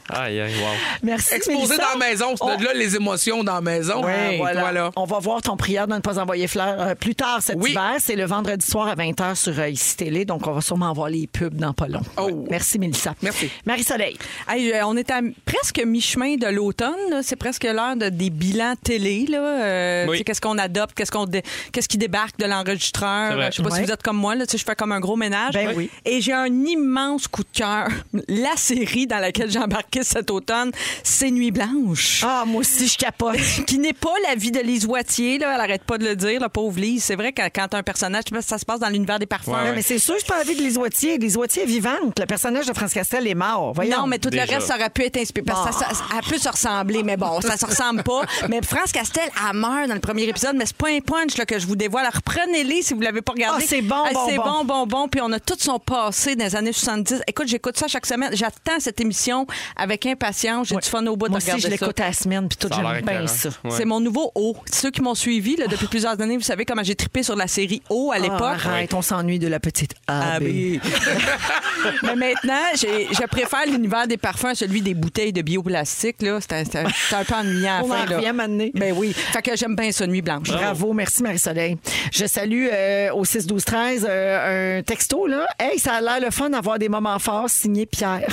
[SPEAKER 3] Aïe, aïe, wow.
[SPEAKER 1] Merci,
[SPEAKER 6] exposé
[SPEAKER 1] Mélissa.
[SPEAKER 6] dans la maison. C'est
[SPEAKER 1] On-
[SPEAKER 6] de là les émotions dans la maison.
[SPEAKER 1] Ouais, voilà. Oh, On va voir ton prière de ne pas envoyer fleurs euh, plus tard cet
[SPEAKER 6] Oui.
[SPEAKER 1] hiver. C'est le vendredi soir à 20h sur euh, ICI Télé. Donc, on va sûrement voir les pubs dans pas long.
[SPEAKER 6] Oh.
[SPEAKER 1] Ouais. Merci, Mélissa.
[SPEAKER 6] Merci.
[SPEAKER 1] Marie-Soleil.
[SPEAKER 4] Hey, euh, on est à presque mi-chemin de l'automne. là. C'est presque l'heure de- des bilans télé. là. Euh,
[SPEAKER 3] Oui.
[SPEAKER 4] tu sais, Qu'est-ce qu'on adopte? Qu'est-ce qu'on dé- qu'est-ce qui débarque de l'enregistreur?
[SPEAKER 3] C'est
[SPEAKER 4] Euh,
[SPEAKER 3] vrai.
[SPEAKER 4] Je sais pas
[SPEAKER 1] Ouais.
[SPEAKER 4] si vous êtes comme moi. Là, tu sais, je fais comme un gros ménage.
[SPEAKER 1] Ben oui.
[SPEAKER 4] Et j'ai un immense coup de cœur. [laughs] La série dans laquelle j'ai embarqué cet automne, c'est Nuit Blanche.
[SPEAKER 1] Ah, moi aussi, je capote.
[SPEAKER 4] [laughs] Qui n'est pas la vie de Lise Wattier, là, elle arrête pas de le dire, la pauvre Lise. C'est vrai que quand un personnage, je sais pas si ça se passe dans l'univers des parfums.
[SPEAKER 3] Ouais,
[SPEAKER 1] Mais c'est sûr, je pas envie de les oitiers. Les oitiers est vivante. Le personnage de France Castel est mort. Voyons.
[SPEAKER 4] Non, mais tout le
[SPEAKER 3] Déjà.
[SPEAKER 4] reste, ça aurait pu être inspiré. Parce que ça, ça- elle peut se ressembler, mais bon, ça se
[SPEAKER 1] [laughs]
[SPEAKER 4] ressemble pas. Mais France Castel, elle meurt dans le premier épisode, mais c'est pas un punch là, que je vous dévoile. Alors, Reprenez-les si vous l'avez pas regardé.
[SPEAKER 1] Ah, c'est bon,
[SPEAKER 4] Ah,
[SPEAKER 1] bon,
[SPEAKER 4] C'est
[SPEAKER 1] bon.
[SPEAKER 4] bon, bon, bon. Puis on a tout son passé dans les années 70. Écoute, j'écoute ça chaque semaine. J'attends cette émission avec impatience. J'ai
[SPEAKER 1] Ouais.
[SPEAKER 4] du fun au
[SPEAKER 1] Moi
[SPEAKER 4] bout de
[SPEAKER 1] aussi,
[SPEAKER 4] regarder
[SPEAKER 1] je
[SPEAKER 4] ça.
[SPEAKER 1] l'écoute à la semaine, puis tout,
[SPEAKER 3] Ça a l'air
[SPEAKER 1] j'aime bien
[SPEAKER 3] écœurant.
[SPEAKER 1] ça.
[SPEAKER 3] Ouais.
[SPEAKER 4] C'est mon nouveau O. Ceux qui m'ont suivi là, depuis plusieurs années, vous savez comment j'ai trippé sur la série O à l'époque.
[SPEAKER 1] Ah, arrête, on s'ennuie de la petite
[SPEAKER 4] Ah,
[SPEAKER 1] AB.
[SPEAKER 4] ben. [laughs] Mais maintenant, j'ai- je préfère l'univers des parfums à celui des bouteilles de bioplastique. là. C'est un, c'est un- c'est un peu ennuyant à la
[SPEAKER 1] On
[SPEAKER 4] fin.
[SPEAKER 1] en
[SPEAKER 4] là.
[SPEAKER 1] revient, Mané.
[SPEAKER 4] Ben oui. Fait que j'aime bien ça, Nuit Blanche.
[SPEAKER 3] Ah.
[SPEAKER 1] Bravo, merci Marie-Soleil. Je salue euh, au 6-12-13 euh, un texto, là. Hey, ça a l'air le fun d'avoir des moments forts signé Pierre.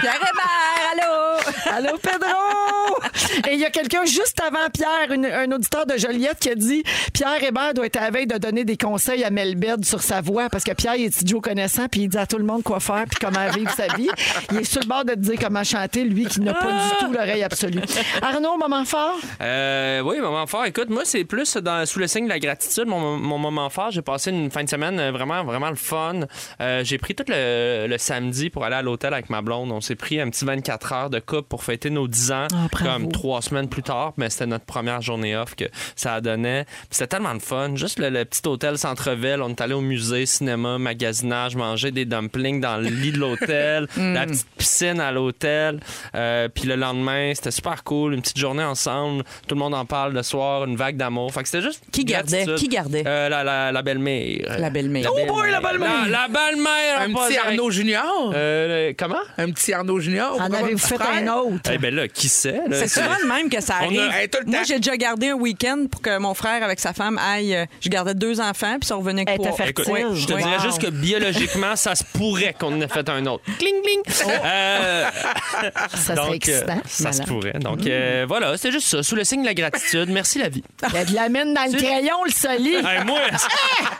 [SPEAKER 4] Pierre Hébert, allô?
[SPEAKER 3] Euh,
[SPEAKER 1] Allô, Pedro! [laughs] Et il y a quelqu'un juste avant Pierre, une- un auditeur de Joliette, qui a dit Pierre Hébert doit être à la veille de donner des conseils à Melbed sur sa voix, parce que Pierre, il est idiot connaissant, puis il dit à tout le monde quoi faire, puis comment vivre sa vie. Il est sur le bord de te dire comment chanter, lui qui n'a pas du tout l'oreille absolue. Arnaud, moment fort?
[SPEAKER 3] Euh, oui, moment fort. Écoute, moi, c'est plus dans, sous le signe de la gratitude, mon, mon moment fort. J'ai passé une fin de semaine euh, vraiment, vraiment le fun. Euh, j'ai pris tout le, le samedi pour aller à l'hôtel avec ma blonde. On s'est pris un petit 24 heures de couple pour fêter nos 10 ans,
[SPEAKER 1] Ah, bravo.
[SPEAKER 3] comme trois semaines plus tard. Mais c'était notre première journée off que ça donnait. Puis c'était tellement de fun. Juste le, le petit hôtel Centre-Ville. On est allé au musée, cinéma, magasinage, manger des dumplings dans le lit de
[SPEAKER 4] [laughs]
[SPEAKER 3] l'hôtel,
[SPEAKER 4] Mm.
[SPEAKER 3] la petite piscine à l'hôtel. Euh, puis le lendemain, c'était super cool, une petite journée ensemble. Tout le monde en parle le soir, une vague d'amour. Fait que c'était juste.
[SPEAKER 4] Qui gardait?
[SPEAKER 3] gratitude.
[SPEAKER 4] Qui gardait?
[SPEAKER 3] Euh, la, la, la belle-mère.
[SPEAKER 4] La belle-mère.
[SPEAKER 3] Oh boy, la belle-mère! La, la belle-mère!
[SPEAKER 6] Un
[SPEAKER 3] pas
[SPEAKER 6] petit
[SPEAKER 3] avec-
[SPEAKER 6] Arnaud Junior.
[SPEAKER 3] Euh, le- comment?
[SPEAKER 6] Un petit Arnaud Junior.
[SPEAKER 1] En avez-vous fait un autre?
[SPEAKER 3] Eh ben là, qui sait? là,
[SPEAKER 4] C'est souvent le même que ça
[SPEAKER 3] On
[SPEAKER 4] arrive.
[SPEAKER 3] a- hey,
[SPEAKER 6] tout le
[SPEAKER 4] Moi,
[SPEAKER 6] temps.
[SPEAKER 4] j'ai déjà gardé un week-end pour que mon frère avec sa femme aille. euh, Je gardais deux enfants, puis ça revenait que
[SPEAKER 1] Elle était
[SPEAKER 4] trois.
[SPEAKER 1] fertile.
[SPEAKER 3] Écoute, je te
[SPEAKER 1] Wow.
[SPEAKER 3] dirais juste que biologiquement, ça se pourrait qu'on en ait fait un autre. Cling, cling! Euh,
[SPEAKER 1] Ça
[SPEAKER 3] donc,
[SPEAKER 1] serait
[SPEAKER 3] euh,
[SPEAKER 1] excitant.
[SPEAKER 3] ça se pourrait. Donc, euh, voilà, c'est juste ça. Sous le signe de la gratitude, merci la vie.
[SPEAKER 1] Il y a de la mine dans le crayon, le
[SPEAKER 3] [laughs]
[SPEAKER 1] soli.
[SPEAKER 3] Hey, [laughs] moi,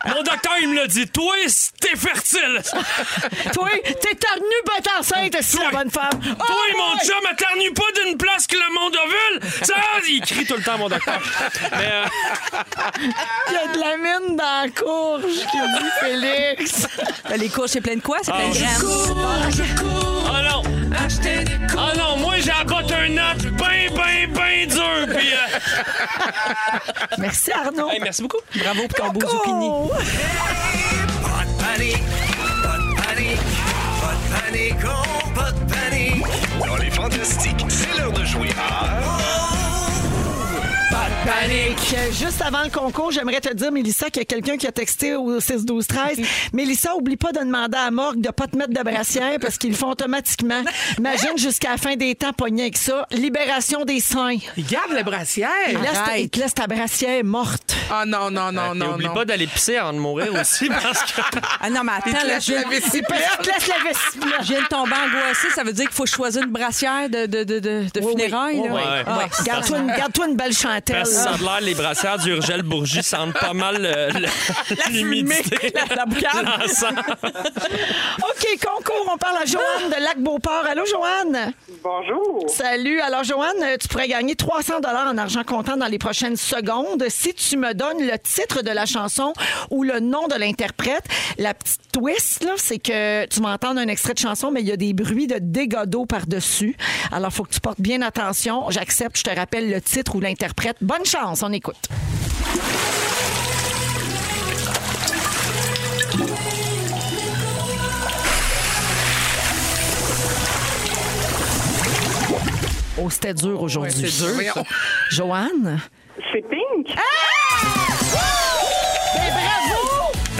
[SPEAKER 3] mon docteur, il me l'a dit. Toi, t'es [laughs] fertile.
[SPEAKER 1] Toi, t'es tornu, pas t'es enceinte, c'est la
[SPEAKER 3] Toi.
[SPEAKER 1] bonne femme. Oh,
[SPEAKER 3] Toi, mon
[SPEAKER 1] ouais.
[SPEAKER 3] chum, m'attarnue pas d'une place que le monde ovule. Ça, il crie tout le temps, mon docteur. Mais, euh,
[SPEAKER 1] Il y a de la mine dans la courge, qui a dit Félix.
[SPEAKER 4] Les courses, c'est plein de quoi? C'est plein de
[SPEAKER 3] Ah,
[SPEAKER 4] graines.
[SPEAKER 3] oh non. Oh non, moi, j'abote un note ben, ben, ben dur. Puis, euh,
[SPEAKER 1] Merci, Arnaud.
[SPEAKER 3] hey, merci beaucoup.
[SPEAKER 4] Bravo pour ton beau zucchini.
[SPEAKER 1] Oh.
[SPEAKER 9] Pas de panique, pas de panique, pas de panique, oh, pas de panique. Dans les fantastiques, c'est l'heure de jouer à...
[SPEAKER 1] Que Juste avant le concours, j'aimerais te dire, Mélissa, qu'il y a quelqu'un qui a texté au
[SPEAKER 6] [laughs]
[SPEAKER 1] 6-12-13. Mélissa, oublie pas de demander à Morgue de pas te mettre de brassière parce qu'ils le font automatiquement. Imagine jusqu'à la fin des temps pogné avec ça. Libération des seins.
[SPEAKER 6] Il garde le
[SPEAKER 1] Il
[SPEAKER 6] brassière.
[SPEAKER 1] laisse ta- il te laisse ta brassière morte.
[SPEAKER 6] Ah non, non, non,
[SPEAKER 3] Et
[SPEAKER 6] non.
[SPEAKER 3] oublie
[SPEAKER 6] non.
[SPEAKER 3] Euh, pas d'aller pisser avant de mourir aussi [laughs] parce que.
[SPEAKER 4] Ah non, mais
[SPEAKER 6] Il te
[SPEAKER 4] attends, là,
[SPEAKER 6] laisse
[SPEAKER 4] je
[SPEAKER 6] la
[SPEAKER 4] viens-
[SPEAKER 1] Il
[SPEAKER 6] vessie
[SPEAKER 1] te laisse la vessie.
[SPEAKER 4] je viens de tomber angoissée. Ça veut dire qu'il faut choisir une brassière de, de, de, de, de funérailles. là.
[SPEAKER 3] oui.
[SPEAKER 4] Ah,
[SPEAKER 3] Ouais.
[SPEAKER 1] Garde-toi une, garde-toi une belle chantelle.
[SPEAKER 3] Parce que ça a l'air, les brassières d'Urgel Bourgie sentent pas mal euh, le- le- [laughs] l'humidité.
[SPEAKER 4] La, la boucane.
[SPEAKER 3] L'encens.
[SPEAKER 1] OK, concours, on parle à Joanne de Lac-Beauport. Allô, Joanne? Bonjour. Salut. Alors, Joanne, euh, tu pourrais gagner 300 dollars en argent comptant dans les prochaines secondes si tu me donnes le titre de la chanson ou le nom de l'interprète. La petite twist, là, c'est que tu vas entendre un extrait de chanson, mais il y a des bruits de dégâts d'eau par-dessus. Alors, faut que tu portes bien attention. J'accepte, je te rappelle le titre ou l'interprète. Bonne chance, on écoute. Oh, c'était dur aujourd'hui.
[SPEAKER 6] Voyons.
[SPEAKER 1] Joanne?
[SPEAKER 10] C'est Pink.
[SPEAKER 1] Mais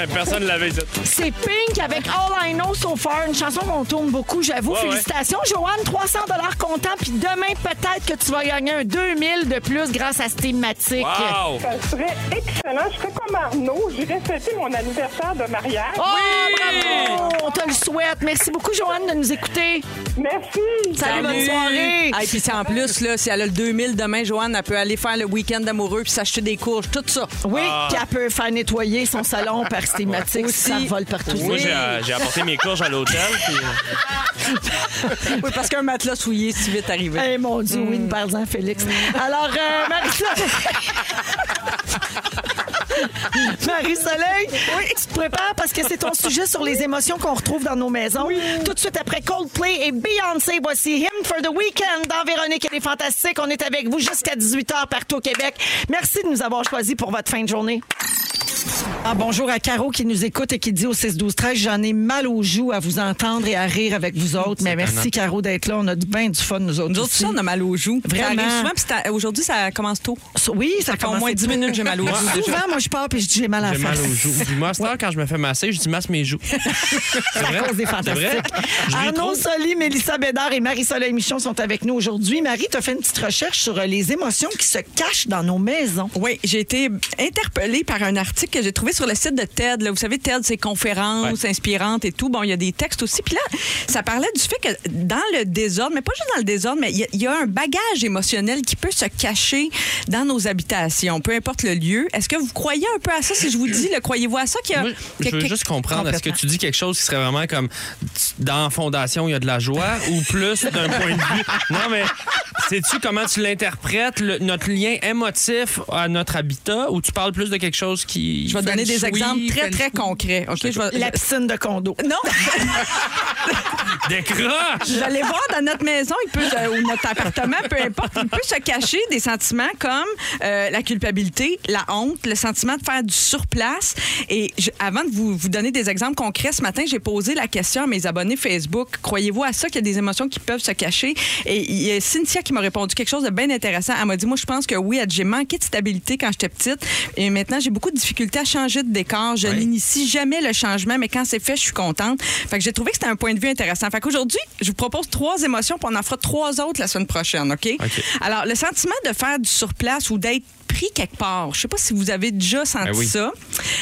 [SPEAKER 1] bravo!
[SPEAKER 3] Personne ne l'avait dit.
[SPEAKER 1] C'est Pink avec All I Know So Far, une chanson qu'on tourne beaucoup, j'avoue.
[SPEAKER 3] Ouais, ouais.
[SPEAKER 1] Félicitations, Joanne, 300 dollars comptant. Puis demain, peut-être que tu vas gagner un 2000 de plus grâce à cette thématique.
[SPEAKER 3] Wow!
[SPEAKER 10] Ça serait excellent. Je serais comme Arnaud. J'irais fêter mon anniversaire de mariage.
[SPEAKER 1] Oh, bravo! On te le souhaite. Merci beaucoup, Joanne, de nous écouter.
[SPEAKER 10] Merci.
[SPEAKER 1] Salut, bonne soirée.
[SPEAKER 4] Ah, et puis c'est en plus, là, si elle a le 2000 demain, Joanne, elle peut aller faire le week-end amoureux puis s'acheter des courges, tout ça.
[SPEAKER 1] Oui, qui peut faire nettoyer son salon par cette thématique. Ça vole partout.
[SPEAKER 3] Moi, j'ai euh, j'ai apporté mes courges à l'hôtel. puis-
[SPEAKER 4] Oui, parce qu'un matelas souillé, si vite arrivé.
[SPEAKER 1] Eh mon Dieu, oui, nous parlons, Félix. Alors, euh, Marie-Soleil. [laughs] Marie-Soleil, tu te prépares parce que c'est ton sujet sur les émotions qu'on retrouve dans nos maisons. Tout de suite après Coldplay et Beyoncé, voici Him for the Weekend dans Véronique et les Fantastiques. On est avec vous jusqu'à 18h partout au Québec. Merci de nous avoir choisis pour votre fin de journée. Ah, bonjour à Caro qui nous écoute et qui dit au 6-12-13, j'en ai mal aux joues à vous entendre et à rire avec vous autres. Mais merci, Caro, d'être là. On a du bien du fun, nous autres.
[SPEAKER 4] Nous autres,
[SPEAKER 1] aussi.
[SPEAKER 4] ça, on a mal aux joues.
[SPEAKER 1] Vraiment.
[SPEAKER 4] Ça arrive souvent, puis c'est à- aujourd'hui, ça commence tôt.
[SPEAKER 1] So- Oui, ça,
[SPEAKER 4] fait au moins 10 minutes,
[SPEAKER 1] [laughs]
[SPEAKER 4] j'ai mal aux joues, déjà.
[SPEAKER 1] Souvent, moi, je pars et je dis j'ai mal à la
[SPEAKER 3] J'ai mal
[SPEAKER 1] face.
[SPEAKER 3] aux joues. Puis moi, à cette heure, quand je me fais masser, je dis masse mes joues. C'est
[SPEAKER 1] À cause des fantastiques.
[SPEAKER 3] Je ris
[SPEAKER 1] Arnaud
[SPEAKER 3] trop.
[SPEAKER 1] Soli, Mélissa Bédard et Marie-Soleil Michon sont avec nous aujourd'hui. Marie, tu as fait une petite recherche sur euh, les émotions qui se cachent dans nos maisons.
[SPEAKER 4] Oui, j'ai été interpellée par un article que j'ai trouvé sur le site de TED, là, vous savez, TED, c'est conférences inspirantes et tout. Bon, il y a des textes aussi. Puis là, ça parlait du fait que dans le désordre, mais pas juste dans le désordre, mais il y, a- il y a un bagage émotionnel qui peut se cacher dans nos habitations, peu importe le lieu. Est-ce que vous croyez un peu à ça? Si je vous dis, le croyez-vous à ça? qu'il y a-
[SPEAKER 3] Moi, je
[SPEAKER 4] qu'il y a
[SPEAKER 3] veux
[SPEAKER 4] quelque-
[SPEAKER 3] juste comprendre, est-ce que tu
[SPEAKER 4] Complètement.
[SPEAKER 3] dis quelque chose qui serait vraiment comme tu- dans Fondation, il y a de la joie [laughs] ou plus d'un point de vue. Non, mais sais-tu comment tu l'interprètes, le- notre lien émotif à notre habitat ou tu parles plus de quelque chose qui.
[SPEAKER 4] Je vais te donner des exemples très, très concrets. OK? Je vais-
[SPEAKER 1] La piscine de condo.
[SPEAKER 4] Non,
[SPEAKER 3] Décroche!
[SPEAKER 4] je vais aller voir dans notre maison, il peut, euh, ou notre appartement, peu importe, il peut se cacher des sentiments comme euh, la culpabilité, la honte, le sentiment de faire du surplace. Et je- avant de vous, vous donner des exemples concrets, ce matin, j'ai posé la question à mes abonnés Facebook. Croyez-vous à ça qu'il y a des émotions qui peuvent se cacher? Et il y a Cynthia qui m'a répondu quelque chose de bien intéressant. Elle m'a dit, moi, je pense que oui, elle dit, j'ai manqué de stabilité quand j'étais petite. Et maintenant, j'ai beaucoup de difficultés à changer de décor. Je n'initie jamais le changement, mais quand c'est fait, je suis contente. Fait que j'ai trouvé que c'était un point de vue intéressant. Fait qu'aujourd'hui, je vous propose trois émotions, puis on en fera trois autres la semaine prochaine, OK?
[SPEAKER 3] OK.
[SPEAKER 4] Alors, le sentiment de faire du surplace ou d'être pris quelque part. Je sais pas si vous avez déjà senti
[SPEAKER 3] Ben oui.
[SPEAKER 4] ça.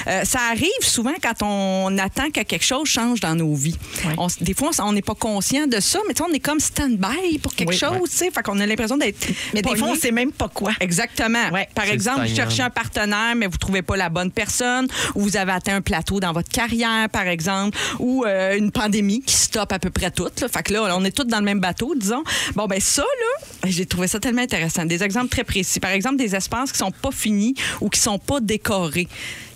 [SPEAKER 4] Euh, ça arrive souvent quand on attend que quelque chose change dans nos vies. On s- des fois, on s- on n'est pas conscient de ça, mais tu sais, on est comme stand-by pour quelque
[SPEAKER 1] Oui.
[SPEAKER 4] chose, tu sais. Fait qu'on a l'impression d'être.
[SPEAKER 1] Mais des fois, on
[SPEAKER 4] pogné.
[SPEAKER 1] sait même pas quoi.
[SPEAKER 4] Exactement.
[SPEAKER 1] Ouais.
[SPEAKER 4] Par
[SPEAKER 3] C'est
[SPEAKER 4] exemple, vous
[SPEAKER 3] stagnant.
[SPEAKER 4] cherchez un partenaire, mais vous trouvez pas la bonne personne, ou vous avez atteint un plateau dans votre carrière, par exemple, ou euh, une pandémie qui stoppe à peu près tout. Là. Fait que là, on est tous dans le même bateau, disons. Bon, ben ça, là, j'ai trouvé ça tellement intéressant. Des exemples très précis. Par exemple, des espaces qui sont pas finis ou qui sont pas décorés.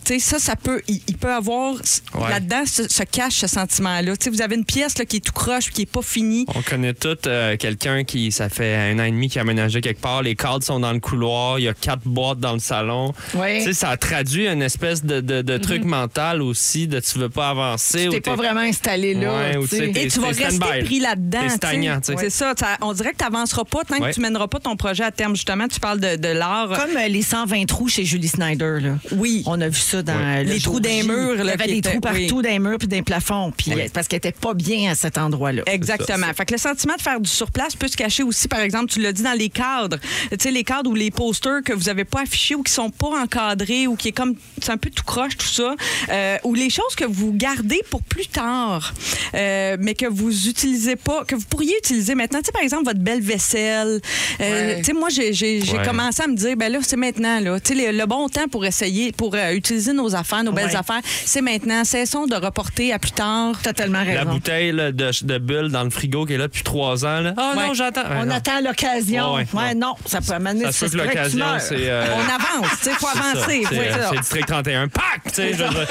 [SPEAKER 4] Tu sais, ça, ça peut, il, il peut avoir
[SPEAKER 3] Ouais.
[SPEAKER 4] là-dedans se, se cache ce sentiment-là. Tu sais, vous avez une pièce là, qui est tout croche, puis qui est pas finie.
[SPEAKER 3] On connaît tous euh, quelqu'un qui, ça fait un an et demi qui a aménagé quelque part, les cadres sont dans le couloir, il y a quatre boîtes dans le salon.
[SPEAKER 1] Ouais.
[SPEAKER 3] Tu sais, ça traduit une espèce de, de- de truc mental aussi, de tu veux pas avancer.
[SPEAKER 1] Tu
[SPEAKER 3] ou
[SPEAKER 1] t'es pas
[SPEAKER 3] t'es-
[SPEAKER 1] vraiment installé là.
[SPEAKER 3] Ouais, ou
[SPEAKER 1] tu
[SPEAKER 3] tu sais,
[SPEAKER 1] sais.
[SPEAKER 3] t'es-
[SPEAKER 4] Et tu vas
[SPEAKER 3] t'es
[SPEAKER 4] rester
[SPEAKER 3] stand-by,
[SPEAKER 4] pris là-dedans.
[SPEAKER 3] T'es
[SPEAKER 4] tu sais.
[SPEAKER 3] stagnant, tu sais.
[SPEAKER 4] C'est ça, ça- On dirait que tu n'avanceras pas tant
[SPEAKER 3] Ouais.
[SPEAKER 4] que tu mèneras pas ton projet à terme. Justement, tu parles de, de l'art.
[SPEAKER 1] Comme euh, les 120 trous chez Julie Snyder. Là.
[SPEAKER 4] Oui.
[SPEAKER 1] On a vu ça dans
[SPEAKER 3] Ouais.
[SPEAKER 1] le
[SPEAKER 4] Les
[SPEAKER 1] jour
[SPEAKER 4] trous d'un
[SPEAKER 1] J.
[SPEAKER 4] mur, là,
[SPEAKER 1] Il y avait
[SPEAKER 4] qui
[SPEAKER 1] des
[SPEAKER 4] étaient-
[SPEAKER 1] trous partout,
[SPEAKER 4] oui.
[SPEAKER 1] d'un mur puis d'un plafond. Puis euh, parce qu'elle était pas bien à cet endroit-là.
[SPEAKER 4] Exactement. Fait que le sentiment de faire du surplace peut se cacher aussi, par exemple, tu l'as dit dans les cadres. Tu sais, les cadres ou les posters que vous n'avez pas affichés ou qui sont pas encadrés ou qui est comme. C'est un peu tout croche, tout ça. Euh, ou les choses que vous gardez pour plus tard, euh, mais que vous utilisez pas, que vous pourriez utiliser maintenant. Tu sais, par exemple, votre belle vaisselle. Euh,
[SPEAKER 6] Ouais.
[SPEAKER 4] Tu sais, moi, j'ai j'ai- j'ai
[SPEAKER 3] Ouais.
[SPEAKER 4] commencé à me dire, ben là, c'est maintenant, là. Tu sais, le, le bon temps pour essayer, pour euh, utiliser nos affaires, nos belles
[SPEAKER 1] Ouais.
[SPEAKER 4] affaires, c'est maintenant. Cessons de reporter à plus tard.
[SPEAKER 1] T'as tellement
[SPEAKER 3] La
[SPEAKER 1] raison.
[SPEAKER 3] bouteille là, de, de bulle dans le frigo qui est là depuis trois ans. là. Ah non,
[SPEAKER 4] Ouais.
[SPEAKER 3] j'attends. Ah,
[SPEAKER 1] On
[SPEAKER 3] non.
[SPEAKER 1] attend l'occasion.
[SPEAKER 3] Ouais,
[SPEAKER 1] Ouais,
[SPEAKER 3] ouais.
[SPEAKER 1] non, ça peut amener
[SPEAKER 3] Ça se peut
[SPEAKER 1] c'est
[SPEAKER 3] que
[SPEAKER 1] vrai tu
[SPEAKER 3] l'occasion,
[SPEAKER 1] meurs.
[SPEAKER 3] c'est. euh,
[SPEAKER 4] On avance, tu sais, faut
[SPEAKER 3] c'est ça.
[SPEAKER 4] avancer.
[SPEAKER 3] C'est
[SPEAKER 4] faut être
[SPEAKER 3] euh,
[SPEAKER 4] là.
[SPEAKER 3] c'est le district 31. Pac! Tu sais, je veux dire.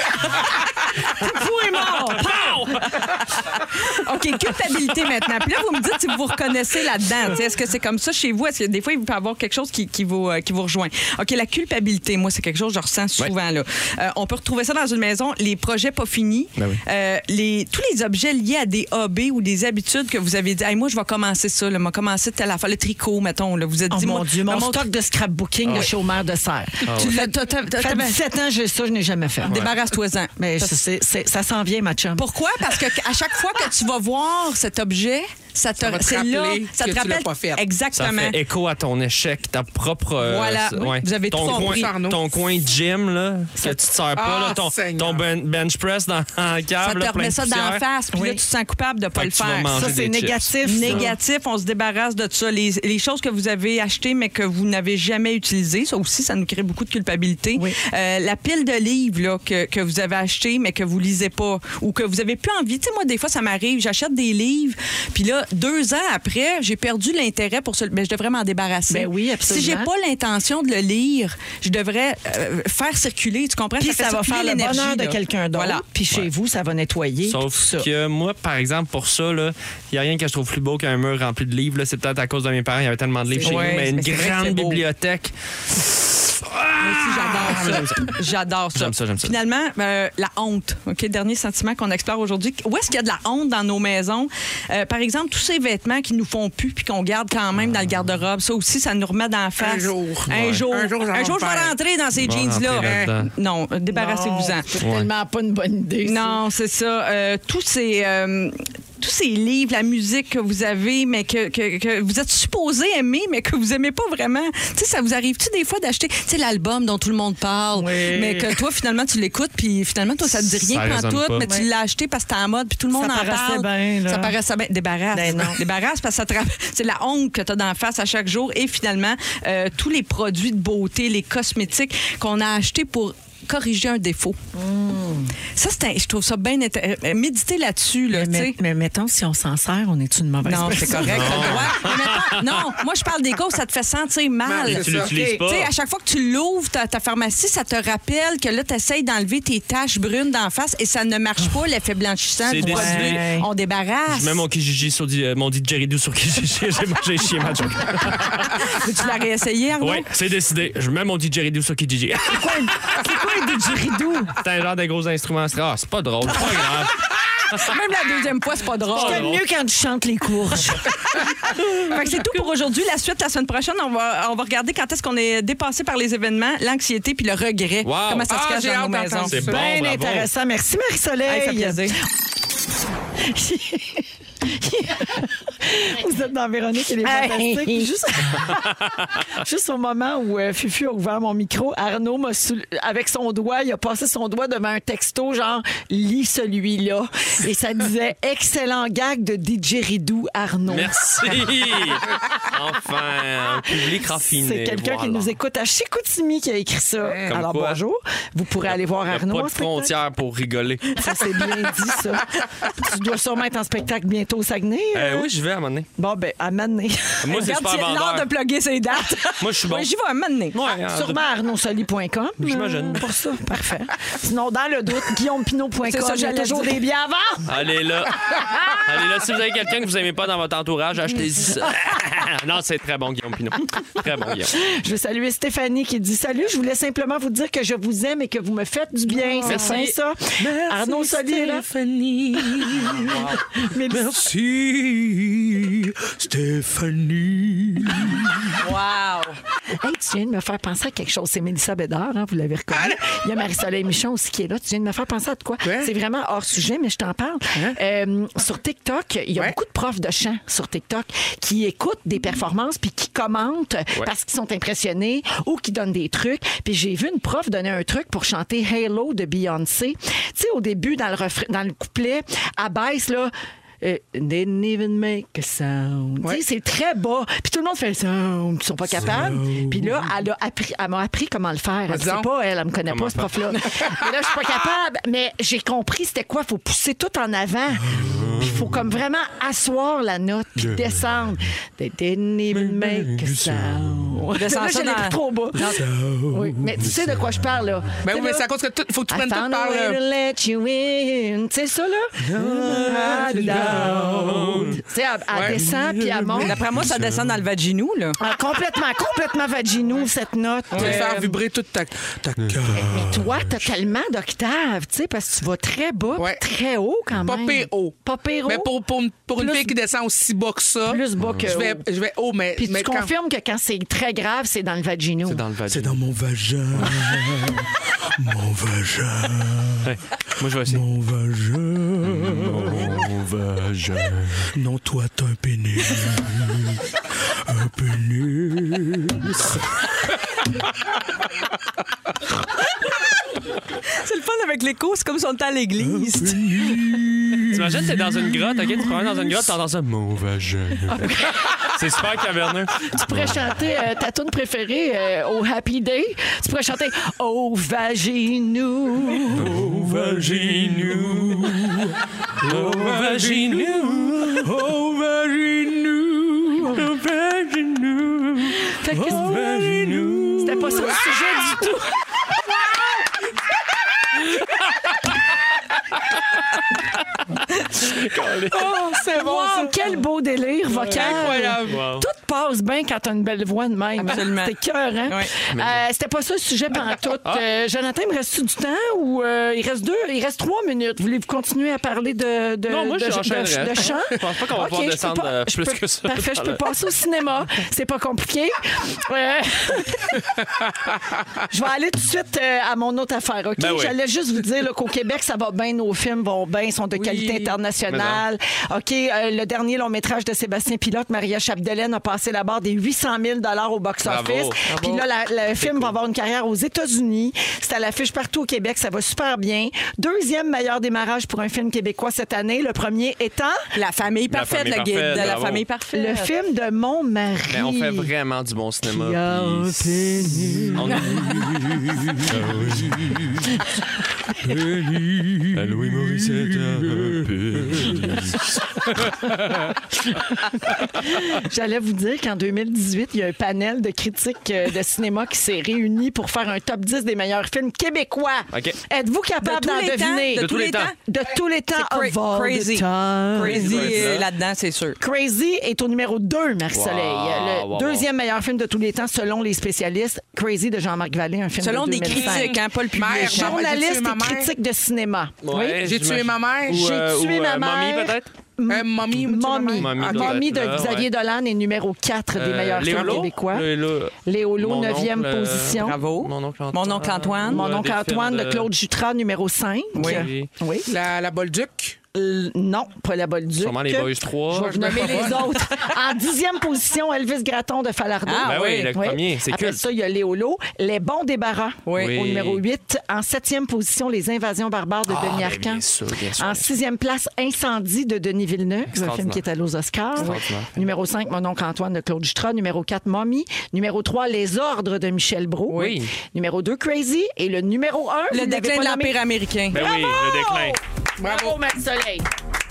[SPEAKER 4] Fou et mort. Pow! [laughs] OK, culpabilité maintenant. Puis là, vous me dites si vous vous reconnaissez là-dedans. Tu sais, Est-ce que c'est comme ça chez vous? Est-ce que des fois, il peut y avoir quelque chose qui, qui vous, euh, qui vous rejoint? OK, la culpabilité, moi, c'est quelque chose que je ressens souvent. Là. Euh, on peut retrouver ça dans une maison, les projets pas finis,
[SPEAKER 3] Ben oui.
[SPEAKER 4] euh, les, tous les objets liés à des hobbies ou des habitudes que vous avez dit, Hey, moi, je vais commencer ça, là, je vais commencer telle affaire, le tricot, mettons. Là. Vous êtes
[SPEAKER 1] Oh
[SPEAKER 4] dit,
[SPEAKER 1] mon
[SPEAKER 4] moi,
[SPEAKER 1] Dieu, mon
[SPEAKER 4] maman,
[SPEAKER 1] stock de scrapbooking
[SPEAKER 3] Ah
[SPEAKER 1] de chômeur de serre.
[SPEAKER 4] tu l'as- t'as- t'as- t'as-
[SPEAKER 1] Ça fait
[SPEAKER 4] t'as-
[SPEAKER 1] 17 ans, j'ai ça, je n'ai jamais fait.
[SPEAKER 4] Débarrasse-toi-en. Ben,
[SPEAKER 1] Mais je sais, c'est- ça s'en vient, ma chum.
[SPEAKER 4] Pourquoi? Parce que à chaque fois que tu vas voir cet objet, ça te,
[SPEAKER 6] Ça va te
[SPEAKER 4] c'est
[SPEAKER 6] rappeler
[SPEAKER 4] là, ça
[SPEAKER 6] que
[SPEAKER 4] te
[SPEAKER 6] tu
[SPEAKER 4] rappelle
[SPEAKER 6] l'as pas fait.
[SPEAKER 3] Ça
[SPEAKER 4] exactement.
[SPEAKER 3] fait écho à ton échec, ta propre. euh,
[SPEAKER 4] Voilà.
[SPEAKER 3] c'est-
[SPEAKER 4] Oui, vous avez
[SPEAKER 3] ton
[SPEAKER 4] tout compris,
[SPEAKER 3] coin,
[SPEAKER 6] Arnaud.
[SPEAKER 3] Ton coin gym, là, que tu te sers pas,
[SPEAKER 6] Ah,
[SPEAKER 3] là, ton,
[SPEAKER 6] Seigneur.
[SPEAKER 3] ton ben- bench press dans [laughs] en câble.
[SPEAKER 4] ça te
[SPEAKER 3] là, plein
[SPEAKER 4] remet
[SPEAKER 3] de
[SPEAKER 4] ça dans la
[SPEAKER 3] poussière.
[SPEAKER 4] face, puis
[SPEAKER 1] Oui.
[SPEAKER 4] là, tu te sens coupable de ne pas
[SPEAKER 3] Fait
[SPEAKER 4] le
[SPEAKER 3] que tu vas
[SPEAKER 4] faire.
[SPEAKER 3] manger
[SPEAKER 1] Ça, c'est
[SPEAKER 3] des chips.
[SPEAKER 1] négatif. ça.
[SPEAKER 4] Négatif, on se débarrasse de ça. Les, les choses que vous avez achetées mais que vous n'avez jamais utilisées, ça aussi, ça nous crée beaucoup de culpabilité.
[SPEAKER 1] Oui.
[SPEAKER 4] Euh, la pile de livres là, que, que vous avez acheté mais que vous lisez pas ou que vous avez plus envie. Tu sais, moi, des fois, ça m'arrive, j'achète des livres, puis là, deux ans après, j'ai perdu l'intérêt pour ça. Mais je devrais m'en débarrasser.
[SPEAKER 1] Ben oui, absolument.
[SPEAKER 4] Si j'ai pas l'intention de le lire, je devrais euh, faire circuler, tu comprends?
[SPEAKER 1] Puis
[SPEAKER 4] fait
[SPEAKER 1] ça va
[SPEAKER 4] circuler
[SPEAKER 1] faire le
[SPEAKER 4] l'énergie,
[SPEAKER 1] bonheur de
[SPEAKER 4] là.
[SPEAKER 1] quelqu'un d'autre.
[SPEAKER 4] Voilà.
[SPEAKER 1] Puis chez vous, ça va nettoyer. tout
[SPEAKER 3] Sauf
[SPEAKER 1] ça.
[SPEAKER 3] que moi, par exemple, pour ça, il n'y a rien que je trouve plus beau qu'un mur rempli de livres. là. C'est peut-être à cause de mes parents, il y avait tellement de livres
[SPEAKER 4] C'est-
[SPEAKER 3] chez
[SPEAKER 4] Ouais,
[SPEAKER 3] nous, mais
[SPEAKER 4] mais
[SPEAKER 3] une
[SPEAKER 4] c'est vrai que
[SPEAKER 3] grande
[SPEAKER 4] c'est beau.
[SPEAKER 3] bibliothèque.
[SPEAKER 4] Moi aussi, j'adore ça. J'adore ça.
[SPEAKER 3] Ah, J'aime ça, j'aime ça.
[SPEAKER 4] Finalement, euh, la honte. OK, dernier sentiment qu'on explore aujourd'hui. Où est-ce qu'il y a de la honte dans nos maisons? Euh, par exemple, tous ces vêtements qui nous font plus puis qu'on garde quand même dans le garde-robe. Ça aussi, ça nous remet dans la face.
[SPEAKER 6] jour.
[SPEAKER 4] Un
[SPEAKER 6] Ouais.
[SPEAKER 4] jour.
[SPEAKER 6] Un jour, ça va
[SPEAKER 4] je
[SPEAKER 6] me faire.
[SPEAKER 4] vais rentrer dans ces
[SPEAKER 3] Je vais
[SPEAKER 4] jeans-là.
[SPEAKER 3] rentrer là-dedans.
[SPEAKER 4] non,
[SPEAKER 1] Non,
[SPEAKER 4] euh, débarrassez-vous-en.
[SPEAKER 1] C'est tellement pas une bonne idée. ça.
[SPEAKER 4] Non, c'est ça. Euh, tous ces, euh, tous ces livres, la musique que vous avez, mais que, que- que vous êtes supposé aimer, mais que vous aimez pas vraiment. Tu sais, ça vous arrive-tu des fois d'acheter, tu sais, l'album dont tout le monde parle,
[SPEAKER 1] Oui.
[SPEAKER 4] mais que toi, finalement, tu l'écoutes, puis finalement, toi, ça te dit
[SPEAKER 11] Ça
[SPEAKER 4] rien
[SPEAKER 11] résonne
[SPEAKER 4] tout,
[SPEAKER 11] pas.
[SPEAKER 4] mais tu l'as acheté parce que t'es en mode, puis tout le monde
[SPEAKER 1] Ça
[SPEAKER 4] en
[SPEAKER 1] paraissait
[SPEAKER 4] parle.
[SPEAKER 1] bien, là.
[SPEAKER 4] Ça paraissait bien. Débarrasse.
[SPEAKER 1] Ben non.
[SPEAKER 4] Débarrasse parce que ça te rapp- c'est la honte que tu as dans la face à chaque jour. Et finalement, euh, tous les produits de beauté, les cosmétiques qu'on a achetés pour corriger un défaut. Ça, c'est un- je trouve ça bien intéressant. Méditer là-dessus, là, tu
[SPEAKER 1] mais,
[SPEAKER 4] sais.
[SPEAKER 1] mais mettons, si on s'en sert, on est une mauvaise
[SPEAKER 4] Non, c'est
[SPEAKER 1] personne?
[SPEAKER 4] correct. t'as le droit. Mais mettons- non, moi, je parle des causes, ça te fait sentir mal.
[SPEAKER 6] Mais
[SPEAKER 11] Tu
[SPEAKER 6] ça,
[SPEAKER 11] l'utilises
[SPEAKER 6] ok.
[SPEAKER 11] pas.
[SPEAKER 4] Tu sais, à chaque fois que tu l'ouvres, ta, ta pharmacie, ça te rappelle que là, tu essayes d'enlever tes taches brunes d'en face et ça ne marche pas, l'effet
[SPEAKER 1] Hein,
[SPEAKER 4] blanchissant
[SPEAKER 11] C'est
[SPEAKER 4] du produit.
[SPEAKER 11] décidé.
[SPEAKER 4] On débarrasse.
[SPEAKER 1] Ah,
[SPEAKER 11] Je mets mon Kijiji sur di- euh, mon didgeridoo sur
[SPEAKER 3] [laughs]
[SPEAKER 11] Kijiji. J'ai mangé chier ma joke.
[SPEAKER 1] Ah,
[SPEAKER 4] Mais tu l'as réessayé, Arnaud?
[SPEAKER 11] Ouais, c'est décidé. Je mets mon didgeridoo sur
[SPEAKER 3] [laughs]
[SPEAKER 11] Kijiji.
[SPEAKER 1] C'est quoi un didgeridoo?
[SPEAKER 3] Oh,
[SPEAKER 11] C'est un genre de gros instrument. Ah, c'est pas drôle. C'est pas grave.
[SPEAKER 4] Même la deuxième fois, c'est pas drôle.
[SPEAKER 1] J'aime mieux quand tu chantes les courges.
[SPEAKER 3] Oh,
[SPEAKER 4] Fait que c'est tout pour aujourd'hui. La suite, la semaine prochaine, on va, on va regarder quand est-ce qu'on est dépassé par les événements, l'anxiété puis le regret.
[SPEAKER 11] Wow.
[SPEAKER 4] Comment ça se
[SPEAKER 6] Ah,
[SPEAKER 4] cache
[SPEAKER 6] j'ai
[SPEAKER 4] dans nos
[SPEAKER 6] hâte d'entendre
[SPEAKER 4] maisons.
[SPEAKER 11] C'est bon,
[SPEAKER 1] Bien
[SPEAKER 11] bravo.
[SPEAKER 1] intéressant. Merci, Marie-Soleil.
[SPEAKER 4] Hey, ça fait plaisir.
[SPEAKER 1] Vous êtes dans Véronique et les Fantastiques. Juste... [laughs] Juste au moment où euh, Fufu a ouvert mon micro, Arnaud, m'a soul- avec son doigt, il a passé son doigt devant un texto genre « Lis celui-là ». Et ça disait « Excellent gag de Didgeridoo, Arnaud ». [laughs]
[SPEAKER 3] Merci! enfin, un public raffiné.
[SPEAKER 1] C'est quelqu'un qui
[SPEAKER 3] voilà.
[SPEAKER 1] nous écoute à Chicoutimi qui a écrit ça.
[SPEAKER 3] Comme
[SPEAKER 1] Alors
[SPEAKER 3] quoi,
[SPEAKER 1] bonjour, vous pourrez aller voir
[SPEAKER 3] Il y a
[SPEAKER 1] Arnaud.
[SPEAKER 3] Pas
[SPEAKER 1] en
[SPEAKER 3] de
[SPEAKER 1] spectacle.
[SPEAKER 3] frontières pour rigoler.
[SPEAKER 1] Ça, c'est bien dit, ça. tu dois sûrement être en spectacle bientôt au Saguenay.
[SPEAKER 3] Euh, oui, je vais à un moment donné.
[SPEAKER 1] Bon, ben, à Mané.
[SPEAKER 3] Moi, c'est
[SPEAKER 4] Regarde,
[SPEAKER 3] super
[SPEAKER 4] tu as
[SPEAKER 3] vendeur.
[SPEAKER 4] l'art de plugger ses [laughs] dates.
[SPEAKER 3] Moi, je suis bon.
[SPEAKER 4] Ouais, J'y vais un moment donné.
[SPEAKER 3] Ouais, hein. en-
[SPEAKER 1] Ah, Sûrement arnaudsoli.com.
[SPEAKER 3] J'imagine.
[SPEAKER 1] euh,
[SPEAKER 3] [laughs]
[SPEAKER 1] Pour ça, parfait. Sinon, dans le doute, guillaumepinot.com.
[SPEAKER 4] C'est ça,
[SPEAKER 1] J'ai
[SPEAKER 4] j'allais
[SPEAKER 1] toujours
[SPEAKER 4] dire.
[SPEAKER 1] des biens avant.
[SPEAKER 3] Allez
[SPEAKER 1] [laughs]
[SPEAKER 3] là. Allez là, si vous avez quelqu'un que vous aimez pas dans votre entourage, achetez-y
[SPEAKER 1] [laughs]
[SPEAKER 3] ça. non, c'est très bon, Guillaume Pinot. Très bon, Guillaume.
[SPEAKER 1] Je veux saluer Stéphanie qui dit Salut, je voulais simplement vous dire que je vous aime et que vous me faites du bien. C'est
[SPEAKER 3] Merci.
[SPEAKER 1] sain, ça. Arnaud Soli est là. Mais-
[SPEAKER 6] Merci, Stéphanie.
[SPEAKER 4] Wow.
[SPEAKER 1] Hey, tu viens de me faire penser à quelque chose. C'est Mélissa Bédard, hein, vous l'avez reconnu. Il y a Marie-Soleil Michon aussi qui est là. Tu viens de me faire penser à de quoi? C'est vraiment hors sujet, mais je t'en parle. Euh, sur TikTok, il y a beaucoup de profs de chant sur TikTok qui écoutent des performances puis qui commentent parce qu'ils sont impressionnés ou qui donnent des trucs. Puis j'ai vu une prof donner un truc pour chanter Halo de Beyoncé. Tu sais, au début, dans le, refrain- dans le couplet, à baisse, là. euh, didn't even make a sound. Tu sais, C'est très bas. Puis tout le monde fait le sound. Ils sont pas capables. Puis là, elle a appris, elle m'a appris comment le faire. Elle sait
[SPEAKER 6] donc.
[SPEAKER 1] pas, elle, elle me connaît pas, ce prof-là. mais là, je suis pas capable. Mais j'ai compris c'était quoi. Faut pousser tout en avant. Puis faut comme vraiment asseoir la note puis descendre. They didn't even make a sound.
[SPEAKER 4] Descends
[SPEAKER 1] Là, je
[SPEAKER 4] ça
[SPEAKER 1] l'ai
[SPEAKER 4] dans-
[SPEAKER 1] pris trop bas. Oui, Mais tu sais de quoi je parle, là. Tu
[SPEAKER 6] Ben oui,
[SPEAKER 1] sais,
[SPEAKER 6] mais
[SPEAKER 1] là,
[SPEAKER 6] c'est à cause que tout, faut que tu
[SPEAKER 1] I
[SPEAKER 6] prennes tout
[SPEAKER 1] found a
[SPEAKER 6] par
[SPEAKER 1] way to
[SPEAKER 6] le.
[SPEAKER 1] let you in. Tu sais ça, là? Tu sais, elle, elle descend, puis elle monte.
[SPEAKER 4] D'après moi, ça descend dans le vaginou, là.
[SPEAKER 1] Ah, complètement, complètement vaginou, cette note.
[SPEAKER 6] Tu vas
[SPEAKER 1] Euh,
[SPEAKER 6] faire vibrer toute ta, ta cage.
[SPEAKER 1] mais toi, t'as tellement d'octaves, tu sais, parce que tu vas très bas, puis
[SPEAKER 6] Ouais.
[SPEAKER 1] très haut quand
[SPEAKER 6] Pas
[SPEAKER 1] même.
[SPEAKER 6] pire haut.
[SPEAKER 1] Pas pire haut.
[SPEAKER 6] Mais pour, pour, pour une
[SPEAKER 1] Plus-
[SPEAKER 6] fille qui descend aussi bas que ça,
[SPEAKER 1] plus bas que
[SPEAKER 6] je vais,
[SPEAKER 1] haut.
[SPEAKER 6] je vais haut, mais,
[SPEAKER 1] Puis
[SPEAKER 6] mais
[SPEAKER 1] tu
[SPEAKER 6] quand-
[SPEAKER 1] confirmes que quand c'est très grave, c'est dans le vaginou.
[SPEAKER 3] C'est dans le vagin.
[SPEAKER 6] C'est dans mon [laughs] vagin. mon vagin.
[SPEAKER 3] Ouais. Moi, je vais essayer.
[SPEAKER 6] Mon vagin. Mon vagin. Non, toi, t'as un pénis. un pénis.
[SPEAKER 4] C'est le fun avec l'écho, c'est comme si on était à l'église.
[SPEAKER 11] T'imagines, t'es dans une grotte, ok? Tu te promènes dans une grotte, t'entends ça. Mon vagin. [laughs] C'est super caverneux.
[SPEAKER 1] Tu pourrais chanter euh, ta tune préférée euh, au Happy Day. Tu pourrais chanter Oh vaginou.
[SPEAKER 11] Au vaginou. Au vaginou. Au vaginou. Au vaginou.
[SPEAKER 1] Fait que qu'est-ce que- C'était pas ça le sujet du tout. [laughs] Oh, c'est bon. ça. Quel beau délire vocal.
[SPEAKER 6] Incroyable.
[SPEAKER 11] Wow.
[SPEAKER 1] Tout passe bien quand t'as une belle voix de même.
[SPEAKER 4] Absolument.
[SPEAKER 1] T'es cœur, hein?
[SPEAKER 4] Oui.
[SPEAKER 1] Euh, C'était pas ça le sujet pantoute.
[SPEAKER 3] Ah.
[SPEAKER 1] Euh, Jonathan, il me reste-tu du temps ou euh, il reste deux, il reste trois minutes? Voulez-vous continuer à parler de, de,
[SPEAKER 3] Non, moi,
[SPEAKER 1] de,
[SPEAKER 3] je
[SPEAKER 1] de-
[SPEAKER 3] enchaînerais.
[SPEAKER 1] de chant?
[SPEAKER 3] Je pense pas qu'on va
[SPEAKER 1] Ok,
[SPEAKER 3] pouvoir
[SPEAKER 1] je peux
[SPEAKER 3] descendre,
[SPEAKER 1] pas-
[SPEAKER 3] euh,
[SPEAKER 1] je
[SPEAKER 3] plus
[SPEAKER 1] peux-
[SPEAKER 3] que ça.
[SPEAKER 1] Parfait, je peux passer au cinéma. C'est pas compliqué. Euh, je vais aller tout de suite euh, à mon autre affaire, OK?
[SPEAKER 3] Ben oui.
[SPEAKER 1] J'allais juste vous dire là, qu'au Québec, ça va bien, nos films vont bien, ils sont de qualité internationale. nationale. OK, euh, le dernier long métrage de Sébastien Pilote, Maria Chapdelaine, a passé la barre des 800 000 au box-office.
[SPEAKER 5] Bravo.
[SPEAKER 1] Puis là, la- le film va avoir une carrière aux États-Unis. C'est à l'affiche partout au Québec. Ça va super bien. Deuxième meilleur démarrage pour un film québécois cette année. Le premier étant.
[SPEAKER 4] La famille
[SPEAKER 3] La parfaite, famille le guide de parfaite, La bravo. famille parfaite.
[SPEAKER 1] Le
[SPEAKER 4] Ah,
[SPEAKER 1] film de mon mari.
[SPEAKER 3] Mais on fait vraiment du bon cinéma. puis On
[SPEAKER 11] Louis Morissette,
[SPEAKER 1] J'allais vous dire qu'en 2018, il y a un panel de critiques euh, de cinéma qui s'est réuni pour faire un top 10 des meilleurs films québécois.
[SPEAKER 3] OK.
[SPEAKER 1] Êtes-vous capable
[SPEAKER 4] De tous
[SPEAKER 1] d'en
[SPEAKER 4] les temps,
[SPEAKER 1] deviner?
[SPEAKER 4] de De tous tous les les temps. temps.
[SPEAKER 1] De tous les temps.
[SPEAKER 4] C'est
[SPEAKER 1] of
[SPEAKER 4] cra-
[SPEAKER 1] all
[SPEAKER 4] crazy.
[SPEAKER 1] the time.
[SPEAKER 4] Crazy est là-dedans, c'est sûr.
[SPEAKER 1] Crazy est au numéro 2, Marc-Soleil.
[SPEAKER 4] Wow,
[SPEAKER 1] le
[SPEAKER 4] wow, wow.
[SPEAKER 1] deuxième meilleur film de tous les temps, selon les spécialistes. Crazy de Jean-Marc Vallée, un film
[SPEAKER 4] Selon
[SPEAKER 1] de
[SPEAKER 4] des
[SPEAKER 1] 2005.
[SPEAKER 4] critiques, hein, pas le public.
[SPEAKER 1] Mère,
[SPEAKER 4] Jean-Marc,
[SPEAKER 1] Journaliste
[SPEAKER 4] j'ai tué ma
[SPEAKER 1] et
[SPEAKER 4] mère.
[SPEAKER 1] critique de cinéma.
[SPEAKER 4] Ouais,
[SPEAKER 1] oui?
[SPEAKER 4] J'ai tué j'imagine. ma mère.
[SPEAKER 1] J'ai
[SPEAKER 4] Ou, euh,
[SPEAKER 1] tué
[SPEAKER 4] ou,
[SPEAKER 1] ma
[SPEAKER 4] euh,
[SPEAKER 1] mère.
[SPEAKER 4] Mommy, peut-être?
[SPEAKER 6] Euh,
[SPEAKER 1] mommy,
[SPEAKER 4] Euh, Mommy.
[SPEAKER 1] mommy.
[SPEAKER 4] Mommy
[SPEAKER 1] Ah,
[SPEAKER 4] doit
[SPEAKER 1] Mommy
[SPEAKER 4] être
[SPEAKER 1] de
[SPEAKER 4] là,
[SPEAKER 1] Xavier
[SPEAKER 4] ouais.
[SPEAKER 1] Dolan est numéro 4 des
[SPEAKER 4] Euh,
[SPEAKER 1] meilleurs
[SPEAKER 4] Léo
[SPEAKER 1] films
[SPEAKER 4] Lo?
[SPEAKER 1] québécois.
[SPEAKER 3] Léo,
[SPEAKER 1] Léo Lo,
[SPEAKER 4] Mon
[SPEAKER 1] 9e
[SPEAKER 4] oncle, euh,
[SPEAKER 1] position.
[SPEAKER 4] Bravo.
[SPEAKER 3] Mon oncle Antoine.
[SPEAKER 4] Mon oncle Antoine.
[SPEAKER 1] Mon oncle
[SPEAKER 4] Des films
[SPEAKER 1] Antoine de
[SPEAKER 4] de-
[SPEAKER 1] Claude Jutras, numéro 5.
[SPEAKER 3] Oui.
[SPEAKER 1] oui.
[SPEAKER 6] La, la Bolduc?
[SPEAKER 1] non, pas la Bolduc.
[SPEAKER 3] Sûrement les Boys 3.
[SPEAKER 1] Je vais vous
[SPEAKER 3] Oh, Je me
[SPEAKER 1] nommer
[SPEAKER 3] fais
[SPEAKER 1] les
[SPEAKER 3] pas.
[SPEAKER 1] autres. [laughs] En dixième position, Elvis Gratton de Falardeau.
[SPEAKER 3] Ah, Ben oui, oui. le premier, c'est
[SPEAKER 1] Après
[SPEAKER 3] culte.
[SPEAKER 1] ça, il y a Léolo. Les bons débarras
[SPEAKER 3] Oui.
[SPEAKER 1] au numéro 8. En septième position, Les invasions barbares de
[SPEAKER 3] Ah,
[SPEAKER 1] Denis
[SPEAKER 3] ben,
[SPEAKER 1] Arcand.
[SPEAKER 3] bien sûr, bien sûr.
[SPEAKER 1] En sixième place, Incendie de Denis Villeneuve, un film
[SPEAKER 3] Extraordinaire.
[SPEAKER 1] qui est allé aux Oscars.
[SPEAKER 3] Extraordinaire.
[SPEAKER 1] Numéro 5, Mon oncle Antoine de Claude Jutras. Numéro 4, Mommy. Numéro 3, Les ordres de Michel Brault.
[SPEAKER 3] Oui.
[SPEAKER 1] Numéro 2, Crazy. Et le numéro 1,
[SPEAKER 4] Le déclin de l'Empire américain.
[SPEAKER 3] Ben oui, le déclin.
[SPEAKER 1] Bravo, Max Soleil.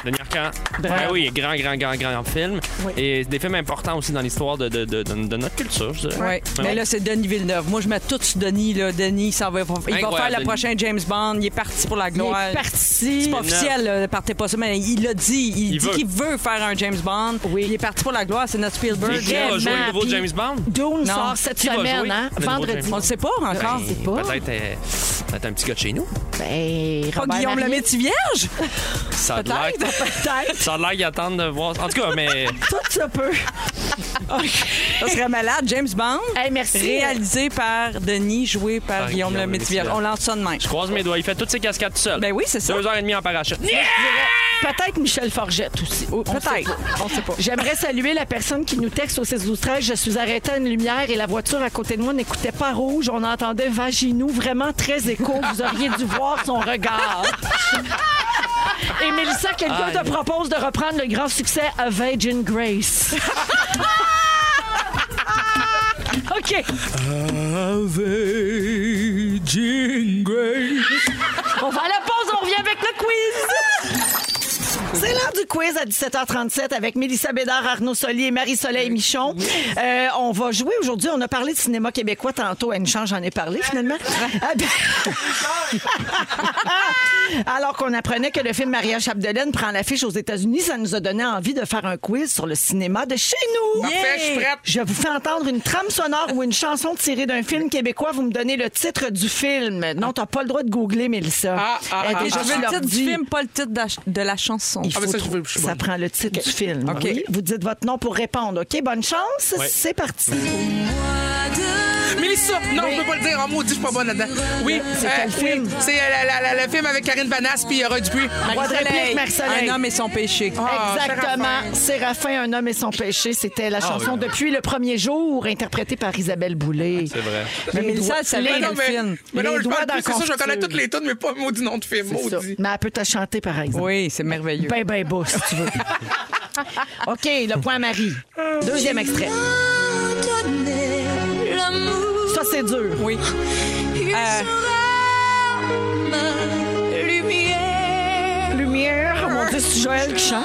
[SPEAKER 3] Denis Arcand.
[SPEAKER 1] Bravo.
[SPEAKER 3] Ben oui, grand, grand, grand, grand film. Et des films importants aussi dans l'histoire de, de, de, de- de notre culture, je dirais.
[SPEAKER 4] Ouais.
[SPEAKER 3] Ben
[SPEAKER 4] Mais
[SPEAKER 3] oui.
[SPEAKER 4] là, c'est Denis Villeneuve. Moi, je mets tout sur Denis. Là. Denis, ça va, il va
[SPEAKER 3] Incroyable,
[SPEAKER 4] faire le
[SPEAKER 3] Denis.
[SPEAKER 4] prochain James Bond. Il est parti pour la gloire.
[SPEAKER 1] Il est parti.
[SPEAKER 4] C'est pas officiel, là, partez pas ça, mais il l'a dit. Il,
[SPEAKER 3] Il
[SPEAKER 4] dit
[SPEAKER 3] veut.
[SPEAKER 4] qu'il veut faire un James Bond. Il est parti pour la gloire. C'est notre Spielberg.
[SPEAKER 3] Mais qui va jouer le nouveau
[SPEAKER 4] Puis
[SPEAKER 3] James Bond?
[SPEAKER 1] Dune
[SPEAKER 4] Non.
[SPEAKER 1] sort cette
[SPEAKER 4] Qui va
[SPEAKER 1] semaine,
[SPEAKER 4] jouer
[SPEAKER 1] hein?
[SPEAKER 3] le nouveau
[SPEAKER 1] vendredi.
[SPEAKER 3] James
[SPEAKER 4] On le sait pas encore.
[SPEAKER 3] Ben, Peut-être euh, peut-être un petit gars de chez nous.
[SPEAKER 1] Ben,
[SPEAKER 4] Pas
[SPEAKER 1] Robert
[SPEAKER 4] Guillaume
[SPEAKER 1] Marié.
[SPEAKER 4] le métier vierge?
[SPEAKER 3] Ça a de l'air. [laughs]
[SPEAKER 4] Peut-être.
[SPEAKER 3] Ça a l'air qu'ils attendent de voir. En tout cas, mais.
[SPEAKER 1] Tout ça peut.
[SPEAKER 4] Ça serait malade. James Bond,
[SPEAKER 1] merci.
[SPEAKER 4] réalisé par Denis, joué par,
[SPEAKER 3] Par
[SPEAKER 4] Guillaume,
[SPEAKER 3] Guillaume
[SPEAKER 4] le métier vierge.
[SPEAKER 3] Lemaitre-Vierge.
[SPEAKER 4] On lance ça demain.
[SPEAKER 3] Je croise mes doigts. Il fait toutes ses cascades tout seul.
[SPEAKER 4] Ben oui, c'est ça.
[SPEAKER 3] Deux heures et demie en parachute.
[SPEAKER 1] Peut-être Michel Forgette aussi. Oh, on
[SPEAKER 4] Peut-être.
[SPEAKER 1] sait pas.
[SPEAKER 4] On sait pas.
[SPEAKER 1] J'aimerais saluer la personne qui nous texte au 6 12 13 Je suis arrêtée à une lumière et la voiture à côté de moi n'écoutait pas rouge. On entendait vaginou, vraiment très écho. Vous auriez dû voir son [laughs] regard. Et Mélissa, quelqu'un
[SPEAKER 3] Aïe.
[SPEAKER 1] te propose de reprendre le grand succès A Virgin Grace. [laughs] OK. On va à la pause, on revient avec le quiz. C'est l'heure du quiz à 17h37 avec Mélissa Bédard, Arnaud Solier et Marie-Soleil Michon. Euh, on va jouer aujourd'hui. On a parlé de cinéma québécois tantôt. Anne Chan, j'en ai parlé finalement. Ah ben- [laughs] Alors qu'on apprenait que le film Maria Chapdelaine prend l'affiche aux États-Unis, ça nous a donné envie de faire un quiz sur le cinéma de chez nous.
[SPEAKER 6] Parfait, je suis prête.
[SPEAKER 1] Je vous fais entendre une trame sonore ou une chanson tirée d'un film québécois. Vous me donnez le titre du film. Non, t'as pas le droit de googler, Mélissa. Eh
[SPEAKER 6] Ah, ah,
[SPEAKER 1] Elle est
[SPEAKER 6] ah,
[SPEAKER 1] déjà
[SPEAKER 4] Je veux
[SPEAKER 1] sur
[SPEAKER 4] le titre
[SPEAKER 1] l'ordi.
[SPEAKER 4] du film, pas le titre de la ch- de la chanson.
[SPEAKER 1] Il
[SPEAKER 6] Ah,
[SPEAKER 1] faut
[SPEAKER 6] ben ça, je
[SPEAKER 1] trouver-
[SPEAKER 6] trouve- je suis
[SPEAKER 1] ça
[SPEAKER 6] bonne.
[SPEAKER 1] prend le titre du film.
[SPEAKER 4] OK.
[SPEAKER 1] Oui. Vous dites votre nom pour répondre. OK, bonne chance.
[SPEAKER 3] Ouais.
[SPEAKER 1] C'est parti.
[SPEAKER 6] Mélissa! Non, on peut pas le dire. En maudit, je suis pas bonne là-dedans. Oui,
[SPEAKER 1] C'est
[SPEAKER 6] euh,
[SPEAKER 1] quel
[SPEAKER 6] oui,
[SPEAKER 1] film?
[SPEAKER 6] C'est euh, la- la- la- le film avec Karine Vanasse puis euh, Roy Dupuis.
[SPEAKER 1] Droit de réplique, Marc-Soleil.
[SPEAKER 4] Un homme et son péché.
[SPEAKER 6] Ah,
[SPEAKER 1] Exactement. Séraphin, un homme et son péché, c'était la chanson
[SPEAKER 3] Ah, oui. Ah,
[SPEAKER 1] depuis le premier jour, interprétée par Isabelle Boulay.
[SPEAKER 3] C'est vrai.
[SPEAKER 1] Les
[SPEAKER 4] Mais Mélissa,
[SPEAKER 1] doigts-
[SPEAKER 4] elle savait
[SPEAKER 1] les-
[SPEAKER 4] quel
[SPEAKER 6] Non, mais,
[SPEAKER 4] film.
[SPEAKER 6] mais non,
[SPEAKER 1] Les
[SPEAKER 6] je
[SPEAKER 1] doigts
[SPEAKER 6] parle
[SPEAKER 1] dans
[SPEAKER 6] plus, c'est ça, je connais
[SPEAKER 1] Confuture.
[SPEAKER 6] toutes les tunes, mais pas le maudit nom de film.
[SPEAKER 1] C'est ça.
[SPEAKER 6] Maudit.
[SPEAKER 1] Mais elle peut te chanter, par exemple.
[SPEAKER 4] Oui, c'est merveilleux.
[SPEAKER 1] Ben, ben, bas, si tu
[SPEAKER 6] [laughs]
[SPEAKER 1] veux. OK, le point à Marie. Deuxième extrait. Ça, c'est dur.
[SPEAKER 4] Oui.
[SPEAKER 1] Lumière, mon Dieu, c'est Joël qui chante.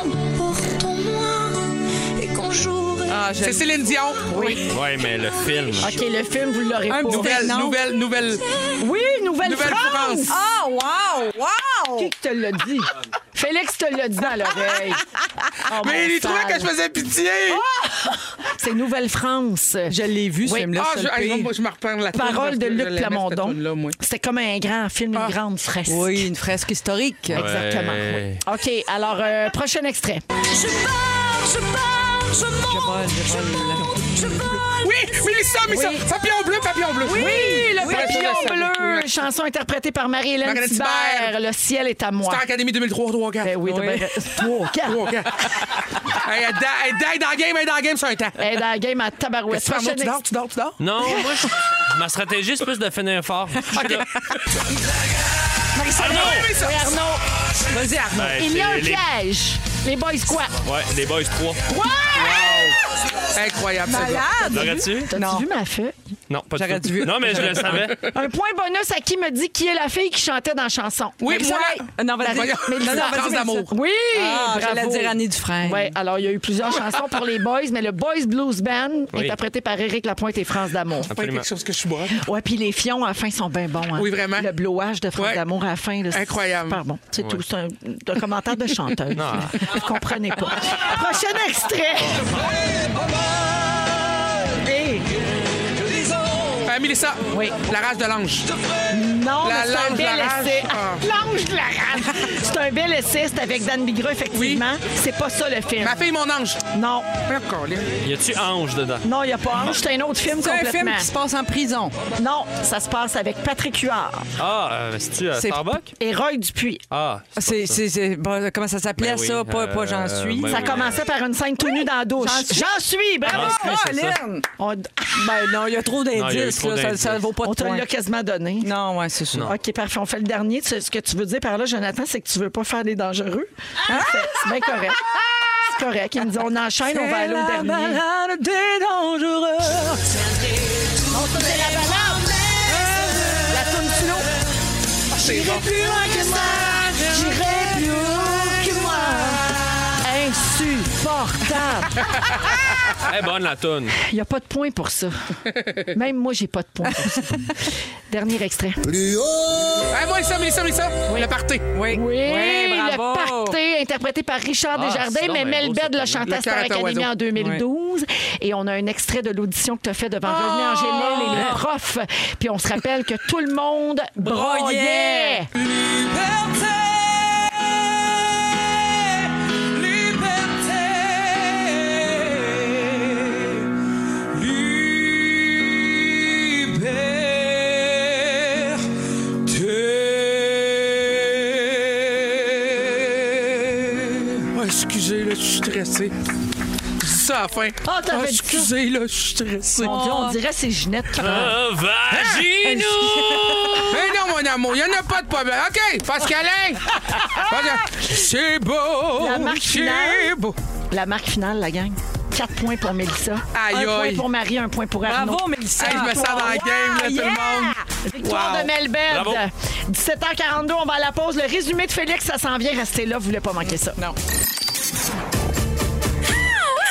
[SPEAKER 4] Ah, je-
[SPEAKER 6] C'est Céline Dion. Oui.
[SPEAKER 3] Ouais, mais le film.
[SPEAKER 1] OK, le film, vous l'aurez pas.
[SPEAKER 4] Un petit
[SPEAKER 6] Nouvelle,
[SPEAKER 4] Non.
[SPEAKER 6] nouvelle, nouvelle.
[SPEAKER 1] Oui, Nouvelle-France.
[SPEAKER 6] Nouvelle-France.
[SPEAKER 4] Ah, wow! Wow!
[SPEAKER 1] Qui que te l'a
[SPEAKER 6] [laughs]
[SPEAKER 1] dit? Félix te l'a dit à [laughs] l'oreille. Oh, mon
[SPEAKER 6] Mais il trouvait
[SPEAKER 1] sale. Ah,
[SPEAKER 6] que je faisais pitié.
[SPEAKER 1] C'est Nouvelle-France.
[SPEAKER 4] Je l'ai vu, ce
[SPEAKER 1] Oui.
[SPEAKER 4] film-là.
[SPEAKER 6] Ah,
[SPEAKER 4] c'est
[SPEAKER 6] je,
[SPEAKER 4] le
[SPEAKER 6] hey,
[SPEAKER 4] pire.
[SPEAKER 6] moi, je me reprends la toune parce
[SPEAKER 1] Parole de
[SPEAKER 6] que je
[SPEAKER 1] Luc
[SPEAKER 6] l'aimais, cette
[SPEAKER 1] Plamondon.
[SPEAKER 6] toune-là, moi. Ah.
[SPEAKER 1] C'était comme un grand film, une grande fresque.
[SPEAKER 4] Oui, une fresque historique.
[SPEAKER 1] Exactement.
[SPEAKER 3] Ouais.
[SPEAKER 1] oui. OK, alors, euh, prochain extrait.
[SPEAKER 4] Je vole, je vole.
[SPEAKER 6] Oui, Oui, Mélissa, Mélissa. Papillon bleu, papillon bleu.
[SPEAKER 1] Oui, le
[SPEAKER 6] Oui,
[SPEAKER 1] papillon
[SPEAKER 6] je le savais.
[SPEAKER 1] bleu, une chanson interprétée par Marie-Hélène
[SPEAKER 6] Marie-Hélène
[SPEAKER 1] Thibert.
[SPEAKER 6] Thibert.
[SPEAKER 1] Le ciel est à moi.
[SPEAKER 6] Star Academy 2003, 3 4.
[SPEAKER 1] Ben oui, t'as bien- Trois, quatre.
[SPEAKER 6] Hey, elle est dans- elle est dans la game, elle est dans la game sur un temps.
[SPEAKER 1] Elle est dans la game à tabarouette.
[SPEAKER 6] Qu'est-ce que tu fais, Arnaud? Tu dors, tu dors, tu dors?
[SPEAKER 11] Non, moi, je- ma stratégie, c'est plus de finir fort.
[SPEAKER 6] Arnaud!
[SPEAKER 1] Oui, Arnaud.
[SPEAKER 6] Vas-y, Arnaud.
[SPEAKER 11] Ben,
[SPEAKER 1] Il y a un
[SPEAKER 11] c'est les-
[SPEAKER 1] piège. Les boys quoi?
[SPEAKER 11] Ouais, les boys 3.
[SPEAKER 6] Incroyable, ça.
[SPEAKER 12] Malade!
[SPEAKER 11] L'aurais-tu?
[SPEAKER 1] T'as-tu vu ma feuille?
[SPEAKER 11] Non, pas du tout. Non, mais je le savais.
[SPEAKER 1] Un point bonus à qui me dit qui est la fille qui chantait dans la chanson.
[SPEAKER 6] Oui,
[SPEAKER 4] Mélissa,
[SPEAKER 6] moi.
[SPEAKER 4] hey, non, vas-y.
[SPEAKER 6] Voyons.
[SPEAKER 4] Non, non,
[SPEAKER 6] Mélissa,
[SPEAKER 4] vas-y,
[SPEAKER 6] Danse
[SPEAKER 4] Mélissa.
[SPEAKER 6] d'amour.
[SPEAKER 1] Oui,
[SPEAKER 4] Ah,
[SPEAKER 1] bravo.
[SPEAKER 4] j'allais dire Annie Dufresne.
[SPEAKER 1] Ouais, alors il y a eu
[SPEAKER 4] [laughs]
[SPEAKER 1] plusieurs chansons pour les boys, mais le Boys Blues Band,
[SPEAKER 11] Oui.
[SPEAKER 1] interprété par Éric Lapointe et France D'Amour.
[SPEAKER 6] Pas quelque chose que je suis bon.
[SPEAKER 1] Ouais, puis les fions à la fin sont bien bons. hein.
[SPEAKER 6] Oui, vraiment.
[SPEAKER 1] Le blowage de France
[SPEAKER 6] Ouais.
[SPEAKER 1] d'amour à la fin, là, c'est
[SPEAKER 6] Incroyable.
[SPEAKER 1] super bon. C'est tout. C'est un, un commentaire de chanteuse. Vous comprenez pas. Prochain extrait. Ah. Hey,
[SPEAKER 6] Euh, Mélissa.
[SPEAKER 1] Oui.
[SPEAKER 6] La race de l'ange.
[SPEAKER 1] non,
[SPEAKER 6] La
[SPEAKER 1] mais c'est un
[SPEAKER 6] langue de
[SPEAKER 1] bel
[SPEAKER 6] la rage.
[SPEAKER 1] essai. [laughs]
[SPEAKER 6] Ah.
[SPEAKER 1] L'ange de la rage. C'est un bel essai. C'est avec Dan Bigreux, effectivement. C'est pas ça le film.
[SPEAKER 6] Ma fille, mon ange.
[SPEAKER 1] Non,
[SPEAKER 6] Encore, là.
[SPEAKER 11] Y a-tu ange dedans?
[SPEAKER 1] non, il n'y a pas Ange. C'est un autre film
[SPEAKER 4] C'est un
[SPEAKER 1] complètement.
[SPEAKER 4] film qui se passe en prison.
[SPEAKER 1] Non, ça se passe avec Patrick Huard
[SPEAKER 11] Ah, euh, c'est-tu euh,
[SPEAKER 4] C'est-
[SPEAKER 11] Starbuck?
[SPEAKER 1] et Roy Dupuis.
[SPEAKER 11] Ah,
[SPEAKER 4] C'est, c'est, c'est- bon, comment ça s'appelait,
[SPEAKER 11] Ben oui,
[SPEAKER 4] ça? Pas, pas
[SPEAKER 11] euh,
[SPEAKER 4] J'en suis.
[SPEAKER 11] ben
[SPEAKER 1] Ça
[SPEAKER 11] oui.
[SPEAKER 1] commençait par une scène tout nue dans la douche. J'en suis, bravo!
[SPEAKER 11] Ah,
[SPEAKER 4] Ah,
[SPEAKER 11] c'est ça.
[SPEAKER 4] Lynn!
[SPEAKER 1] On,
[SPEAKER 4] Ben non, il y a trop
[SPEAKER 11] il y a eu
[SPEAKER 4] d'indices,
[SPEAKER 11] trop
[SPEAKER 4] là. Ça-
[SPEAKER 11] d'indices.
[SPEAKER 4] Ça ne vaut pas de
[SPEAKER 1] on te
[SPEAKER 4] points.
[SPEAKER 1] l'a quasiment donné.
[SPEAKER 4] Non, ouais, c'est ça.
[SPEAKER 1] OK, parfait. On fait le dernier. Tu sais, Ce que tu veux dire par là, Jonathan, c'est que tu veux pas faire les dangereux. Hein? C'est- C'est bien correct. C'est correct. Ils me disent on enchaîne, on va aller au dernier. La toune slow. J'irai plus loin que ça. J'irai plus haut que moi. Insupportable.
[SPEAKER 11] Eh, bonne la toune.
[SPEAKER 1] Il n'y a pas de point pour ça. Même moi, j'ai pas de point pour ça. Dernier extrait.
[SPEAKER 6] Eh, moi, Mélissa, Mélissa, Mélissa. Le party.
[SPEAKER 4] Oui,
[SPEAKER 1] Oui,
[SPEAKER 4] oui bravo.
[SPEAKER 1] le Pacté, interprété par Richard
[SPEAKER 11] Ah, c'est
[SPEAKER 1] Desjardins,
[SPEAKER 11] donc
[SPEAKER 1] mais
[SPEAKER 11] bien beau,
[SPEAKER 1] Melbed
[SPEAKER 11] cette
[SPEAKER 1] le chantait à Star
[SPEAKER 6] Le caractère
[SPEAKER 1] Academy
[SPEAKER 6] oiseau.
[SPEAKER 1] en 2012. Et on a un extrait de l'audition que tu as fait devant René Angélil et les profs. Puis on se rappelle que tout le monde broyait.
[SPEAKER 4] Broyait.
[SPEAKER 6] Ouais, excusez, là, je suis stressé. Je dis ça à la fin.
[SPEAKER 1] Ah, t'avais dit ça.
[SPEAKER 6] excusez, là, je suis stressé.
[SPEAKER 1] Mon Dieu, on dirait c'est Ginette qui parle.
[SPEAKER 11] Ah,
[SPEAKER 1] Ah.
[SPEAKER 11] Vagino!
[SPEAKER 6] Mais non, mon amour, il n'y en a pas de problème. OK, Pascalin! C'est beau!
[SPEAKER 1] La marque
[SPEAKER 6] C'est
[SPEAKER 1] finale.
[SPEAKER 6] beau!
[SPEAKER 1] La marque finale, la gang. 4 points pour Mélissa. un
[SPEAKER 6] Aïe,
[SPEAKER 1] point
[SPEAKER 6] aïe.
[SPEAKER 1] pour Marie, un point pour Arnaud.
[SPEAKER 4] Bravo, Mélissa.
[SPEAKER 6] Hey, je me sens dans la game, là, tout le monde.
[SPEAKER 1] Victoire
[SPEAKER 6] Wow.
[SPEAKER 1] de Melbert.
[SPEAKER 11] Bravo.
[SPEAKER 1] 17h42, on va à la pause. Le résumé de Félix, ça s'en vient. Restez là, vous voulez pas manquer ça. Non.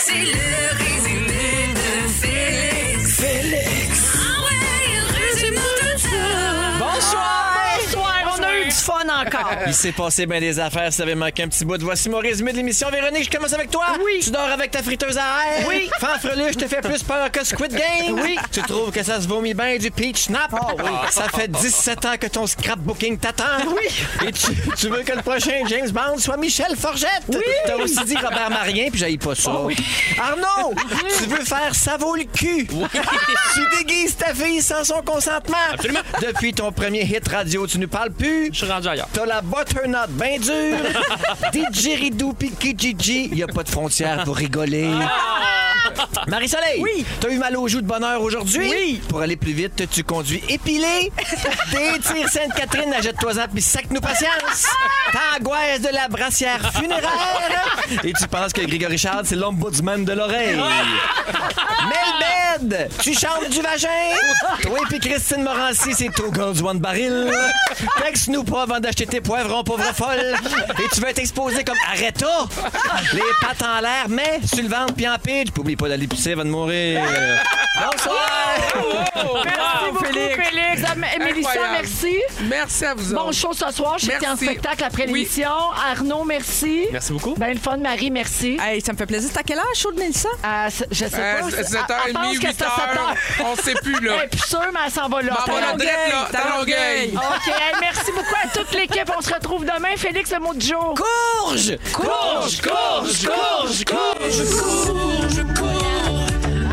[SPEAKER 7] C'est le résumé de Félix. Félix. Ah ouais, résume tout ça.
[SPEAKER 1] Bonsoir! Bonsoir, on a eu du fun encore.
[SPEAKER 13] Il s'est passé bien des affaires, ça avait manqué un petit bout. Voici mon résumé de l'émission. Véronique, je commence avec toi.
[SPEAKER 1] Oui.
[SPEAKER 13] Tu dors avec ta friteuse à air.
[SPEAKER 1] Oui.
[SPEAKER 13] Fanfreluche, je te fais plus peur que Squid Game. Oui. Tu trouves que ça se vomit bien du peach snap. Ça fait 17 ans que ton scrapbooking t'attend. Oui. Et tu, tu veux que le prochain James Bond soit Michel Forgette. Oui. T'as aussi dit Robert Marien, puis j'aille pas ça. Arnaud, tu veux faire ça vaut le cul. tu déguises ta fille sans son consentement.
[SPEAKER 11] Absolument.
[SPEAKER 13] Depuis ton premier hit radio, tu ne parles plus.
[SPEAKER 11] Je suis rendu ailleurs.
[SPEAKER 13] T'as la butternut bien dure. [laughs] Didgeridoo pis Kijiji. Il a pas de frontières pour rigoler. Marie-Soleil, Ah! oui. t'as eu mal aux joues de bonheur aujourd'hui? Oui. Pour aller plus vite, tu conduis [laughs] épilé. Tes tirs Sainte-Catherine, achète-toi-en pis sac-nous patience. T'angoisses de la brassière [laughs] funéraire. Et tu penses que Grégory Charles, c'est l'ombudsman de l'oreille. Melbed, tu chantes du vagin. Toi et puis Christine Morancy, c'est au Guns One Baril. Texte-nous pas avant d'acheter tes poivrons, pauvre folle. Et tu veux t'exposer comme Arrête-toi! Les pattes en l'air, mais sur le ventre puis en pige. Oublie pas d'aller pisser avant de mourir. Bonsoir!
[SPEAKER 1] Merci beaucoup, Félix. Ah, M- Mélissa,
[SPEAKER 6] Incroyable.
[SPEAKER 1] merci.
[SPEAKER 6] Merci à vous
[SPEAKER 1] Bon
[SPEAKER 6] autres.
[SPEAKER 1] show ce soir. J'étais en
[SPEAKER 6] Merci.
[SPEAKER 1] spectacle après
[SPEAKER 6] Oui.
[SPEAKER 1] l'émission. Arnaud, merci.
[SPEAKER 11] Merci beaucoup.
[SPEAKER 1] Ben, le fun, Marie, merci.
[SPEAKER 4] Hey, ça me fait plaisir. C'est à quel âge, show de Mélissa?
[SPEAKER 1] À- je sais
[SPEAKER 6] Euh,
[SPEAKER 1] pas. Elle-
[SPEAKER 6] c'est-
[SPEAKER 1] elle pense
[SPEAKER 6] 7h30,
[SPEAKER 1] que c'est à Eh,
[SPEAKER 6] 8h.
[SPEAKER 1] 7h.
[SPEAKER 6] On sait plus,
[SPEAKER 1] Elle [laughs]
[SPEAKER 6] là.
[SPEAKER 1] est plus sûre, mais elle s'en va là.
[SPEAKER 6] M'en va là,
[SPEAKER 1] OK,
[SPEAKER 6] drette, là.
[SPEAKER 4] Longueuil,
[SPEAKER 6] T'as longueuil.
[SPEAKER 1] hey, merci beaucoup à toute l'équipe. On se retrouve demain. Félix, le mot du jour.
[SPEAKER 13] Courge! Courge! Courge! Courge! Courge!
[SPEAKER 5] Je cours, je cours,